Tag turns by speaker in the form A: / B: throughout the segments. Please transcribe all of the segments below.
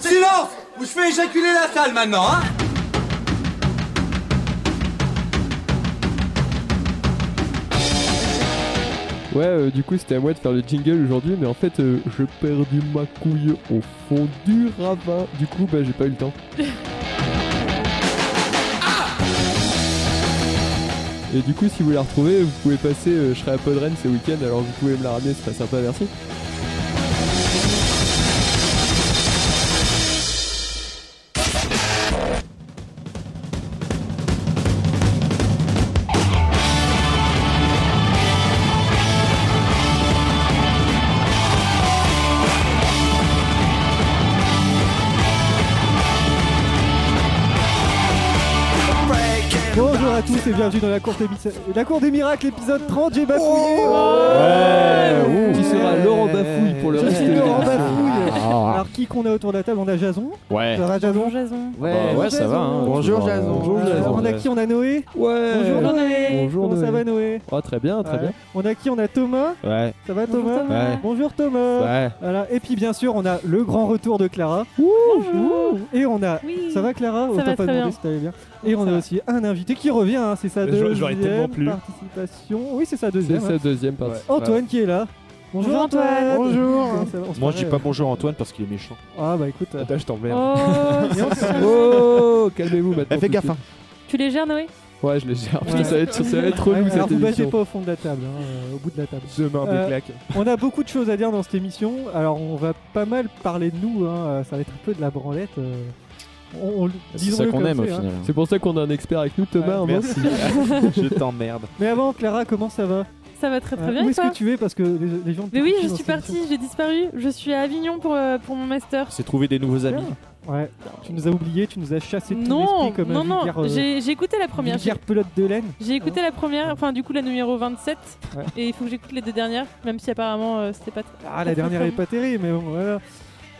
A: Silence Ou je fais éjaculer la salle maintenant, hein
B: Ouais, euh, du coup, c'était à moi de faire le jingle aujourd'hui, mais en fait, euh, je perdu ma couille au fond du ravin. Du coup, bah, j'ai pas eu le temps. Et du coup, si vous voulez la retrouver, vous pouvez passer, euh, je serai à Podren ce week-end, alors vous pouvez me la ramener, ce serait sympa, merci.
C: Bonjour à tous et bienvenue dans la cour des, mi- la cour des miracles, épisode 30. J'ai bafouillé.
B: Oh Ouais, Qui sera Laurent Bafouille pour le
C: Je
B: reste
C: suis
B: de
C: Laurent
B: l'émission. Ah.
C: Bafouille. Alors, qui qu'on a autour de la table On a Jason.
D: Ouais.
C: On a Jason.
E: Jason.
D: Bah ouais, ça va. hein.
F: Bonjour,
D: Toujours, euh,
F: Jason. Bonjour,
C: Euh,
F: Jason.
C: on a qui On a Noé.
B: Ouais.
C: Bonjour Noé.
B: Bonjour,
C: Comment ça
B: Noé.
C: va Noé
B: Oh, très bien, très
C: Ouais.
B: bien.
C: On a qui On a Thomas.
F: Ouais,
C: Ça va
E: Bonjour,
C: Thomas
E: Thomas.
F: Ouais.
C: Bonjour Thomas.
F: ouais.
C: Voilà. Et puis bien sûr, on a le grand retour de Clara.
E: Bonjour.
C: Et on a
E: Oui.
C: Ça va Clara On
E: Ça
C: t'a
E: va
C: pas
E: très
C: demandé
E: bien.
C: si t'allais bien. Et
E: Non,
C: on
E: ça
C: a
E: va.
C: aussi un invité qui revient, hein, c'est sa
D: J'a- j'aurais tellement
C: deuxième
D: plu.
C: participation. Oui, c'est sa
B: C'est
C: deuxième.
B: sa deuxième partie.
C: hein. Antoine qui est là. Bonjour,
E: Bonjour, Antoine.
C: Bonjour.
F: Moi, je dis pas bonjour Antoine parce qu'il est méchant.
C: Ah bah écoute. euh,
B: Attends, je t'emmerde.
E: Oh,
B: Oh, calmez-vous maintenant.
F: Eh, fais
B: tout de
F: gaffe,
B: suite.
E: tu les gères Noé
B: Ouais, je les gère. Putain,
C: Ouais.
B: ça va être, ça va être relou
C: alors
B: cette
C: vous battez
B: émission.
C: pas au fond de la table, hein, euh, au bout de la table.
B: Demain,
C: des Euh,
B: claques.
C: On a beaucoup de choses à dire dans cette émission. Alors on va pas mal parler de nous. hein, euh, Ça va être un peu de la branlette. euh, On, on-
D: C'est ça
C: disons-le
D: qu'on
C: comme
D: aime au
C: c'est, hein.
D: final.
B: C'est pour ça qu'on a un expert avec nous, Thomas.
C: Ouais,
B: hein,
F: merci. je t'emmerde.
C: Mais avant, Clara, comment ça va
E: Ça va très très
C: Euh,
E: bien
C: Où
E: et
C: est-ce
E: toi
C: que tu es Parce que les, les gens.
E: Mais oui, je
C: dans
E: suis
C: cette émission.
E: partie, j'ai disparu. Je suis à Avignon pour, euh, pour mon master.
F: C'est trouver des nouveaux amis.
C: Ouais, tu nous as oublié, tu nous as chassé de ton
E: Non,
C: esprit comme
E: non,
C: un
E: non,
C: vulgaire, euh,
E: j'ai j'ai écouté la première. J'ai
C: vulgaire pelote de laine. Ah.
E: j'ai écouté la première, enfin du coup la numéro 27.
C: Ouais.
E: Et il faut que j'écoute les deux dernières, même si apparemment euh, c'était pas. tr-
C: Ah, la dernière est
E: Comme-
C: pas terrible, mais bon, voilà.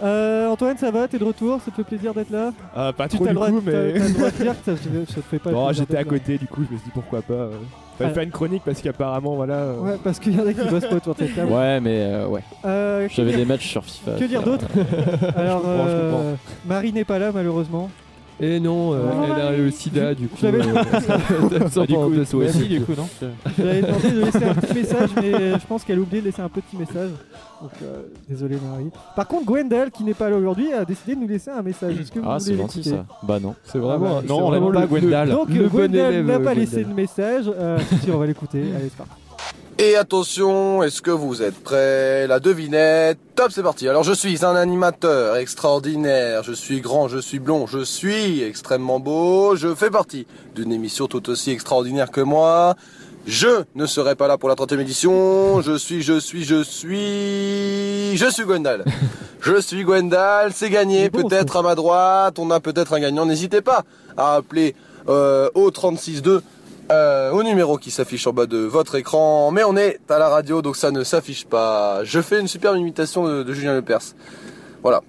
C: Euh, Antoine, ça va T'es de retour Ça te fait plaisir d'être là
D: Ah, pas
C: Tu
D: trop
C: t'as
D: du
C: le droit,
D: coup,
C: t'as-
D: mais.
C: t'as le droit de dire que ça, ça te fait pas
G: Bon,
C: plaisir
G: j'étais à
C: d'être là.
G: côté, du coup, je me suis dit pourquoi pas. euh, fallait
C: Ah.
G: faire une chronique parce qu'apparemment, voilà. euh,
C: Ouais, parce qu'il y en a qui bossent pas autour de cette table.
D: Ouais, mais euh, ouais.
C: Euh, que
D: J'avais
C: dire-
D: des matchs sur FIFA.
C: Que dire d'autre Alors,
G: comprends, je
C: euh, Marie n'est pas là, malheureusement.
B: Et non, euh,
C: Ah.
F: Ah.
E: Bonjour,
B: elle a
E: Marie.
B: le sida, du coup. euh,
C: Je l'avais-
D: Ah,
B: ça
F: du coup,
B: soi
F: merci,
B: aussi.
F: du coup, non
C: Je lui avais demandé de laisser un petit message, mais euh, je pense qu'elle a oublié de laisser un petit message. Donc, euh, désolé, Marie. Par contre, Gwendal, qui n'est pas là aujourd'hui, a décidé de nous laisser un message. Est-ce que vous
D: Ah, c'est
C: voulez
D: gentil
C: l'écouter
D: ça. Bah non.
B: C'est vraiment.
C: Ah ouais,
B: c'est
C: non,
D: on l'aime
B: vraiment
D: pas,
B: le- le-
D: Gwendal.
C: Donc
B: Le
C: euh,
B: bon
C: Gwendal
B: élève,
C: n'a
B: euh,
C: pas
B: Gwendal.
C: laissé de message. Euh, si, si, on va l'écouter. Allez, c'est parti.
H: Et attention, est-ce que vous êtes prêts La devinette, top, c'est parti. Alors je suis un animateur extraordinaire, je suis grand, je suis blond, je suis extrêmement beau, je fais partie d'une émission tout aussi extraordinaire que moi. Je ne serai pas là pour la 30e édition, je suis, je suis, je suis... Je suis Gwendal. Je suis Gwendal, c'est
C: Il
H: gagné,
C: est bon,
H: peut-être à ma droite, on a peut-être un gagnant, n'hésitez pas à appeler euh, au 362 euh, au numéro qui s'affiche en bas de votre écran. Mais on est à la radio, donc ça ne s'affiche pas. Je fais une superbe imitation de, de Julien Lepers. Voilà.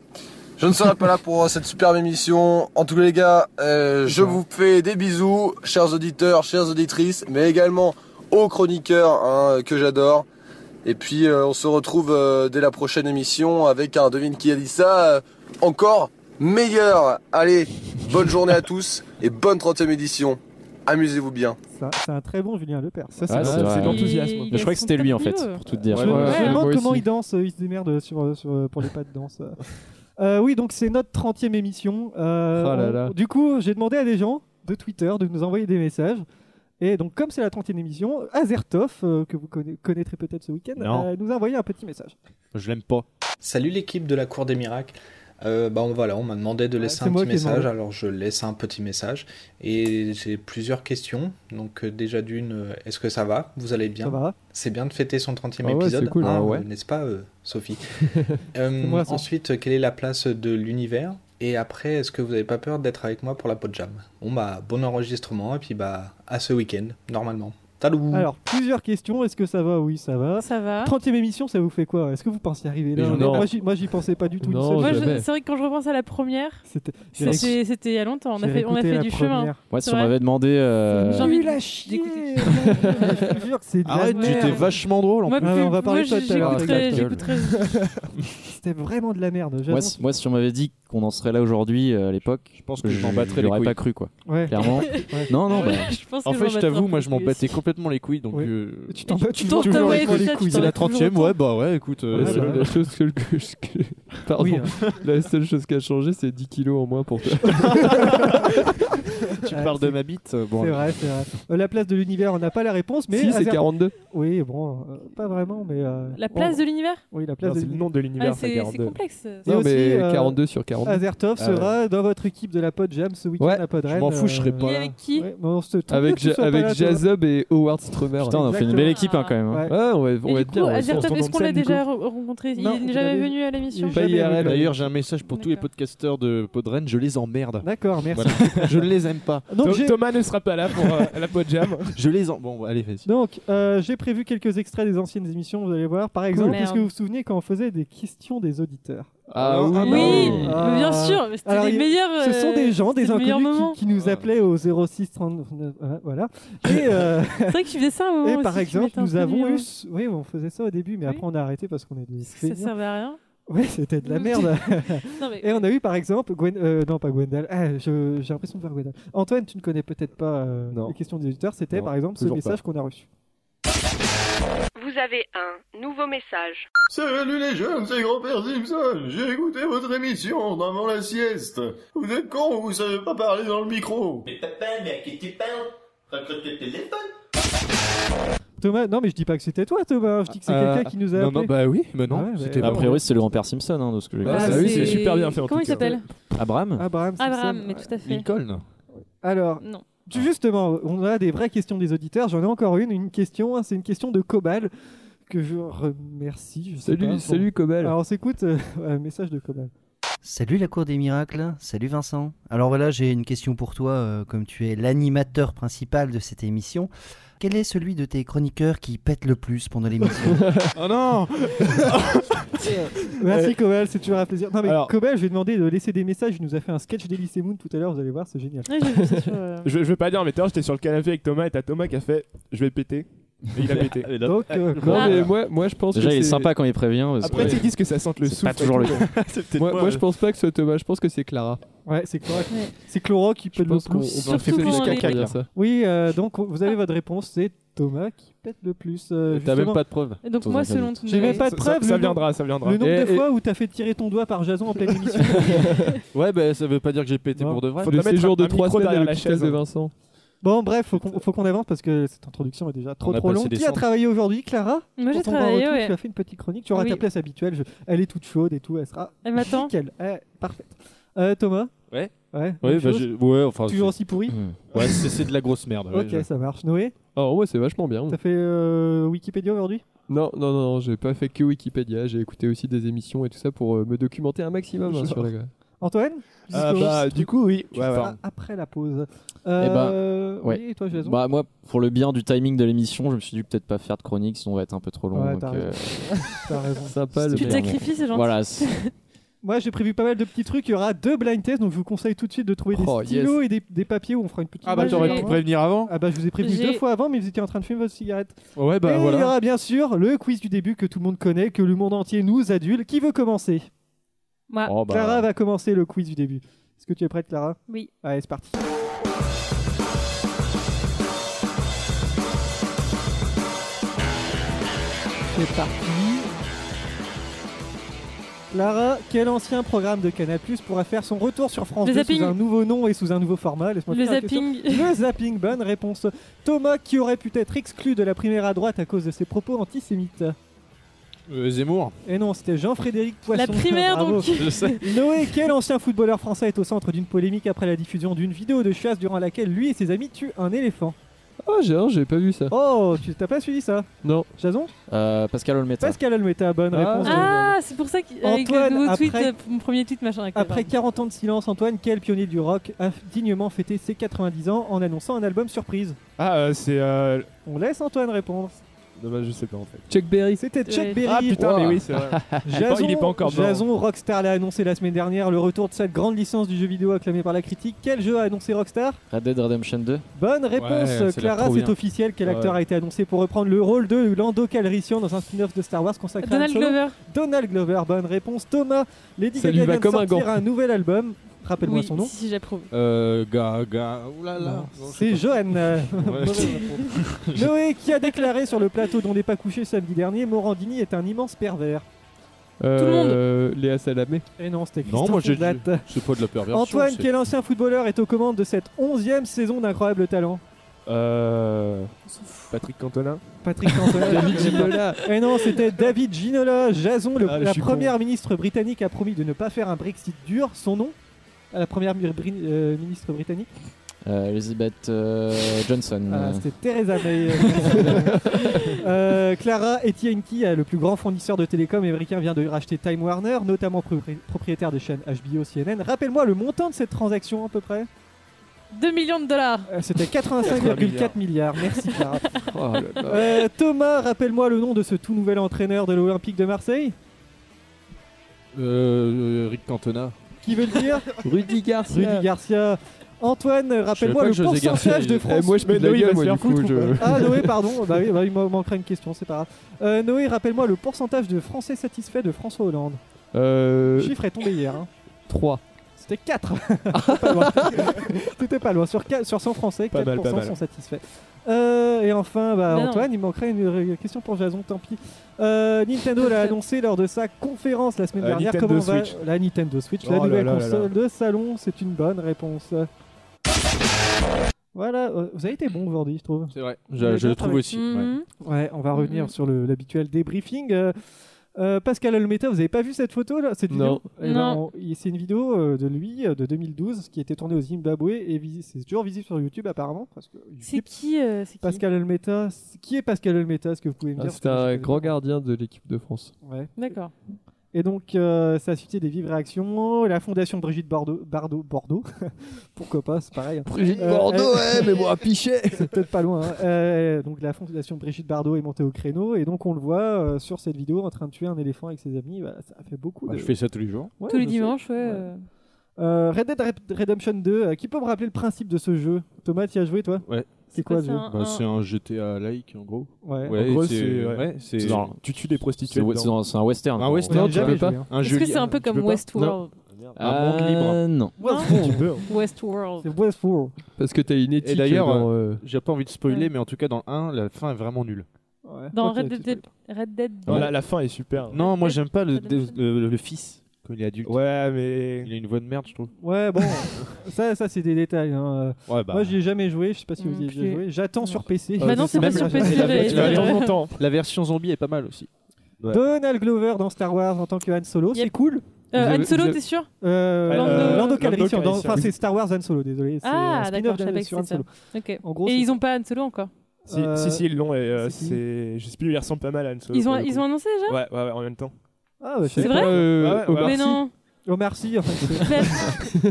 H: Je ne serai pas là pour euh, cette superbe émission. En tout cas, les gars, euh, je vous fais des bisous, chers auditeurs, chères auditrices, mais également aux chroniqueurs hein, que j'adore. Et puis, euh, on se retrouve euh, dès la prochaine émission avec un Devine qui a dit ça euh, encore meilleur. Allez, bonne journée à tous et bonne 30e édition. Amusez-vous bien.
C: Ça- C'est un très bon Julien Lepers.
G: Ça,
D: Ouais, c'est vrai.
G: c'est de l'enthousiasme.
E: Ils-
D: Mais je crois que
E: sont
D: c'était lui en
E: top
D: fait,
E: niveau.
D: pour tout te dire.
B: Ouais,
C: Je me-
B: ouais,
C: je me demande
B: moi
C: comment
B: aussi.
C: il danse. euh, Il se démerde sur, sur- pour les pas de danse. euh. Euh, oui, donc c'est notre 30e émission. Euh,
B: Ah là
C: on-
B: là.
C: Du coup, j'ai demandé à des gens de Twitter de nous envoyer des messages. Et donc, comme c'est la 30e émission, Azertov, euh, que vous conna- connaîtrez peut-être ce week-end,
F: Non.
C: euh, nous a envoyé un petit message.
F: Je l'aime pas.
I: Salut l'équipe de la Cour des Miracles. Euh, bah on, voilà, on m'a demandé de
C: Ouais,
I: laisser
C: c'est
I: un
C: moi
I: petit
C: qui ai demandé.
I: message, alors je laisse un petit message. Et j'ai plusieurs questions. Donc euh, déjà d'une, euh, est-ce que ça va Vous allez bien
C: Ça va
I: C'est bien de fêter son 30e
B: Ah ouais,
I: épisode,
B: c'est cool,
I: hein,
B: ah ouais.
I: euh, n'est-ce pas euh, Sophie Euh,
C: C'est moi, ça.
I: Ensuite, quelle est la place de l'univers Et après, est-ce que vous n'avez pas peur d'être avec moi pour la pot jam Bon bah, bon enregistrement, et puis bah, à ce week-end, normalement.
J: Mm.
I: Talou
C: Alors, plusieurs questions. Est-ce que ça va Oui, ça va.
E: Ça va.
C: 30e émission, ça vous fait quoi Est-ce que vous pensiez arriver là
B: Mais
C: Moi,
B: non.
C: j'y- Moi, j'y pensais pas du tout. une
B: Non,
C: seule
D: Oh,
E: Moi, je-
C: seconde.
B: jamais.
E: c'est vrai que quand je repense à la première,
C: C'était. j'ai réécou-
E: c'était c'était il y a longtemps. On a
C: j'ai
E: fait, on a
C: réécouté
E: fait
C: la
E: du chemin.
C: première.
D: Ouais, si
E: C'est
D: on
E: vrai.
D: m'avait demandé. euh,
E: J'ai envie
C: Nul
E: de-
C: à chier.
E: d'écouter.
C: Je jure que c'est de la
F: Arrête, tu
C: merde.
F: t'es vachement drôle en
E: Moi,
C: Ah ouais,
E: plus-
C: on va
E: moi,
C: parler de toi tout à l'heure,
E: j'écouterai-
D: ta gueule.
E: j'écouterai
C: C'était vraiment de la merde.
D: Moi,
C: j'annonce.
D: si, moi, si on m'avait dit qu'on en serait là aujourd'hui euh, à l'époque,
F: Je pense que
D: je
F: je m'en
D: je
F: battrais les
D: l'aurais
F: couilles.
D: pas cru quoi.
C: Ouais.
D: Clairement. Non non. Bah,
E: je pense
F: En
E: que
F: fait,
E: m'en
F: je
E: battrai un
F: t'avoue,
E: peu
F: moi, je m'en
E: plus.
F: battais complètement les couilles, donc.
C: Oui.
F: euh,
C: Tu t'en bats, tu
E: Toujours
C: toujours
E: t'avouer,
C: avec
E: c'est
C: les
E: ça, tu
C: couilles.
E: t'en
F: C'est la
E: toujours
F: 30ème,
E: autant.
F: ouais, bah
B: Ah,
F: ouais, écoute. euh,
B: La
C: Ouais,
F: c'est-
C: bah
B: seule- la chose que, que- que- pardon,
C: Oui, hein.
B: la seule chose qui a changé, c'est 10 kilos en moins pour toi.
F: tu parles de ma bite. euh, Bon,
C: C'est vrai, c'est vrai. Euh, la place de l'univers, on n'a pas la réponse, mais.
B: si, c'est
C: Azer-
B: 42.
C: Oui, bon, euh, pas vraiment, mais. euh,
E: La place de l'univers
C: on- Oui, la place
G: Non,
C: de
G: c'est le nom de
E: Ah,
G: l'univers, c'est
E: C'est c'est
G: 42.
E: complexe.
C: Et
B: Non,
C: aussi,
B: mais
C: euh,
B: 42 sur 42.
C: Azertov
F: Ah
C: sera dans votre équipe de la Pod Jam ce week-end
B: Ouais,
C: à Podren.
F: je m'en fous, je serais
E: Il
F: pas
E: est
F: là.
E: avec qui
C: Ouais, mais on se trouve
B: Avec,
C: que tu
B: Ja-
C: sois pas
B: avec
C: là, toi.
B: Jazob et Howard Stromer.
D: Putain, on a fait une belle équipe hein, quand même. hein.
C: Ouais.
B: Ouais, on va, on va
E: Et
B: être
E: du
B: bien.
E: coup,
B: ouais.
E: Azertov,
G: se
E: est-ce qu'on
G: rend
E: l'a
G: scène, du
E: déjà re- rencontré Il
C: Non,
E: n'est
C: vous
E: jamais
C: l'avez-
E: venu à l'émission.
B: Pas
C: jamais
B: IRL.
C: venu.
F: D'ailleurs, j'ai un message pour tous les
E: D'accord.
F: podcasteurs de Podren, je les emmerde.
C: D'accord, merci.
F: je ne les aime pas.
C: Donc,
G: Tho-
C: j'ai-
G: Thomas ne sera pas là pour euh, la pod jam.
F: Je les en... Bon, allez, vas-y.
C: Donc, euh, j'ai prévu quelques extraits des anciennes émissions, vous allez voir. Par exemple,
E: Merde.
C: est-ce que vous vous souvenez quand on faisait des questions des auditeurs
B: Ah oui.
E: Oui,
C: Ah.
E: mais bien sûr, mais
C: Alors,
E: c'était les
C: il-
E: meilleurs. euh,
C: Ce sont des gens,
E: c'était
C: des
E: le meilleur
C: inconnus
E: moment.
C: qui, qui nous
B: Ah.
C: appelaient au 06 39, euh, voilà. Et, euh,
E: C'est vrai que tu faisais ça à un moment.
C: et
E: aussi,
C: par
E: tu
C: exemple,
E: mettais un
C: nous
E: truc
C: avons
E: numéro.
C: eu... ce- Oui, on faisait ça au début, mais
E: Oui.
C: après on a arrêté parce qu'on est des
E: Ça
C: feignants.
E: servait à rien.
C: Ouais, c'était de la merde.
E: Non, mais-
C: Et on a eu par exemple, Gwen, euh, non pas Gwendal, Ah, je- j'ai l'impression de voir Gwendal. Antoine, tu ne connais peut-être pas euh,
G: Non.
C: les questions des auditeurs, c'était
G: Non,
C: par exemple ce
G: toujours
C: message qu'on a reçu.
K: Vous avez un nouveau message.
H: Salut les jeunes, c'est grand-père Simpson. J'ai écouté votre émission avant la sieste. Vous êtes con ou vous savez pas parler dans le micro
L: Mais papa, mais à qui tu parles Raccroche le téléphone.
C: Thomas, non mais je dis pas que c'était toi Thomas, je dis que c'est
F: Euh,
C: quelqu'un qui nous a
F: Non,
C: appelé.
F: non, bah oui, mais non.
C: Ah ouais, bah,
F: c'était
C: ouais.
F: pas
D: A
C: bon,
D: priori, c'est le grand-père Simpson hein, de ce que j'ai
G: Ah,
D: compris.
G: bah oui, c'est super bien fait, en
E: Comment
G: tout
E: il
G: cas.
E: s'appelle
D: Abraham
C: Abraham, Simpson,
E: Abraham, mais
C: ouais.
E: tout à fait.
F: Lincoln.
C: Alors,
E: Non.
C: tu- justement, on a des vraies questions des auditeurs, j'en ai encore une, une question, hein, c'est une question de Cobal que je remercie. Je sais pas, bon.
B: Salut, salut Cobel.
C: Alors on s'écoute euh, un message de Cobal.
L: Salut la cour des miracles, salut Vincent. Alors voilà, j'ai une question pour toi, euh, comme tu es l'animateur principal de cette émission. Quel est celui de tes chroniqueurs qui pète le plus pendant l'émission
F: Oh non
C: Merci Cobal, c'est toujours un plaisir. Non mais
G: Alors-
C: Cobal, je vais demander de laisser des messages, il nous a fait un sketch d'Elysée Moon tout à l'heure, vous allez voir, c'est génial.
E: Ouais, j'ai vu ça sur, euh,
G: Je, je veux pas dire, mais tout à l'heure, j'étais sur le canapé avec Thomas et t'as Thomas qui a fait Je vais péter. Et il a pété.
C: Donc, euh,
B: Non,
E: Ah.
B: mais moi, moi je pense
D: Déjà,
B: que
D: il est
B: c'est-
D: sympa quand il prévient. parce que-
G: Après, tu dis que ça sente le
D: C'est
G: souffle.
D: pas toujours
G: et
D: le
G: tout.
B: moi, moi, je pense pas que ce soit Thomas, je pense que c'est Clara.
C: Ouais, c'est Clorox.
E: Ouais.
C: C'est Clorox qui
B: Je
C: pète le
B: pense qu'on on
C: plus.
B: va
E: Surtout
B: rester
E: pendant
B: jusqu'à
E: les-
B: quatre, dire ça.
C: Oui, euh, donc on- vous avez votre réponse, c'est Thomas qui pète le plus. euh,
F: T'as
C: justement.
F: même pas de preuves.
E: et Donc,
D: Dans un
E: moi, selon
C: J'ai même pas
G: Ça-
C: de preuve.
G: Ça
C: le
G: viendra, ça viendra.
C: nombre- Le nombre
B: Et-
C: de
B: et-
C: fois où t'as fait tirer ton doigt par Jason en pleine émission.
F: Ouais, bah ça veut pas dire que j'ai pété
C: Non.
F: pour de vrai.
G: Faut
B: Le
G: pas mettre
B: séjour
G: un
B: de 3
G: micro
B: semaines à
G: derrière la
B: l'hôpital
G: chaise,
B: de
G: hein.
B: Vincent.
C: bon, bref, faut qu'on faut qu'on avance parce que cette introduction est déjà trop
F: On a
C: trop
F: passé
C: longue.
F: des
C: Qui a
F: cendres.
C: travaillé aujourd'hui, Clara
E: Moi, j'ai
C: Pour ton temps de
E: travaillé,
C: retour,
E: ouais.
C: Tu as fait une petite chronique. Tu auras
E: Oui.
C: ta place habituelle. je- Elle est toute chaude et tout. Elle sera
E: Elle m'attend.
C: nickel. Eh, parfaite. Euh, Thomas.
F: Ouais.
C: Ouais.
F: Ouais,
C: même
F: bah,
C: chose
F: j'ai- ouais, enfin.
C: Toujours aussi pourri.
D: Hmm.
F: c'est- Ouais, c'est c'est de la grosse merde. ouais,
C: ok,
F: je-
C: ça marche. Noé,
B: Oh ouais, c'est vachement bien.
C: t'as fait euh, Wikipédia aujourd'hui
B: Non, non, non, non, j'ai pas fait que Wikipédia, j'ai écouté aussi des émissions et tout ça pour euh, me documenter un maximum hein,
C: Genre.
B: sur les gars.
C: Antoine
G: Ah
C: Disco
G: bah, du coup, oui.
C: Tu
G: Ouais,
C: le
G: ouais. Eh
C: feras après la pause.
D: ben,
C: Euh, oui,
D: ouais.
C: et toi, Jason
D: Bah, moi, pour le bien du timing de l'émission, je me suis dit peut-être pas faire de chronique, sinon on va être un peu trop long.
C: Ouais,
D: donc,
C: t'as
D: euh,
C: T'as raison.
B: Sympa le
E: Tu te
D: Merde.
E: sacrifies, c'est gentil.
D: voilà, c'est-
C: Moi, j'ai prévu pas mal de petits trucs. Il y aura deux blind tests, donc je vous conseille tout de suite de trouver
B: Oh,
C: des stylos et des, des papiers où on fera une petite.
F: Ah bah
E: Moi,
F: t'aurais
E: j'ai-
F: pu prévenir avant.
C: Ah bah, je vous ai prévenu
E: J'ai-
C: deux fois avant, mais vous étiez en train de fumer votre cigarette.
F: Ouais bah
C: et il y
F: voilà.
C: aura bien sûr le quiz du début que tout le monde connaît, que le monde entier, nous adultes, qui veut commencer
E: Moi,
D: Oh, bah,
C: Clara va commencer le quiz du début. Est-ce que tu es prête, Clara
E: oui.
C: Allez, c'est parti. C'est parti. Clara, quel ancien programme de Canal pourra faire son retour sur France
E: Le
C: 2
E: zapping.
C: sous un nouveau nom et sous un nouveau format Laisse-moi
E: Le
C: finir la question.
E: zapping.
C: Le zapping, bonne réponse. Thomas, qui aurait pu être exclu de la primaire à droite à cause de ses propos antisémites
F: Euh, Zemmour.
C: Et non, c'était Jean-Frédéric Poisson.
E: La primaire,
C: Bravo.
E: donc.
F: Je sais.
C: Noé, quel ancien footballeur français est au centre d'une polémique après la diffusion d'une vidéo de chasse durant laquelle lui et ses amis tuent un éléphant
B: Oh, j'ai non, j'ai pas vu ça.
C: Oh, tu t'as pas suivi ça
B: Non.
C: Jason
D: euh, Pascal Olmeta.
C: Pascal Almeta, bonne
B: Ah.
C: réponse.
E: Ah, c'est pour ça qu'avec le
C: Antoine,
E: nouveau tweet,
C: après-
E: euh, mon premier tweet, machin. avec la
C: Après
E: barbe.
C: 40 ans de silence, Antoine, quel pionnier du rock a dignement fêté ses 90 ans en annonçant un album surprise
G: Ah, euh, c'est. euh,
C: On laisse Antoine répondre.
G: Dommage, bah, je sais pas en fait.
B: Chuck Berry.
C: C'était Chuck
G: Ouais.
C: Berry.
G: Ah, putain, mais oui, c'est vrai. Il est pas- il est pas encore mort.
C: Jason, Rockstar l'a annoncé la semaine dernière, le retour de cette grande licence du jeu vidéo acclamée par la critique. Quel jeu a annoncé Rockstar
D: Red Dead Redemption 2.
C: Bonne réponse,
D: Ouais, ça a l'air
C: Clara,
D: trop
C: c'est
D: bien.
C: officiel. Quel acteur
D: Ouais.
C: a été annoncé pour reprendre le rôle de Lando Calrissian dans un spin-off de Star Wars consacré à Han
E: Donald
C: Solo
E: Glover.
C: Donald Glover, bonne réponse. Thomas, Lady
B: Ça lui
C: Gaga
B: va
C: vient de
B: comme un
C: sortir
B: gant.
C: un, nouvel album. Rappelle-moi
E: Oui,
C: son nom.
E: si j'approuve.
F: Euh, Gaga. Oulala.
C: C'est Johan. euh, mauvaise réponse. Noé qui a déclaré sur le plateau dont n'est pas couché samedi dernier, Morandini est un immense pervers.
B: Euh, Léa Salamé.
C: Et Eh non, c'était
F: Non, moi Oh, j'ai.
C: Christian Fondat.
F: C'est pas de la perversion.
C: Antoine,
F: c'est-
C: quel ancien footballeur est aux commandes de cette 11e saison d'incroyable talent
G: Euh. Patrick Cantona
C: Patrick Cantona.
B: David Ginola.
C: Et Eh non, c'était David Ginola. Jason, le-
G: Ah, je
C: la
G: suis
C: première ministre britannique, a promis de ne pas faire un Brexit dur. Son nom à la première mi- bri- euh, ministre britannique
D: Euh, Elizabeth euh, Johnson.
C: Ah,
D: euh,
C: C'était Theresa May. euh, euh, Clara Etienne Key, euh, le plus grand fournisseur de télécom américain, vient de racheter Time Warner, notamment pro- propriétaire des chaînes HBO, CNN. Rappelle-moi le montant de cette transaction à peu près
E: 2 millions de dollars.
C: Euh, C'était 85,4 milliards. Merci Clara.
D: oh là là.
C: Euh, Thomas, rappelle-moi le nom de ce tout nouvel entraîneur de l'Olympique de Marseille.
F: Euh, Rick Cantona.
C: Qui veut le dire
B: Rudy Garcia.
C: Rudy Garcia. Antoine, rappelle-moi le
F: Je savais pas que José Garcia,
C: pourcentage de
F: il-
C: France.
B: Eh, moi je
G: Mais
B: peux de la
G: Noé, il va se
B: gueule, moi
G: faire
B: du coup.
G: foutre ou
B: Je...
C: Ah Noé, pardon, bah, oui, bah, il me manquerait une question, c'est pas grave. Euh, Noé, rappelle-moi le pourcentage de Français satisfaits de François Hollande. Le
B: Euh,
C: chiffre est tombé hier. hein.
B: 3.
C: C'était 4. T'étais pas loin. T'étais pas loin. Sur, qua- sur 100 Français, 4%
G: Pas mal, pas mal.
C: sont satisfaits. Euh, et enfin, bah,
E: Mais non.
C: Antoine, il manquerait une euh, question pour Jason, tant pis. Euh, Nintendo l'a annoncé lors de sa conférence la semaine
G: Euh,
C: dernière.
G: Nintendo
C: Comment va
G: Switch.
C: la Nintendo Switch,
G: Oh
C: la
G: là
C: nouvelle
G: là là
C: console de salon C'est une bonne réponse. Voilà, euh, vous avez été bon aujourd'hui, je trouve.
F: C'est vrai.
C: Il a
F: Je, je
C: bien
F: le trouve
C: travaillé.
F: aussi. ouais.
E: Mhm.
C: Ouais, on va revenir
E: Mhm.
C: sur le- l'habituel débriefing. Euh, euh, Pascal Almeta, vous avez pas vu cette photo là Cette vidéo
B: Non.
C: Eh ben,
E: Non.
C: on- il- C'est une vidéo euh, de lui euh, de 2012 qui était tournée au Zimbabwe et visi- c'est toujours visible sur YouTube apparemment. Parce que
E: C'est qui euh, C'est qui
C: Pascal Almeta, c- qui est Pascal Almeta Est-ce que vous pouvez me
B: Ah,
C: dire
B: C'était un grand gardien de l'équipe de France.
C: Ouais.
E: D'accord.
C: Et donc, euh, ça a suscité des vives réactions. La fondation Brigitte Bordeaux, Bardot, Bordeaux, pourquoi pas, c'est pareil.
B: Brigitte
C: Euh, Bordeaux,
B: ouais, mais bon, à pichet
C: C'est peut-être pas loin. hein. Euh, donc la fondation Brigitte Bardot est montée au créneau et donc on le voit euh, sur cette vidéo en train de tuer un éléphant avec ses amis. Voilà, ça fait beaucoup.
F: Bah,
C: de...
F: je fais ça tous les jours.
C: Ouais,
E: Tous les
C: je sais.
E: dimanches, ouais.
C: Ouais.
E: euh,
C: Euh, Red Dead Red- Redemption 2. euh, qui peut me rappeler le principe de ce jeu Thomas, tu y as joué toi
F: Ouais.
C: C'est quoi
E: pas
C: le
E: ça,
C: jeu
E: un-
F: Bah,
E: un-
F: c'est un GTA like en gros.
C: Ouais.
F: Ouais,
G: En gros,
F: c'est
G: c'est- ouais.
F: ouais, c'est
D: C'est dans-
G: Tu tues des
D: C'est
G: prostituées.
D: un- c'est
G: dedans.
D: dans- c'est un western.
F: Un
D: en
F: western.
D: gros.
C: Non,
F: Non,
C: j'ai
F: tu
C: jamais
F: peux
C: joué.
F: pas.
C: hein.
F: un
E: Est-ce
F: jeu
E: que
F: li-
E: c'est un peu
F: tu
E: comme
F: peux pas Euh,
E: Westworld
D: Ah,
F: monde libre.
D: Non.
G: Tu peux. hein.
E: Westworld.
C: C'est Westworld.
B: Parce que t'as une éthique.
F: d'ailleurs,
B: dans, euh,
F: J'ai pas envie de spoiler,
E: Ouais.
F: mais en tout cas, dans le 1, la fin est vraiment nulle.
C: Ouais.
E: Dans
C: Ok,
E: Red,
C: tu-
E: Dead, Red Dead
G: Non, la, la fin est super.
F: Non, moi j'aime pas le,
E: Redemption.
F: le, le fils quand il est adulte.
G: Ouais, mais.
F: Il a une voix de merde, je trouve.
C: Ouais, bon, ça, ça c'est des détails. hein. Euh,
F: Ouais, bah.
C: Moi, j'y ai jamais joué. Je sais pas si vous y avez
E: Non
C: déjà
E: plus.
C: joué. J'attends sur PC.
E: Bah non, c'est pas
C: Euh, Même
E: sur
C: la-
E: PC,
F: la-
E: j'allais
F: tu vas
E: dire.
G: attendre longtemps.
F: La version zombie est pas mal aussi.
G: Ouais.
C: Donald Glover dans Star Wars en tant que Han Solo,
E: Yep.
C: c'est cool.
E: Euh,
B: Vous
E: Han
B: avez- vous
E: Solo,
B: avez-
E: t'es sûr
C: Euh,
E: Lando-
C: Lando,
G: Lando
C: Calrissian, dans-
G: Calrissian.
C: enfin c'est Star Wars Han Solo, désolé. c'est
E: Ah,
C: un spin-off
E: d'accord, je savais
C: de-
E: que
C: sur Han
E: c'était
C: Solo.
E: Ok.
C: En gros,
E: Et
C: c'est-
E: ils ont pas Han Solo encore.
G: Si,
C: Euh,
G: si, si, ils l'ont. Et euh,
C: c'est qui
G: c'est. Je sais plus, il ressemble pas mal à Anne Solo.
E: Ils ont,
G: pour le
E: ils
G: coup.
E: ont annoncé déjà
G: Ouais, ouais, ouais, en même temps.
C: Ah, bah, je
E: C'est
C: savais
E: vrai
G: Pas, euh, Ouais, ouais,
E: Mais
G: ouais.
B: Omar Sy.
E: non.
C: pas. Omar Sy, en fait.
E: Bah,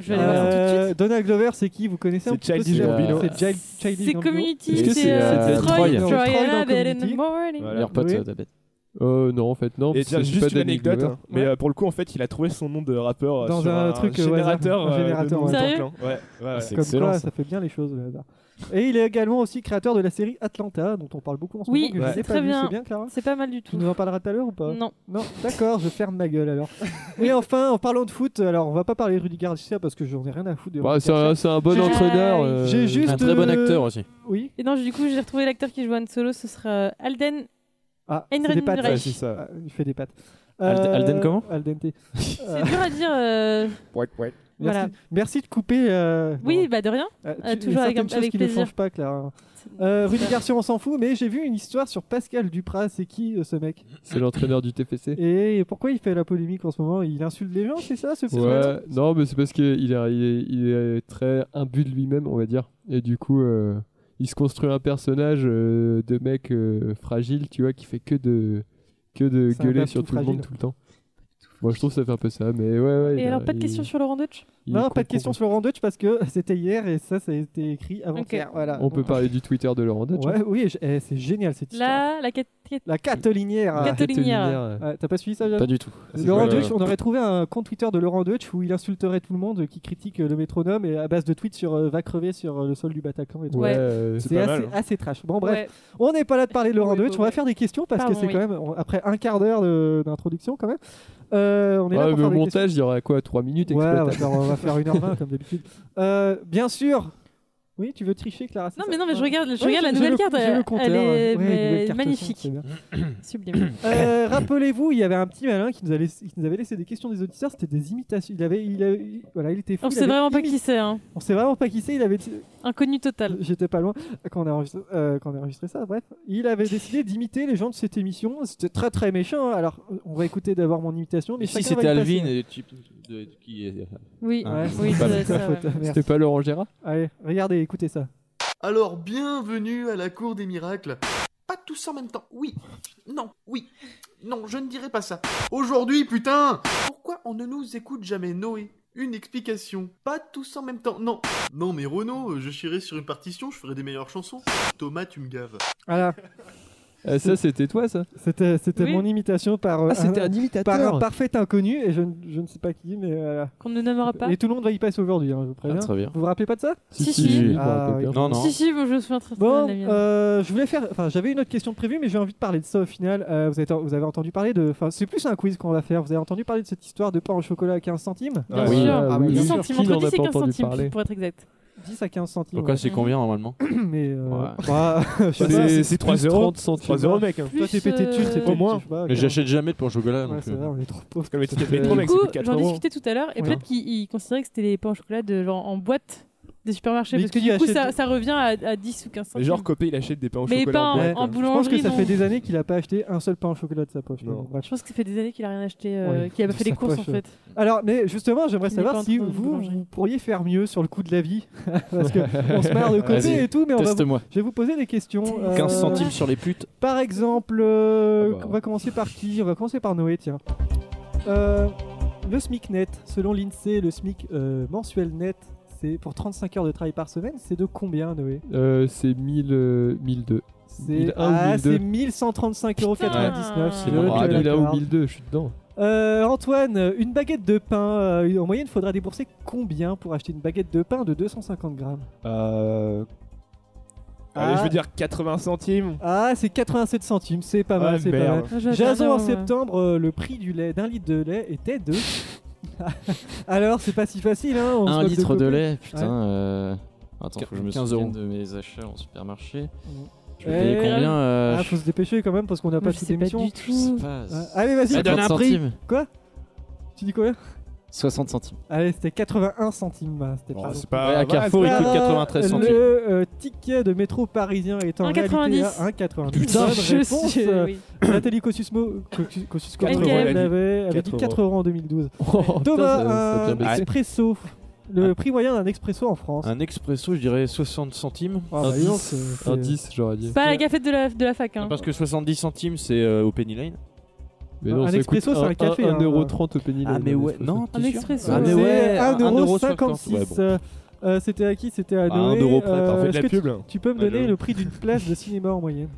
E: Je vais aller voir ça tout de
C: Euh,
E: suite.
C: Donald Glover, c'est qui Vous connaissez un
G: C'est
C: petit peu
G: Childish
C: ce-
D: Gambino.
C: C'est Chil- Childish
E: C'est
C: Gambino.
D: Est-ce
E: Community,
D: que
E: c'est
D: c'est,
E: euh,
D: euh,
E: Troy,
D: Troy
E: Troy,
D: dans
E: Alabed
C: Community.
E: and Morning.
G: Voilà.
D: Meilleur pote
C: Oui.
D: euh, d'Abed.
B: Euh, non, en fait, non.
G: Et
B: parce
G: tiens,
B: que c'est pas
G: juste une
B: Danny
G: anecdote,
B: Glover.
G: hein, mais
C: Ouais.
G: euh, pour le coup, en fait, il a trouvé son nom de rappeur euh,
C: Dans
G: sur
C: un truc, euh, au
G: générateur,
C: hasard. Un
G: euh,
C: générateur, hein.
G: de nom
E: ouais.
G: d'enclin. Ouais, ouais, ouais.
D: C'est
C: Comme quoi,
D: excellent.
C: ça fait bien les choses. le hasard. Et il est également aussi créateur de la série Atlanta, dont on parle beaucoup en ce
E: Oui,
C: moment. que je
E: ouais.
C: n'ai pas
E: très
C: vu.
E: bien.
C: C'est bien, Clara
E: C'est pas mal du
C: Tu
E: tout.
C: nous en parleras tout à l'heure ou pas
E: Non.
C: Non, d'accord, je ferme ma gueule alors. Et enfin, en parlant de foot, alors on va pas parler de Rudy Garcia parce que j'en ai rien à foutre de
B: Bah,
C: Rudy
B: c'est un,
C: Garcia.
B: c'est un bon
E: J'ai-
B: entraîneur. euh,
C: J'ai juste.
D: Un très bon
C: euh,
D: acteur aussi.
C: Oui.
E: Et non, du coup, j'ai retrouvé l'acteur qui joue Han Solo, ce sera Alden.
C: Ah,
E: Henry
C: c'est des pattes.
E: Reich.
G: Ouais, c'est ça.
C: Ah, il fait des pattes.
D: Alde-
C: Euh,
D: Alden comment
C: Aldente.
E: C'est dur à dire. euh,
G: Ouais, ouais.
E: Voilà.
C: Merci, merci de couper. euh,
E: Oui,
C: bon,
E: bah de rien.
C: euh, tu-
E: euh, toujours
C: il y a
E: avec-
C: certaines choses
E: avec
C: qui ne
E: plaisir.
C: changent pas, Clara.
E: C'est-
C: Euh, Rudy Garcia, on s'en fout, mais j'ai vu une histoire sur Pascal Duprat. C'est qui euh, ce mec
B: C'est l'entraîneur du TFC.
C: Et pourquoi il fait la polémique en ce moment Il insulte les gens, c'est ça ce phénomène
B: Ouais, non, mais c'est parce qu'il est, il est, il est très imbu de lui-même, on va dire. Et du coup, euh, il se construit un personnage euh, de mec euh, fragile, tu vois, qui fait que de, que de
C: C'est un
B: gueuler
C: baf
B: sur
C: tout
B: tout le monde
C: fragile.
B: tout le temps. Moi, je trouve que ça fait un peu ça, mais ouais, ouais. il
E: Et
B: a-
E: alors, pas de
B: il-
E: question sur Laurent Deutsch
B: il
C: Non,
B: comprend
C: pas de question
B: pas.
C: sur Laurent Deutsch parce que c'était hier et ça, ça a été écrit avant-hier.
E: Ok.
C: Voilà.
B: On
C: Donc,
B: peut parler du Twitter de Laurent Dutch.
C: Ah, oh.
B: hein.
C: Ouais, oui, je- eh, c'est génial cette histoire.
E: La, la cathédrale.
C: La
E: Ah,
C: Catolinière.
B: Catalinière.
C: Ouais, T'as pas suivi ça, Jade
D: Pas du tout.
C: Laurent
D: C'est quoi,
C: Deutsch,
D: euh,
C: on aurait trouvé un compte Twitter de Laurent Deutsch où il insulterait tout le monde qui critique euh, le métronome et à base de tweets sur euh, va crever sur euh, le sol du Bataclan et tout.
B: Ouais, euh,
C: C'est
B: c'est pas
C: assez,
B: mal, hein.
C: assez trash. Bon, bref, on n'est pas là de parler de Laurent
E: Oui, oui,
C: Deutsch. On va
E: oui.
C: faire des questions parce que
E: Pardon,
C: c'est
E: oui.
C: quand même, on- après un quart d'heure de- d'introduction, quand même, euh, on est là
B: Ouais,
C: pour
B: mais
C: faire
B: au
C: des questions.
B: montage, il y aura quoi 3 minutes
C: Ouais, on va
B: exploitable.
C: faire, on va faire 1h20 comme d'habitude. Euh, bien sûr. Oui, tu veux tricher, Clara c'est
E: Non,
C: ça
E: mais non, mais je regarde, je
C: Ouais,
E: regarde la
C: j'ai
E: nouvelle
C: le-
E: carte.
C: j'ai
E: Elle,
C: le compteur,
E: elle
C: ouais.
E: est
C: Ouais,
E: mais-
C: nouvelle carte
E: magnifique.
C: son,
E: Sublime.
C: Euh, Rappelez-vous, il y avait un petit malin qui nous, avait, qui nous avait laissé des questions des auditeurs. C'était des imitations. Il avait, il avait- il- voilà, il était fou.
E: On
C: il
E: sait
C: avait
E: vraiment pas
C: imi-
E: qui c'est. hein.
C: On sait vraiment pas qui c'est. Il avait,
E: Inconnu total.
C: j'étais pas loin quand on a enregistré, euh, quand on a enregistré ça. Bref, il avait décidé d'imiter les gens de cette émission. C'était très très méchant. hein. Alors, on va écouter d'abord mon imitation. Mais
F: si
C: chacun va
F: c'était
C: y
F: Alvin
C: passer.
F: et tu- de- de- qui est-
E: Oui,
F: Ah,
C: Ouais,
E: oui,
C: c'est
E: ça doit
C: ta
E: être ça,
C: faute,
E: ouais.
C: merci.
B: C'était pas Laurent Gérard
C: Allez, regardez, écoutez ça.
M: Alors, bienvenue à la cour des miracles. Pas tous en même temps. Oui. Non. Oui. Non, je ne dirai pas ça. Aujourd'hui, putain Pourquoi on ne nous écoute jamais, Noé Une explication. Pas tous en même temps. Non. Non, mais Renaud, euh, je chierai sur une partition, je ferai des meilleures chansons. Thomas, tu me gaves.
C: Voilà.
B: Ah, ça, c'était toi, ça
C: C'était, c'était
E: Oui.
C: mon imitation par, euh,
B: Ah, c'était un imitateur.
C: par un parfait inconnu, et je, ne- je ne sais pas qui, mais voilà.
E: Qu'on ne nommera pas.
C: Et tout le monde va y passer aujourd'hui, hein, je vous préviens.
D: Ah, très bien.
C: Vous vous rappelez pas de ça
E: Si, si.
B: je me
C: Ah,
B: rappelle
C: oui.
B: bien.
F: Non, non.
E: Si, si, moi, je me souviens très très bien
C: Bon,
E: de la mienne.
C: euh, je voulais faire. Enfin, j'avais une autre question de prévue, mais j'ai envie de parler de ça au final. Euh, vous, avez, vous avez entendu parler de. Enfin, c'est plus un quiz qu'on va faire. Vous avez entendu parler de cette histoire de pain au chocolat à 15 centimes
E: Bien
B: oui,
E: sûr.
B: ah, oui,
C: bien
E: 10
B: oui.
C: sûr.
E: centimes,
B: Qui n'en
E: entre
B: a
E: 10 et
B: pas
E: 15
B: entendu
E: centimes,
B: parler
E: pour être exact.
C: 10 à 15 centimes.
F: Donc là, c'est
E: Ouais.
F: combien normalement
C: ouais. mais. euh,
F: Ouais.
C: bah, je sais pas,
B: C'est-
C: c'est-
B: C'est
F: plus
B: 3 euros.
F: 30
B: centimes.
G: 3 euros, mec. hein.
E: Plus,
C: Toi, t'es pété de thulle,
E: euh,
C: c'est
G: Au moins.
F: Mais j'achète jamais de pain au chocolat.
C: Ouais,
F: donc,
C: c'est
F: euh,
C: vrai, on est trop pauvres.
G: Comme les tickets de
C: Euh,
G: métro,
E: Du
G: mec, ça
E: coup,
G: coûte 4
E: j'en
G: euros.
E: discutais tout à l'heure, et
C: Oui.
E: peut-être qu'ils ils considéraient que c'était les pains au chocolat de genre en boîte des supermarchés,
C: Mais
E: parce que
C: qui
E: du coup
C: achète-
E: ça, ça revient à, à 10 ou 15
G: Mais
E: centimes.
G: genre, Copé, il achète des pains au
E: Mais
G: chocolat.
E: pas en,
G: boîte,
E: en
G: hein.
C: Je pense
E: boulangerie,
C: que ça
E: non.
C: fait des années qu'il a pas acheté un seul pain au chocolat de sa poche.
G: Non.
C: Bref.
E: Je pense que ça fait des années qu'il a rien acheté, euh,
C: Oui,
E: qu'il a pas
C: de
E: fait les
C: sa
E: courses en
C: poche,
E: fait.
C: Alors, mais justement, j'aimerais
E: Il n'est
C: savoir
E: pas
C: si
E: entré dans une
C: vous,
E: boulangerie.
C: vous pourriez faire mieux sur le coût de la vie. Parce que on se marre de côté
D: Vas-y,
C: et tout, mais on va vous-
D: Teste-moi.
C: je vais vous poser des questions. euh,
F: 15 centimes sur les putes.
C: Par exemple, euh,
F: Ah bah.
C: on va commencer par qui On va commencer par Noé, tiens. Euh, le SMIC net, selon l'INSEE, le SMIC euh, mensuel net, c'est pour 35 heures de travail par semaine, c'est de combien, Noé
B: Euh, C'est 1000, euh, 1002.
C: C'est
B: 1001
C: ah,
B: ou 1002.
C: c'est 1135,99 euros.
B: Ah,
E: c'est bon,
C: le
B: ah, 1001 ou
C: cœur.
B: 1002, je suis dedans.
C: Euh, Antoine, une baguette de pain, euh, en moyenne, faudra débourser combien pour acheter une baguette de pain de 250 grammes
G: Euh, Allez,
C: Ah.
G: je veux dire 80 centimes.
C: Ah, c'est 87 centimes, c'est pas mal,
G: Ah,
C: c'est pas mal.
G: merde.
E: Ah, j'avais
C: Jason,
E: rien,
C: en
E: ouais.
C: septembre, euh, le prix du lait d'un litre de lait était de. Alors, c'est pas si facile, hein on se
D: Un
C: moque
D: litre de
C: Copé.
D: lait, putain. euh, Attends, faut que je me
F: 15
D: souvienne
F: euros.
D: de mes achats en supermarché.
C: Ouais.
D: Je payais
C: Eh,
D: combien euh,
C: Ah, faut se dépêcher quand même parce qu'on n'a
E: Moi,
C: pas
E: je
C: toute
E: sais pas
C: l'émission.
E: du
D: Je sais
E: tout.
D: pas.
C: Ouais, Allez, vas-y,
D: Ah, donne un prix.
C: centimes. Quoi Tu dis combien
D: 60 centimes.
C: Allez, c'était 81 centimes. hein, C'était pas.
G: Bon,
C: beaucoup.
G: c'est pas.
F: Ouais, à
G: voilà,
F: Carrefour, il
G: c'est
F: coûte
G: pas-
C: Clara,
F: 93 centimes.
C: Le euh, ticket de métro parisien est en
E: 1,90.
C: réalité à 1,90.
D: Putain,
C: Bonne
E: je
C: réponse.
E: suis.
C: euh,
E: oui.
C: Nathalie Kosciusko, Kosci- Kosciusko,
E: 80,
G: elle
C: elle
G: a dit.
C: avait, elle a dit
G: 80.
C: 4 euros en 2012.
B: Oh,
C: Thomas,
B: putain, ça- ça a
C: un
B: bien baissé.
C: expresso. Le prix moyen d'un expresso en France.
F: Un expresso, je dirais 60 centimes.
C: Ah, bah, dis donc, c'est- c'est-
B: Un 10, j'aurais dit.
E: Pas à la cafette de la, de la fac. Hein.
F: Parce que 70 centimes, c'est euh, au Penny Lane.
B: Mais
C: Un
B: ça coûte
C: expresso, c'est un café, hein.
B: 1,30€ au Penny Lane, un expresso.
F: non,
E: Un expresso.
F: Ah, mais
C: C'est
F: ouais,
C: 1,56€.
F: Ouais, bon.
C: Euh, euh, C'était à qui C'était à
F: Ah,
C: Noé.
F: un euro près,
C: Euh,
G: On fait
C: est-ce
G: de la
C: que tu-
G: pub. là.
C: Tu peux me
G: Ah,
C: donner
G: j'avoue.
C: le prix d'une place de cinéma en moyenne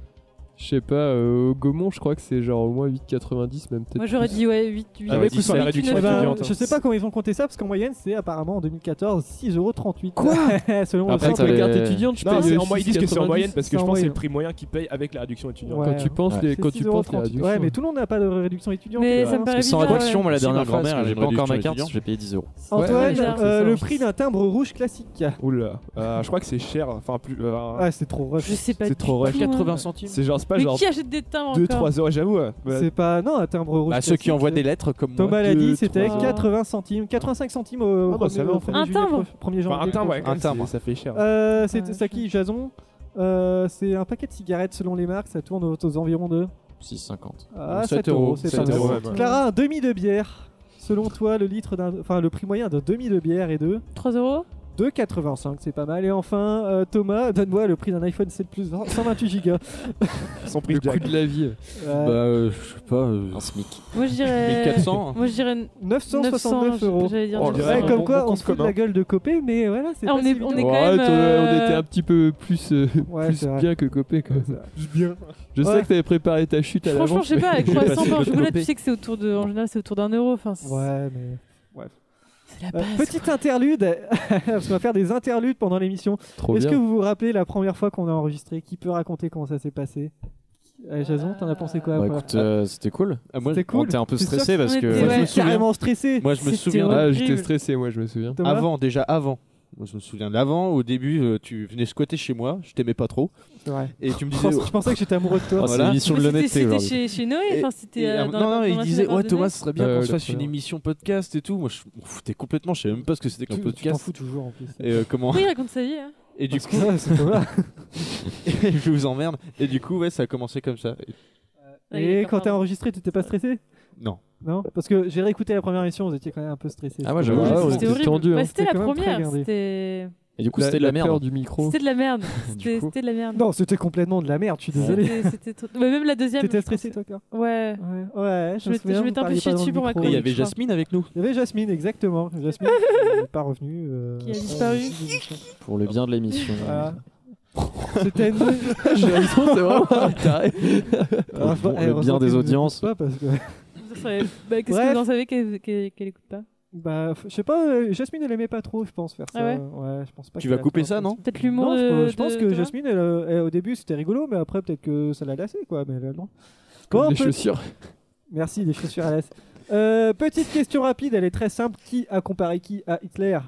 B: Je sais pas, euh, au Gaumont, je crois que c'est genre au moins 8,90, même peut-être.
E: Moi j'aurais
B: plus.
E: dit ouais 8,
B: Ah,
E: 8.
G: Avec ou sans la
E: Huit,
G: réduction
E: neuf,
C: Eh ben,
B: hein.
G: étudiante. hein.
C: Je sais pas comment ils ont compté ça parce qu'en moyenne c'est apparemment en 2014 6,38€. Quoi Selon le
B: Après,
C: centre
B: t'as
C: de
B: les-
C: carte
B: étudiante,
C: je
G: Non,
C: paye
G: c'est en moyenne, ils disent que c'est en
C: 6,90,
G: moyenne parce que
C: c'est
G: je pense que
C: en
G: c'est
C: moyenne.
G: le prix moyen qu'ils payent avec la réduction étudiante.
C: Ouais.
B: Quand tu penses
D: Ouais.
B: les,
C: C'est
B: quand tu penses les
C: 6,38.
B: réductions.
C: Ouais, mais tout le monde n'a pas de réduction étudiante.
E: Mais
C: hein.
E: ça me paraît
D: Parce que sans
E: bizarre,
D: réduction,
E: ouais.
D: moi la
F: Si ma
D: dernière
F: phrase,
D: grand-mère,
F: que
D: j'ai
F: j'ai
D: pas encore ma
F: réduction
D: carte,
F: étudiante.
D: j'ai payé 10 euros.
C: Antoine,
E: Ouais,
C: euh,
E: c'est ça.
C: le prix d'un timbre rouge classique.
G: Oula, Euh, je crois que c'est cher. Enfin, plus. euh,
C: Ah, c'est trop rush.
E: Je sais pas.
G: C'est
E: du
G: trop
E: tout,
G: rush.
E: hein.
F: 80 centimes.
G: C'est genre, c'est pas
E: Mais
G: genre
E: qui achète des timbres
G: 2,
E: encore
G: 3 euros, j'avoue. ouais. Voilà.
C: C'est pas. Non, un timbre rouge.
F: Bah, ceux qui
C: classique,
F: envoient
C: c'est-
F: des lettres comme
C: Thomas
F: moi.
C: l'a
G: deux,
C: dit, c'était
E: trois.
C: 80 centimes, 85 centimes au
G: Ah bah,
C: premier,
G: ça va,
C: au
G: en fait.
C: premier
E: Un
C: juillet
E: timbre Ah,
C: pro- premier janvier.
G: Enfin, un timbre, ouais, quand
F: Un
G: même,
F: timbre.
G: c'est- ça fait cher.
C: Euh, c'est
E: Ouais,
C: c'est à qui, Jason Euh, C'est un paquet de cigarettes selon les marques, ça tourne aux, aux environs de
D: 6,50.
C: ah,
F: 7
C: 7 euros.
F: euros,
C: c'est
F: 7
C: pas mal.
G: euros, bah.
E: ouais.
C: Clara, un demi de bière. Selon toi, le litre d'un, enfin le prix moyen d'un demi de bière est de
E: 3 euros
C: 2,85, c'est pas mal. Et enfin, euh, Thomas, donne-moi le prix d'un iPhone 7 Plus 20, 128 Go.
G: Son
C: prix
B: Le
C: de
B: coût
C: Jack.
B: de la vie.
C: Ouais.
F: Bah, euh, je sais pas. Un SMIC.
E: Moi je dirais.
F: 1400.
E: Moi je dirais.
C: 969
E: 900,
C: euros.
E: J'allais dire.
C: Ouais,
E: 900.
C: comme quoi,
G: Oh, bon
C: Oh, on se fout de
G: commun.
C: la gueule de Copé, mais voilà, c'est
E: Ah,
C: pas
E: on
C: si
E: est-
C: évident.
E: on est quand
B: Ouais,
E: même,
B: t'en-
E: euh,
B: On était un petit peu plus, euh,
C: Ouais,
B: plus
C: c'est vrai.
B: bien que copé quand même.
G: bien.
B: Je
C: Ouais.
B: sais que t'avais préparé ta chute à l'avance.
E: Franchement, je sais pas, avec
B: mais-
E: 300 pains au chocolat, tu sais que c'est autour de. En général, c'est autour d'un euro. Enfin, c'est
C: Ouais, mais. Bref.
E: Bah, c'est la
C: Euh,
E: base.
C: petite interlude, parce qu'on va faire des interludes pendant l'émission.
B: Trop
C: Est-ce
B: bien.
C: que vous vous rappelez la première fois qu'on a enregistré Qui peut raconter comment ça s'est passé Euh, Jason, t'en as pensé quoi
D: Bah
C: après
D: écoute, euh, c'était cool.
F: Ah, moi,
C: C'était
D: On
C: cool.
D: était un peu
C: C'est sûr
D: stressé
C: qu'on
D: parce
C: était,
D: que.
C: ouais, carrément stressé.
F: Moi, je me
C: C'était
F: souviens de-
B: Ah,
C: horrible.
B: j'étais stressé, moi, je me souviens.
C: Thomas
F: Avant, déjà avant. Moi, je me souviens de l'avant. Au début, euh, tu venais squatter chez moi. Je t'aimais pas trop.
C: C'est vrai.
F: Et tu me disais.
C: Je pensais que j'étais amoureux de toi.
F: Ah, c'est l'émission de
E: Mais c'était-
F: l'honnêteté
E: C'était
F: aujourd'hui.
E: chez, chez Noé. Enfin, c'était.
F: Et
E: euh,
F: à-
E: dans
F: non,
E: la-
F: non,
E: dans
F: il
E: la
F: disait
E: chaîne
F: Ouais,
E: de
F: Thomas,
E: Noé.
F: ce serait bien
B: Euh,
F: qu'on se
B: la
F: fasse une
B: première.
F: émission podcast et tout. Moi, je m'en foutais complètement. Je savais même pas ce que c'était qu'un
C: Tu- Tu t'en
F: podcast.
C: fous toujours en plus.
F: Et euh, comment
E: Oui, il raconte sa vie. hein.
F: Et du
C: Parce
F: coup,
C: que, c'est Thomas.
F: je vous emmerde. Et du coup, ouais, ça a commencé comme ça. Et-
E: Ouais,
C: Et
E: il est
C: quand t'as
E: content.
C: enregistré, t'étais pas stressé
F: Non.
C: Non Parce que j'ai réécouté la première émission, vous étiez quand même un peu stressé.
D: Ah, moi, j'avoue,
B: Ouais,
D: j'étais-
B: on
E: C'était
B: était
E: horrible.
B: tendus, hein.
E: Bah, c'était
C: C'était
E: la
C: quand même très
E: première.
C: regardé.
E: C'était.
D: Et du coup, c'était de la
B: peur
D: merde.
B: du micro.
E: C'était de la merde. C'était
B: coup.
E: c'était de la merde.
C: Non, c'était complètement de la merde, je suis désolé.
E: C'était c'était trop- Mais même la deuxième.
C: T'étais
E: je pense.
C: stressé toi, Claire
E: Ouais.
C: Ouais, ouais,
E: Je
C: me
E: m'étais-
C: souviens,
E: je
C: vous
E: m'étais un peu
C: parliez pas
E: chié
C: dans le
E: dessus pour ma
C: micro,
F: Et il y
E: chronique,
C: je
F: avait
C: crois.
F: Jasmine avec nous.
C: Il y avait Jasmine, exactement. Jasmine qui n'est pas revenue. euh,
E: Qui a disparu.
C: euh,
D: Pour le bien de l'émission.
C: Voilà. C'était une.
B: J'ai
D: Bah,
B: l'impression que c'est vraiment un taré.
D: Pour
C: Ah,
D: le
C: eh,
D: bon- le bien des audiences.
C: Pas parce que...
E: Ça serait- bah, Qu'est-ce
C: Bref.
E: que vous en savez qu'elle qu'elle- qu'elle écoute pas
C: Bah, f- je sais pas, euh, Jasmine elle aimait pas trop, je pense, faire ça.
E: Ah ouais
C: je pense pas
F: Tu
C: qu'elle
F: vas couper
C: adore
F: ça, non
E: Peut-être l'humour.
C: Non, je,
E: de-
C: je pense
E: de
C: que
E: Thomas
C: Jasmine, elle, euh, elle, au début c'était rigolo, mais après peut-être que ça l'a lassé quoi. Mais elle a le droit. Bon,
B: Comme des
C: peut-
B: chaussures.
C: Merci, les chaussures à lasse. Euh, petite question rapide, elle est très simple. Qui a comparé qui à Hitler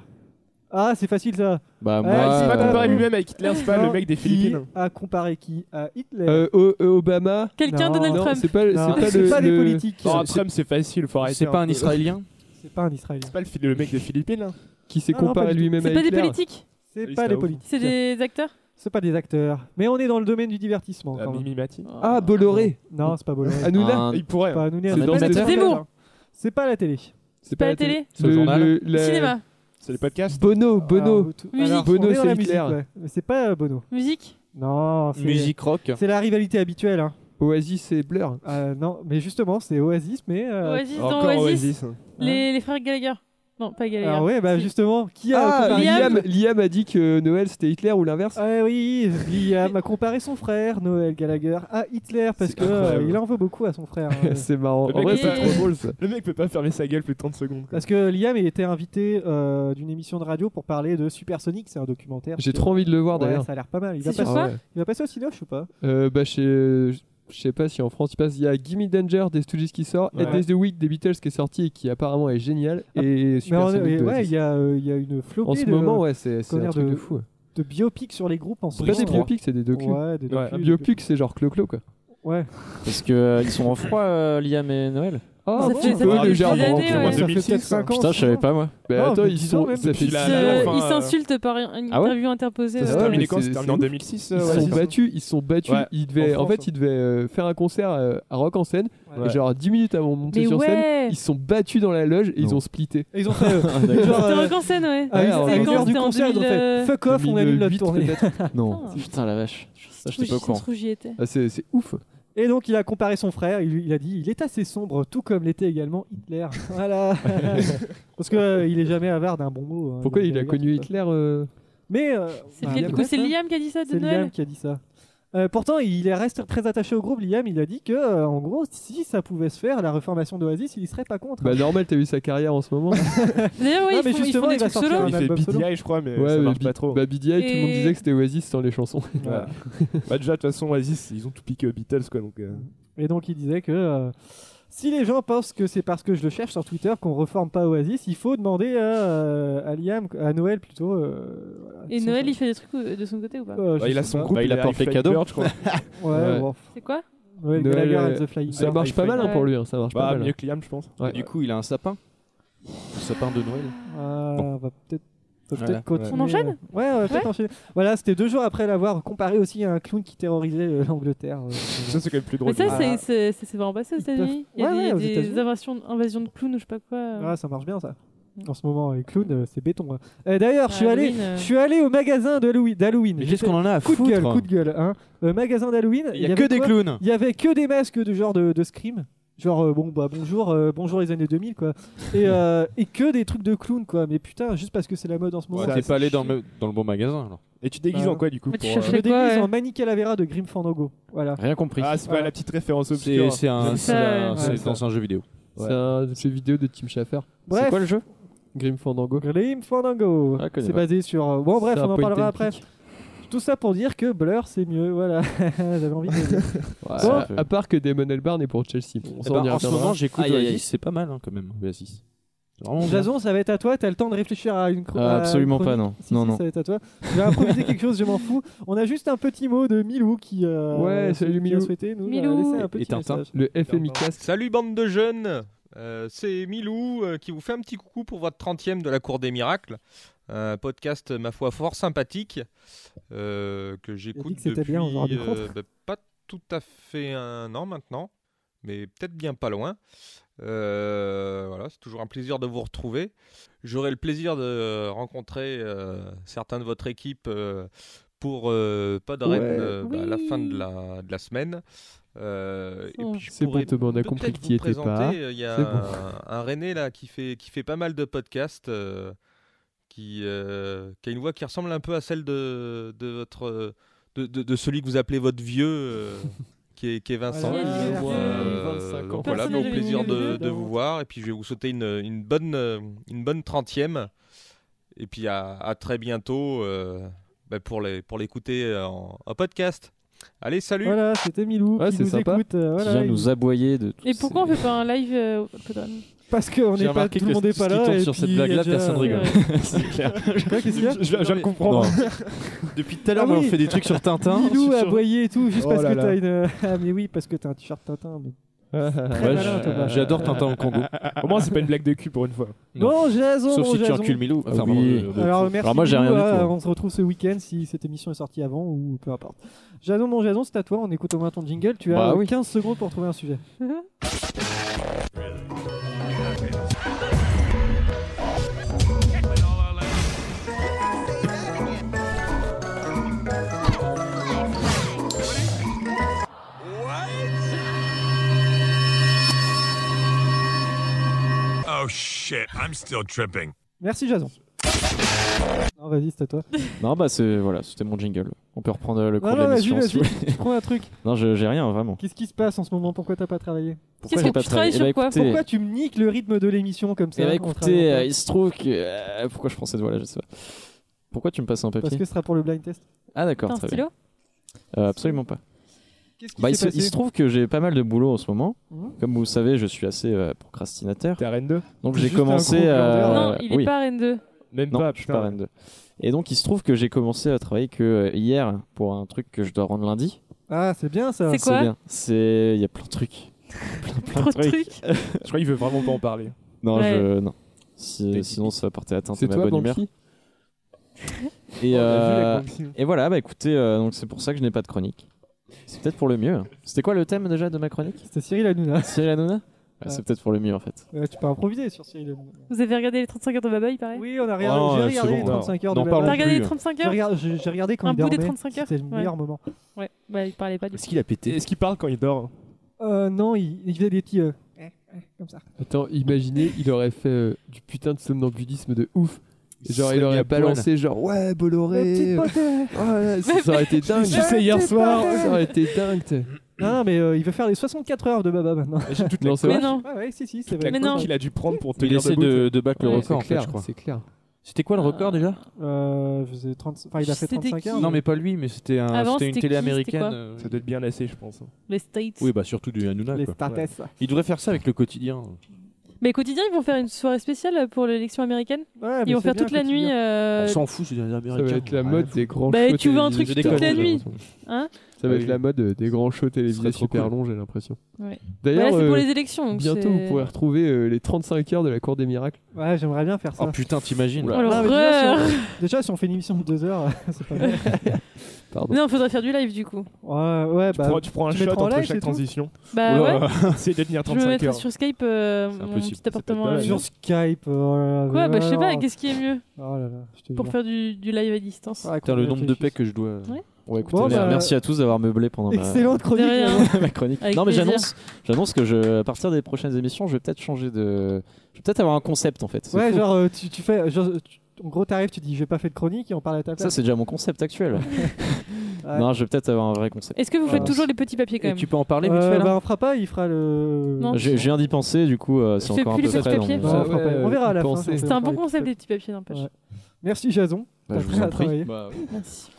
C: Ah, c'est facile ça.
D: Bah,
C: Ouais,
D: moi.
C: c'est
G: c'est pas
D: euh,
G: comparé lui-même avec Hitler, c'est pas
C: Non,
G: le mec des
C: qui
G: Philippines.
C: a comparé qui à Hitler
B: Euh, O- euh, Obama.
E: Quelqu'un,
C: Non.
E: Donald
B: Non,
E: Trump.
B: c'est pas, c'est
C: Non,
B: pas
C: c'est
B: le.
C: pas des
B: le-
C: politiques.
G: Non,
F: c'est-
G: Trump, c'est facile, faut arrêter.
F: C'est pas un
G: peu.
F: Israélien
C: C'est pas un Israélien.
G: C'est pas le, fi- le mec des Philippines, là
B: Qui s'est
C: Non, non, pas
B: comparé
C: du
B: lui-même à
E: C'est pas
B: Hitler.
E: des politiques.
C: C'est
G: Oui,
C: pas
G: c'est
C: des
G: ouf.
C: politiques.
E: C'est des acteurs.
C: C'est pas des acteurs. Mais on est dans le domaine du divertissement.
G: Ah,
C: quand même.
G: Mimi Mati.
B: Ah, Bolloré.
C: Non, c'est pas Bolloré.
B: Ah, Hanouna
D: un-
G: Il pourrait.
C: C'est pas Hanouna,
D: C'est
C: c'est
D: dans
C: pas
D: le
C: le
D: domaine.
C: cinéma.
E: Zemmour.
C: C'est pas la télé.
B: C'est
E: Pas la télé.
F: C'est le journal.
B: la-
E: Cinéma.
G: C'est les podcasts Ah.
B: Bono, Bono.
C: Alors, tout-
E: Musique.
C: alors,
B: Bono,
C: on est dans
B: c'est
C: la musique,
B: Hitler.
C: ouais. Mais c'est pas euh, Bono.
E: Musique.
C: Non, c'est
F: Musique rock.
C: C'est la rivalité habituelle. Hein.
B: Oasis et Blur.
C: Euh, non, mais justement, c'est Oasis, mais. euh,
E: Oasis dans
G: Encore
E: Oasis.
G: Oasis.
E: Les les frères Gallagher. Non, pas Gallagher.
C: Alors Hein ouais, bah
E: Si.
C: justement, qui a
B: Ah,
C: comparé-
B: Liam. Liam a dit que Noël c'était Hitler ou l'inverse.
C: Ah oui, Liam a comparé son frère Noël Gallagher à Hitler parce
G: C'est
C: que euh,
G: incroyable.
C: il en veut beaucoup à son frère. hein.
B: C'est marrant.
G: Le
B: En
G: mec,
B: vrai,
E: il
B: c'est
E: est-
B: trop drôle ça.
G: Le mec peut pas fermer sa gueule plus de 30 secondes. quoi.
C: Parce que Liam il était invité euh, d'une émission de radio pour parler de Supersonic, c'est un documentaire.
B: J'ai trop envie de le voir
C: Ouais,
B: d'ailleurs.
C: ça a l'air pas mal. Il va,
E: C'est sur
C: passer,
E: quoi
B: ouais.
C: il va passer au Cinoche ou pas
B: Euh, bah, chez- euh, je sais pas si en France il passe. Il y a Gimme Danger des Stooges qui sort,
G: Ouais.
B: At Days the Week des Beatles qui est sorti et qui apparemment est génial.
C: Ah,
B: Et Super
C: on-
B: Sonic
C: et-
B: de
C: ouais,
B: Oasis.
C: il y, a, euh, il y a une flopée
B: En ce
C: de,
B: moment, ouais, c'est c'est un
C: Connard
B: truc
C: de-
B: de fou.
C: de biopics sur les groupes en ce
B: C'est
C: moment.
B: pas des biopics, c'est des docus.
C: Ouais, des
B: Ouais,
C: docus,
B: un
C: des
B: biopic, c'est genre clo-clo quoi.
C: Ouais.
D: Parce que euh, ils sont en froid, euh, Liam et Noël.
C: Oh,
B: Ah,
E: fait-
B: un
E: ça fait
B: peu
E: des
B: légèrement.
E: années, ouais.
C: Ça fait
G: 2006,
C: peut-être 5 ans.
D: Putain, je savais pas moi. Bah,
B: Mais
C: Ah,
B: attends,
C: mais
B: ils
C: dix
B: sont.
C: ans même.
B: Ça fait
G: Depuis la-
B: dix ans.
G: la-
E: Euh,
G: enfin,
E: Ils
G: euh,
E: s'insultent par une
D: Ah ouais
E: interview interposée.
G: Ça s'est
B: Ouais,
E: ouais.
G: terminé
B: mais
G: quand
B: c'est-
G: C'est terminé
B: c'est
G: en
B: ouf.
G: 2006.
B: Ils
G: euh,
B: se sont
G: Oasis.
B: battus, ils se sont battus.
G: Ouais,
B: ils devaient,
G: en
B: en,
G: France,
B: fait,
G: hein.
B: ils devaient euh, faire un concert euh, à Rock en scène.
C: Ouais.
B: Et genre 10 minutes avant de monter
E: Mais
B: sur scène,
E: ouais.
B: ils se sont battus dans la loge et ils
D: Non.
B: ont splitté. Ah
C: Et Ils ont fait. euh, genre,
E: C'était
C: euh,
E: en scène, ouais.
C: à une-
B: alors,
C: à
E: C'était
C: une
E: quand
C: heure du
E: C'était en
C: concert, ils ont fait
E: 2000,
C: fuck off, on annule
B: 2008,
C: notre tournée.
D: Non.
E: Putain.
D: Putain, la vache. Ça,
E: Je
D: j'étais pas au courant.
E: j'y étais.
B: Ah, c'est c'est ouf.
C: Et donc il a comparé son frère, il, il a dit il est assez sombre, tout comme l'était également Hitler. Voilà. Parce que euh, il est jamais avare d'un bon mot. hein,
B: Pourquoi
C: Liam
B: il a
C: Gallagher,
B: connu
C: quoi.
B: Hitler euh,
C: Mais euh,
E: C'est
C: bah,
E: lequel, du coup, c'est Liam qui a dit ça de
C: C'est
E: Noël
C: Liam qui a dit ça. Euh, pourtant, il est- reste très attaché au groupe. Liam, il a dit que, euh, en gros, si ça pouvait se faire, la reformation d'Oasis, il y serait pas contre.
B: Bah normal, t'as vu sa carrière en ce moment.
E: D'ailleurs, ouais,
C: Non,
E: ils,
C: mais
E: font, ils
C: justement,
E: font des
C: il va
E: trucs
C: sortir
E: solo.
C: un
G: Il fait
C: album solo.
G: BDI, je crois, mais
B: ouais,
G: ça
B: mais
G: marche
B: Bi-
G: pas trop.
B: Bah BDI, tout le monde
E: Et-
B: disait que c'était Oasis sans les chansons.
C: Voilà.
G: Bah, déjà, de toute façon, Oasis, ils ont tout piqué aux Beatles, quoi. Donc, euh,
C: Et donc, il disait que euh, si les gens pensent que c'est parce que je le cherche sur Twitter qu'on reforme pas Oasis, il faut demander à, euh, à Liam, à Noël plutôt. euh, voilà,
E: Et
C: son-
E: Noël, il fait des trucs euh, de son côté ou pas
C: Euh, je
G: bah, il a
C: sais
G: son
C: pas.
G: groupe,
F: Bah, il apporte
G: avec
F: les
G: Flight
F: cadeaux.
G: Bird, je crois.
C: Ouais,
B: Ouais.
C: bon.
E: C'est quoi
C: Noël
B: Noël,
C: Gallagher
B: euh,
C: and the Flying
B: Ça
G: Ouais,
B: marche pas
G: Hi-Fi.
B: mal hein, pour lui, hein, ça marche
G: Bah,
B: pas mal.
G: mieux que Liam, je pense.
B: Ouais.
F: Du coup, il a un sapin. Un sapin de Noël.
C: Ah,
F: Bon.
C: on va peut-être peut
F: Voilà.
C: continuer.
E: On enchaîne
C: Ouais, on va peut-être
E: Ouais.
C: enchaîner. Voilà, c'était deux jours après l'avoir comparé aussi à un clown qui terrorisait euh, l'Angleterre. euh.
G: Ça, c'est quand même plus drôle.
E: Mais ça,
G: Ah,
E: c'est- c'est c'est- c'est vraiment passé aux
C: Ils peuvent-
E: États-Unis. Il y a
C: Ouais, ouais, aux
E: des- des
C: États-Unis.
E: invasions invasions de clowns ou je sais pas quoi. euh.
C: Ah, ça marche bien ça. En ce moment, les clowns, euh, c'est béton. hein. Euh, D'ailleurs, je suis allé,
F: Mm. Halloween, euh.
C: je suis allé au magasin d'Hallowe- d'Halloween.
F: Mais
C: J'étais-
F: qu'est-ce qu'on en a à
C: Coup de
F: foutre
C: gueule, coup de gueule. Hein. Euh, magasin d'Halloween.
F: Il y a
C: avait
F: que des
C: quoi
F: clowns.
C: Il y avait que des masques de genre de, de scream. Genre euh, bon bah bonjour euh, bonjour les années 2000 quoi
F: Mm.
C: et, euh, et que des trucs de clowns quoi mais putain juste parce que c'est la mode en ce moment
F: Ouais,
C: ça-
F: T'es pas allé dans le, dans le bon magasin alors.
G: Et tu déguises
C: Bah,
G: en quoi du coup
C: Je
G: pour, euh,
C: me déguise en Manny Calavera de Grim Fandango voilà
D: Rien compris.
G: Ah, c'est pas
C: Voilà.
G: la petite référence
F: C'est
G: obscure.
F: c'est un,
G: Ouais,
F: c'est un-
G: c'est
F: Ah, c'est dans un jeu vidéo.
B: C'est un jeu vidéo de Tim Schafer.
C: Bref.
B: C'est quoi le jeu Grim Fandango.
C: Grim Fandango.
B: Ah, connais
C: c'est
B: pas.
C: basé sur. euh, Bon, bref,
B: C'est un
C: on en
B: point
C: parlera
B: and
C: après. Tout ça pour dire que Blur, c'est mieux. Voilà, j'avais envie de. le dire.
B: Ouais,
C: Bon,
B: à- à part que Damon Albarn est pour Chelsea. On
F: Eh
B: s'en
F: ben,
B: dira
F: en ce
B: rien.
F: moment, j'écoute
B: Aïe, aïe, aïe.
F: Oasis, c'est pas mal hein, quand même, Oasis. C'est
B: Oh
F: vraiment bien.
C: Jason, ça va être à toi. T'as le temps de réfléchir à une. chro-
D: Ah,
C: à
D: absolument
C: une
D: pas,
C: chronique.
D: non.
C: Si,
D: Non,
C: si,
D: non.
C: Ça va être à toi. Je vais improviser quelque chose. Je m'en fous. On a juste un petit mot de Milou qui. euh,
B: Ouais, salut
C: qui a
B: Milou.
C: souhaité nous
B: Milou.
C: laisser un
B: Et-
C: petit
B: et Tintin.
C: message.
B: Le FMI casque.
J: Salut bande de jeunes, Euh, c'est Milou euh, qui vous fait un petit coucou pour votre 30e de la Cour des Miracles. Un podcast, ma foi, fort sympathique euh, que
C: dit
J: j'écoute
C: que c'était
J: depuis
C: bien, on s'en rendait compte.
J: bah, pas tout à fait un an maintenant, mais peut-être bien pas loin. Euh, voilà, c'est toujours un plaisir de vous retrouver. J'aurai le plaisir de rencontrer euh, certains de votre équipe euh, pour euh, pas de
B: Ouais.
J: Rennes, euh, bah, à la fin de la, de la semaine. Euh, et puis je
B: C'est bon,
J: pourrais
B: Thomas, on a
J: peut-être
B: compris que
J: vous
B: t'y étais
J: présenter,
B: pas.
J: euh, Il y a
B: C'est bon.
J: un, un René là qui fait, qui fait pas mal de podcasts, euh, qui, euh, qui a une voix qui ressemble un peu à celle de, de votre euh, de, de- de celui que vous appelez votre vieux. euh, Qui est, qui est Vincent.
B: Voilà, le vieux,
J: Euh,
B: 25 ans.
J: donc voilà,
B: Personne
J: donc, au
B: n'avait
J: plaisir
B: vu le
J: de,
B: vieux,
J: de vous voir. Et puis je vais vous souhaiter une, une bonne euh, une bonne trentième. Et puis à, à très bientôt euh, bah, pour les pour l'écouter euh, en, en podcast. Allez, salut.
C: Voilà, c'était Milou
J: Ouais,
C: qui
J: c'est
C: nous
J: sympa.
C: écoute. euh,
D: Qui
C: voilà,
D: vient
C: il-
D: nous aboyer de tout.
E: Et pourquoi on fait pas un live euh, Podren
C: Parce que on
D: J'ai
C: n'est pas,
D: remarqué
C: tout
D: que
C: le monde n'est
D: ce
C: pas
D: qui
C: là.
D: tourne
C: et
D: sur cette
C: puis,
D: blague-là,
C: il y a
D: personne
C: déjà- euh,
D: rigole.
C: C'est clair. Quoi, qu'est-ce qu'il y a
F: Je- je- je viens de comprendre. Depuis tout à l'heure,
C: Ah
F: moi,
C: oui.
F: on fait des trucs sur Tintin.
C: Milou
F: Sur-
C: a boyé et tout, juste
F: Oh
C: parce
F: là
C: que
F: là.
C: t'as une. Ah, mais oui, parce que t'as un t-shirt Tintin. Mais...
G: Ah,
C: Très
G: Ouais,
C: malin,
G: je-
C: Thomas.
G: j'adore Tintin au Congo. Au moins, c'est pas une blague de cul pour une fois.
C: Bon, Jason,
G: Sauf
C: bon,
G: si tu
C: Jason.
G: encules Milou. Enfin,
D: Ah
G: pardon,
D: oui.
G: euh,
C: Alors, merci.
D: Alors, moi, j'ai rien
C: Milou,
D: du
C: hein,
D: tout, hein.
C: On se retrouve ce week-end si cette émission est sortie avant ou peu importe. Jason, bon, Jason, c'est à toi. On écoute au moins ton jingle. Tu as
D: Bah
C: euh,
D: oui.
C: 15 secondes pour trouver un sujet.
N: Oh shit, I'm still tripping.
C: Merci, Jason. Non, vas-y, c'est à toi.
D: Non, bah c'est voilà, c'était mon jingle. On peut reprendre euh, le cours
C: Non,
D: de
C: non,
D: l'émission.
C: vas-y,
D: si
C: vas-y,
D: vous voulez.
C: tu prends un truc.
D: Non, je- j'ai rien vraiment.
C: Qu'est-ce qui se passe en ce moment Pourquoi t'as pas travaillé
D: Pourquoi Qu'est-ce j'ai que pas tu travaillé travailles Eh ben, sur quoi
C: Pourquoi tu me niques le rythme de l'émission comme ça
D: Eh bah,
C: en
D: écoutez,
C: travaillant
D: euh, il se trouve que euh, pourquoi je prends cette voix là, je sais pas. Pourquoi tu me passes un papier
C: Parce que ce sera pour le blind test.
D: Ah d'accord,
C: T'as un
D: très
C: stylo
D: bien. Euh, absolument pas.
C: Qu'est-ce qui
D: Bah, il, se,
C: s'est
D: il
C: passé
D: se trouve que j'ai pas mal de boulot en ce moment.
C: Mhm.
D: Comme vous le savez, je suis assez euh, procrastinateur.
G: T'es à Rennes 2
D: Donc j'ai
G: Juste un
D: commencé
G: gros
D: à...
E: Non, il est pas à Rennes 2.
G: Même
D: non,
G: pas,
D: je suis
G: putain.
D: pas à Rennes 2. Et donc il se trouve que j'ai commencé à travailler que euh, hier pour un truc que je dois rendre lundi.
C: Ah, c'est bien ça.
E: C'est quoi
D: bien. C'est il y a plein de trucs. plein, plein
E: Trop de
G: je crois qu'il veut vraiment pas en parler.
D: Non,
G: Ouais.
D: je non. Si- sinon ça va porter atteinte à
G: C'est
D: ma
G: toi,
D: bonne humeur.
G: Banksy
D: Et,
G: On a vu la
D: euh,
G: connexion.
D: et voilà, bah écoutez, euh, donc c'est pour ça que je n'ai pas de chronique. C'est peut-être pour le mieux. C'était quoi le thème déjà de ma chronique
C: C'était Cyril Hanouna.
D: Cyril Hanouna Ouais,
C: Ouais.
D: C'est peut-être pour le mieux en fait.
C: Ouais, tu peux improviser sur Cyril Hanouna.
E: Vous avez regardé les 35 heures de Baba, il paraît
C: Oui, on a regardé,
D: Oh,
C: j'ai
D: ouais,
C: regardé
D: c'est
C: les
D: bon.
C: 35 heures
D: N'en
C: de
D: parlons
C: Baba.
E: T'as regardé les 35 heures
C: J'ai regardé- J'ai j'ai regardé quand
E: Un
C: il
E: bout
C: dormait.
E: des 35 heures
C: C'était le meilleur moment.
E: Ouais, bah il parlait pas du
G: Est-ce qu'il a pété Est-ce qu'il parle quand il dort
C: Euh, non, il, il faisait des petits. euh, eh, eh, comme ça.
B: Attends, imaginez, il aurait fait euh, du putain de somnambulisme de ouf. Et Genre,
G: serait
B: il
G: mis à
B: aurait
G: poil.
B: balancé, genre, ouais, Bolloré.
C: Le petit
B: euh, ouais, ça, ça aurait été
G: Je me
B: dingue.
G: suis fait hier
B: Ça
G: soir.
B: aurait été dingue. t'sais.
C: Non, non, mais euh, il veut faire les 64 heures de Baba maintenant.
G: Toute la
B: Non, c'est vrai.
G: coke-
C: Ah ouais, si, si, c'est
G: toute la
C: vrai.
G: coke qu'il a dû prendre pour te
F: Il essaie de, de battre
G: Ouais,
F: le
G: c'est
F: record, en fait,
G: clair,
F: je crois.
B: C'est clair.
F: C'était quoi le record déjà
C: Euh, je sais, 30... enfin, il a fait
E: C'était
C: 35
E: qui
C: heures.
F: Non, mais pas lui, mais c'était un-
E: Avant,
F: c'était une
E: c'était
F: télé
E: qui, c'était
F: américaine.
E: quoi
F: euh,
G: Ça doit être bien lassé, je pense.
E: Les States.
F: Oui, bah surtout du Hanouna.
C: Les
F: quoi.
C: States.
F: Ouais. Il devrait faire ça avec le quotidien.
E: Mais quotidien, ils vont faire une soirée spéciale pour l'élection américaine.
C: Ouais, mais
E: ils vont
C: c'est
E: faire
C: bien,
E: toute la
C: Quotidien.
E: nuit. euh,
F: On s'en fout, c'est des
B: Ça va
F: Américains.
B: être la mode des grands
E: Bah,
B: shows
E: tu veux un truc
B: télévisés.
E: toute la nuit. Hein
B: Ça va
G: Ah
B: être
G: oui.
B: la mode euh, des grands shows
G: trop
B: télévisés super
G: cool.
B: longs, j'ai l'impression.
E: Ouais.
B: D'ailleurs,
E: Voilà, c'est pour
B: euh,
E: les élections, donc
B: bientôt
E: c'est-
B: vous pourrez retrouver euh, les 35 heures de la Cour des Miracles.
C: Ouais, j'aimerais bien faire ça.
F: Oh putain, t'imagines
E: Oh,
C: Non, mais
E: l'horreur.
C: déjà, si on... déjà, si on fait une émission de deux heures, c'est pas mal.
B: Pardon.
E: Non, faudrait faire du live du coup.
C: Ouais, ouais, bah.
G: prends- tu prends un
C: te
G: shot
C: mettras en
G: entre
C: live,
G: chaque
C: c'est tout
G: transition.
E: Bah ouais.
G: C'est de tenir
E: Je me
G: 35
E: mettrais
G: heures.
E: sur Skype euh,
G: C'est
E: mon
G: impossible,
E: petit appartement. à la maison.
C: Sur Skype. oh là là,
E: Quoi Bah je sais pas,
C: non.
E: qu'est-ce qui est mieux
C: Oh là là, je te
E: pour
C: jure.
E: faire du, du live à distance
C: Ah,
D: Putain, le
C: qu'on
D: nombre de
C: réfléchisse.
D: paix que je dois. euh,
E: Ouais.
D: Ouais, écoutez,
C: Bon,
D: mer-
C: bah,
D: merci à tous d'avoir meublé pendant ma-
C: Excellente chronique. hein.
E: De rien.
D: ma chronique.
E: Avec
D: non, mais
E: plaisir.
D: j'annonce, j'annonce que je, à partir des prochaines émissions, je vais peut-être changer de. Je vais peut-être avoir un concept en fait. C'est
C: Ouais,
D: fou.
C: genre, euh, tu, tu fais. Genre, tu- en gros, t'arrives, tu dis, j'ai pas fait de chronique et on parle à ta
D: Ça,
C: place.
D: c'est déjà mon concept actuel.
C: Ouais.
D: Non, je vais peut-être avoir un vrai concept.
E: Est-ce que vous
D: Je
E: faites
D: pense.
E: toujours les petits papiers quand
D: Et
E: même
D: tu peux en parler vite
C: Euh,
D: fait là
C: bah, on fera pas, il fera le.
E: Non.
D: J'ai- Je viens d'y penser, du coup, euh, c'est
E: Je fais
D: encore un
E: plus
D: peu
E: les
D: frais.
E: feuilles de
D: donc,
E: papier.
D: euh,
C: Ouais, ouais, on verra à la fin.
B: penser.
C: j'en sais
E: C'est un
C: plus.
E: bon concept les petits papiers, n'empêche.
C: Ouais. Merci Jason.
D: Bah, je
C: T'as
D: vous
C: pris
D: en
C: à
D: prie.
C: travailler.
D: Bah, oui.
E: Merci.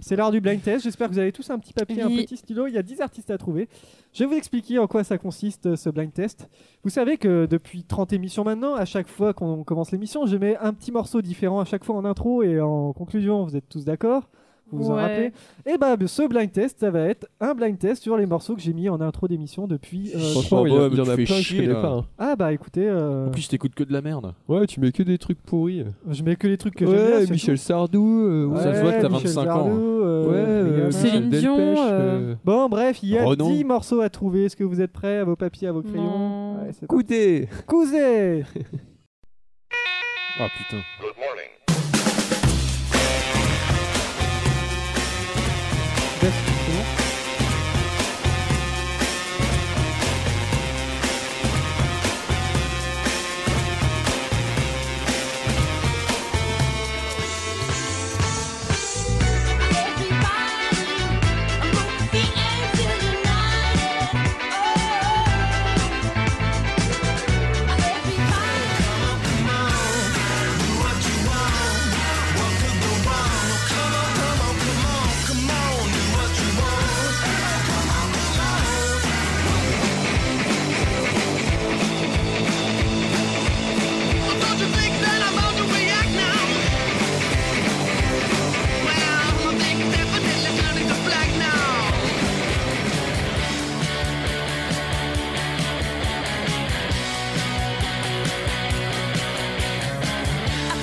C: C'est l'art du blind test. J'espère que vous avez tous un petit papier, un
E: Oui.
C: petit stylo. Il y a 10 artistes à trouver. Je vais vous expliquer en quoi ça consiste euh, ce blind test. Vous savez que depuis 30 émissions maintenant, à chaque fois qu'on commence l'émission, je mets un petit morceau différent à chaque fois en intro et en conclusion. Vous êtes tous d'accord Vous vous en
E: Ouais.
C: rappelez Et bah ce blind test, ça va être un blind test sur les morceaux que j'ai mis en intro d'émission depuis. euh,
B: Franchement,
F: Oh,
B: il y, a-
F: bah,
B: il y
F: mais
B: en
F: tu
B: a
F: fais
B: plein que je
F: chier,
B: connais
F: là.
B: pas. hein.
C: Ah bah écoutez, euh,
F: En plus, t'écoutes que de la merde.
B: Ouais, tu mets que des trucs pourris.
C: je mets que les trucs que j'aime bien.
B: Ouais,
C: surtout.
B: Michel Sardou. euh, ouais,
F: Ça se voit que t'as
C: Michel
F: 25 ans,
C: Sardou,
F: hein.
C: euh,
B: ouais, euh,
C: Rihanna.
E: Céline
B: Michel
E: Dion,
B: Delpech,
E: euh,
B: euh,
C: Bon, bref, il y a
F: Renaud.
C: 10 morceaux à trouver. Est-ce que vous êtes prêts à vos papiers, à vos crayons
E: Non.
C: Ouais, c'est parti.
B: Coudé
C: Cousé
F: Ah putain.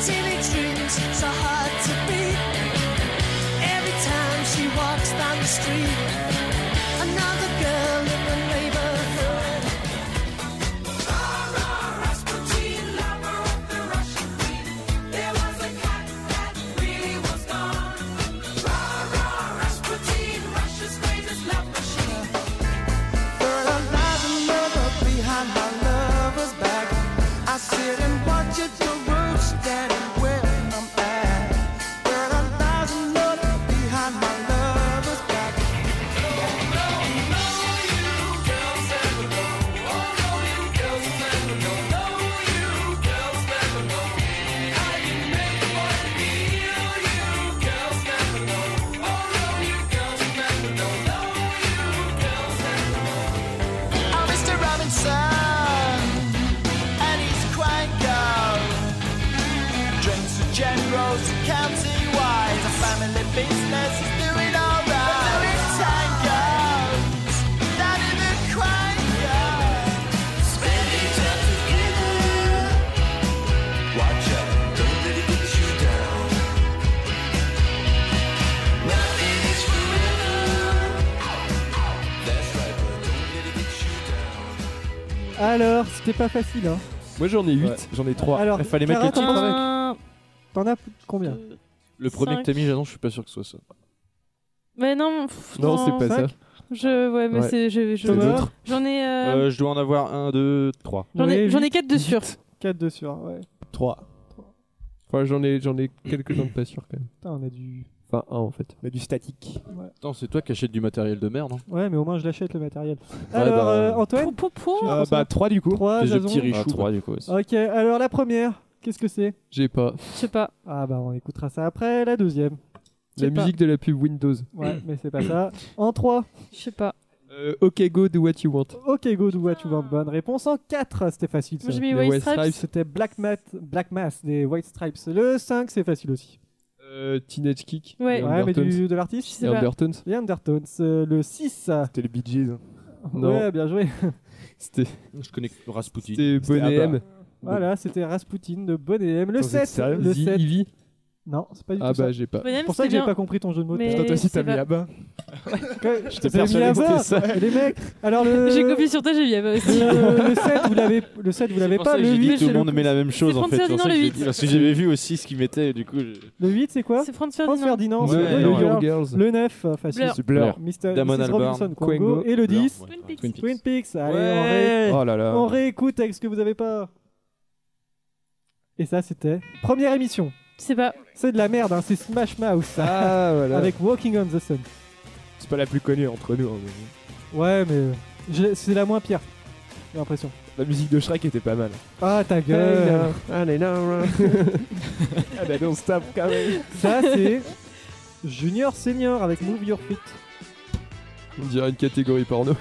O: So hard to beat. Every time she walks down the street, another girl in the neighborhood.
P: But I'm not in love behind my lover's back. I sit and watch at the roof standing where I'm at. But I'm not in love behind my lover's back. Oh, Mr. Robinson, and he's quite young. Drinks with generals and county-wise. The family business is doing all right. But there is tangos down in the choir. Spending time together. Watch out, don't let it get you down. Nothing is forever. That's right, but don't let it get you down.
C: Alors, c'était pas facile, hein
B: Moi j'en ai 8.
G: Ouais, J'en ai 3.
C: Alors,
F: Il fallait mettre
C: Clara,
F: le titre
C: t'en-
F: avec.
C: T'en as combien
F: Le premier que t'as
E: Cinq.
F: mis, j'annonce, je suis pas sûr que ce soit ça.
E: Mais non, pff,
B: Non, c'est pas ça.
E: Je, ouais, mais
F: Ouais.
E: c'est, je, je-
F: C'est d'autres.
E: j'en ai, euh,
F: Euh, je dois en avoir 1, 2, 3.
E: j'en ai,
C: oui,
E: j'en ai
C: huit,
E: quatre de sûr.
C: 4 de sur, ouais.
B: 3. Enfin, j'en ai, j'en ai quelques-uns de pas sûr quand même.
C: Putain, on a du...
B: Enfin, un en fait.
G: Mais du statique.
F: Attends, c'est toi qui achètes du matériel de merde. Hein
C: Ouais, mais au moins, je l'achète, le matériel. Alors,
F: bah,
C: euh, Antoine
E: Pou, pou, pou.
C: Tu
B: Ah,
G: Euh,
C: penses
G: bah,
C: à-
G: 3 du coup.
C: Trois,
F: Des
C: Jason
F: petits
D: Ah,
F: richoux.
D: trois, du coup. aussi.
C: Ok, alors la première, qu'est-ce que c'est
B: J'ai pas.
E: Je sais pas.
C: Ah bah, on écoutera ça après. La deuxième.
B: La
E: sais pas.
B: musique de la pub Windows.
C: Ouais, mais c'est pas ça. En 3,
E: Je sais pas.
B: Euh, ok, go, do what you want.
C: OK Go, do what you want. Bonne réponse. En 4, c'était facile, ça.
E: Moi j'ai mis
B: Les
E: White
B: White
E: Stripes.
B: Stripes.
C: C'était Black, Mat- Black Mass des White Stripes. Le 5, c'est facile aussi.
B: Euh, Teenage Kick.
E: Ouais.
B: les
C: Ouais, mais
B: Undertones.
C: du- de l'artiste Je sais
B: Les
C: pas.
B: Undertones.
C: Les Undertones, euh, le 6.
B: C'était les Bee Gees. hein.
C: Ouais, bien joué.
B: C'était.
F: Je connais Rasputin.
B: C'était Bonnet M.
C: Voilà, c'était Rasputin de Bonnet M. Le
B: Attends, vous êtes
C: 7.
B: sérieux
C: Le
B: Zi-
C: 7.
B: Ivy
C: Non, c'est pas du
B: Ah
C: tout ça.
B: bah, j'ai pas. Bonnet
C: C'est
B: M,
C: pour ça
B: c'était
C: que j'ai
B: bien.
C: pas compris ton jeu de mots.
E: Mais Putain, toi aussi, c'est t'as pas- mis
B: là-bas.
C: J'étais
D: persuadé que c'était ça.
C: Les mecs, alors le.
E: J'ai copié sur toi, j'ai vu Abba aussi.
C: le, le 7, vous l'avez, le 7, vous l'avez
E: pour
C: pas.
E: ça que
C: Le
E: j'ai dit
C: 8,
E: tout
F: Tout
E: le
F: le monde met la même chose
E: C'est
F: en fait.
E: Franz
F: c'est pour ça
E: Ferdinand,
F: que
E: le
F: j'ai dit-
E: huit.
F: Parce que j'avais vu aussi ce qu'ils mettaient, du coup. je-
C: le 8, c'est quoi
E: C'est Franz
C: Franz
E: Ferdinand.
C: Ferdinand,
F: Ouais,
C: c'est
F: ouais,
C: Your
F: ouais.
C: Girl.
B: Girls.
C: le 9, euh, facile.
E: Blur.
B: C'est Blur.
C: Mr.
F: Damon
C: Mrs.
F: Albarn,
C: Robinson,
B: Quango.
C: Quango. Et le
F: Blur,
C: 10,
F: ouais.
E: Twin Peaks.
C: Twin Peaks. Allez, on, ré-
D: Ouais.
B: Oh là là.
C: on réécoute avec ce que vous avez pas. Et ça, c'était première émission.
E: Je sais pas.
C: C'est de la merde, hein, c'est Smash Mouth.
B: Ah voilà.
C: Avec Walking on the Sun.
G: C'est pas la plus connue entre nous. hein, mais-
C: Ouais, mais je- c'est la moins pire. J'ai l'impression.
G: La musique de Shrek était pas mal.
C: Ah, ta gueule.
G: Allez là, Ah bah non, stop quand même.
C: Ça, c'est Junior Senior avec Move Your Feet.
B: On dirait une catégorie porno.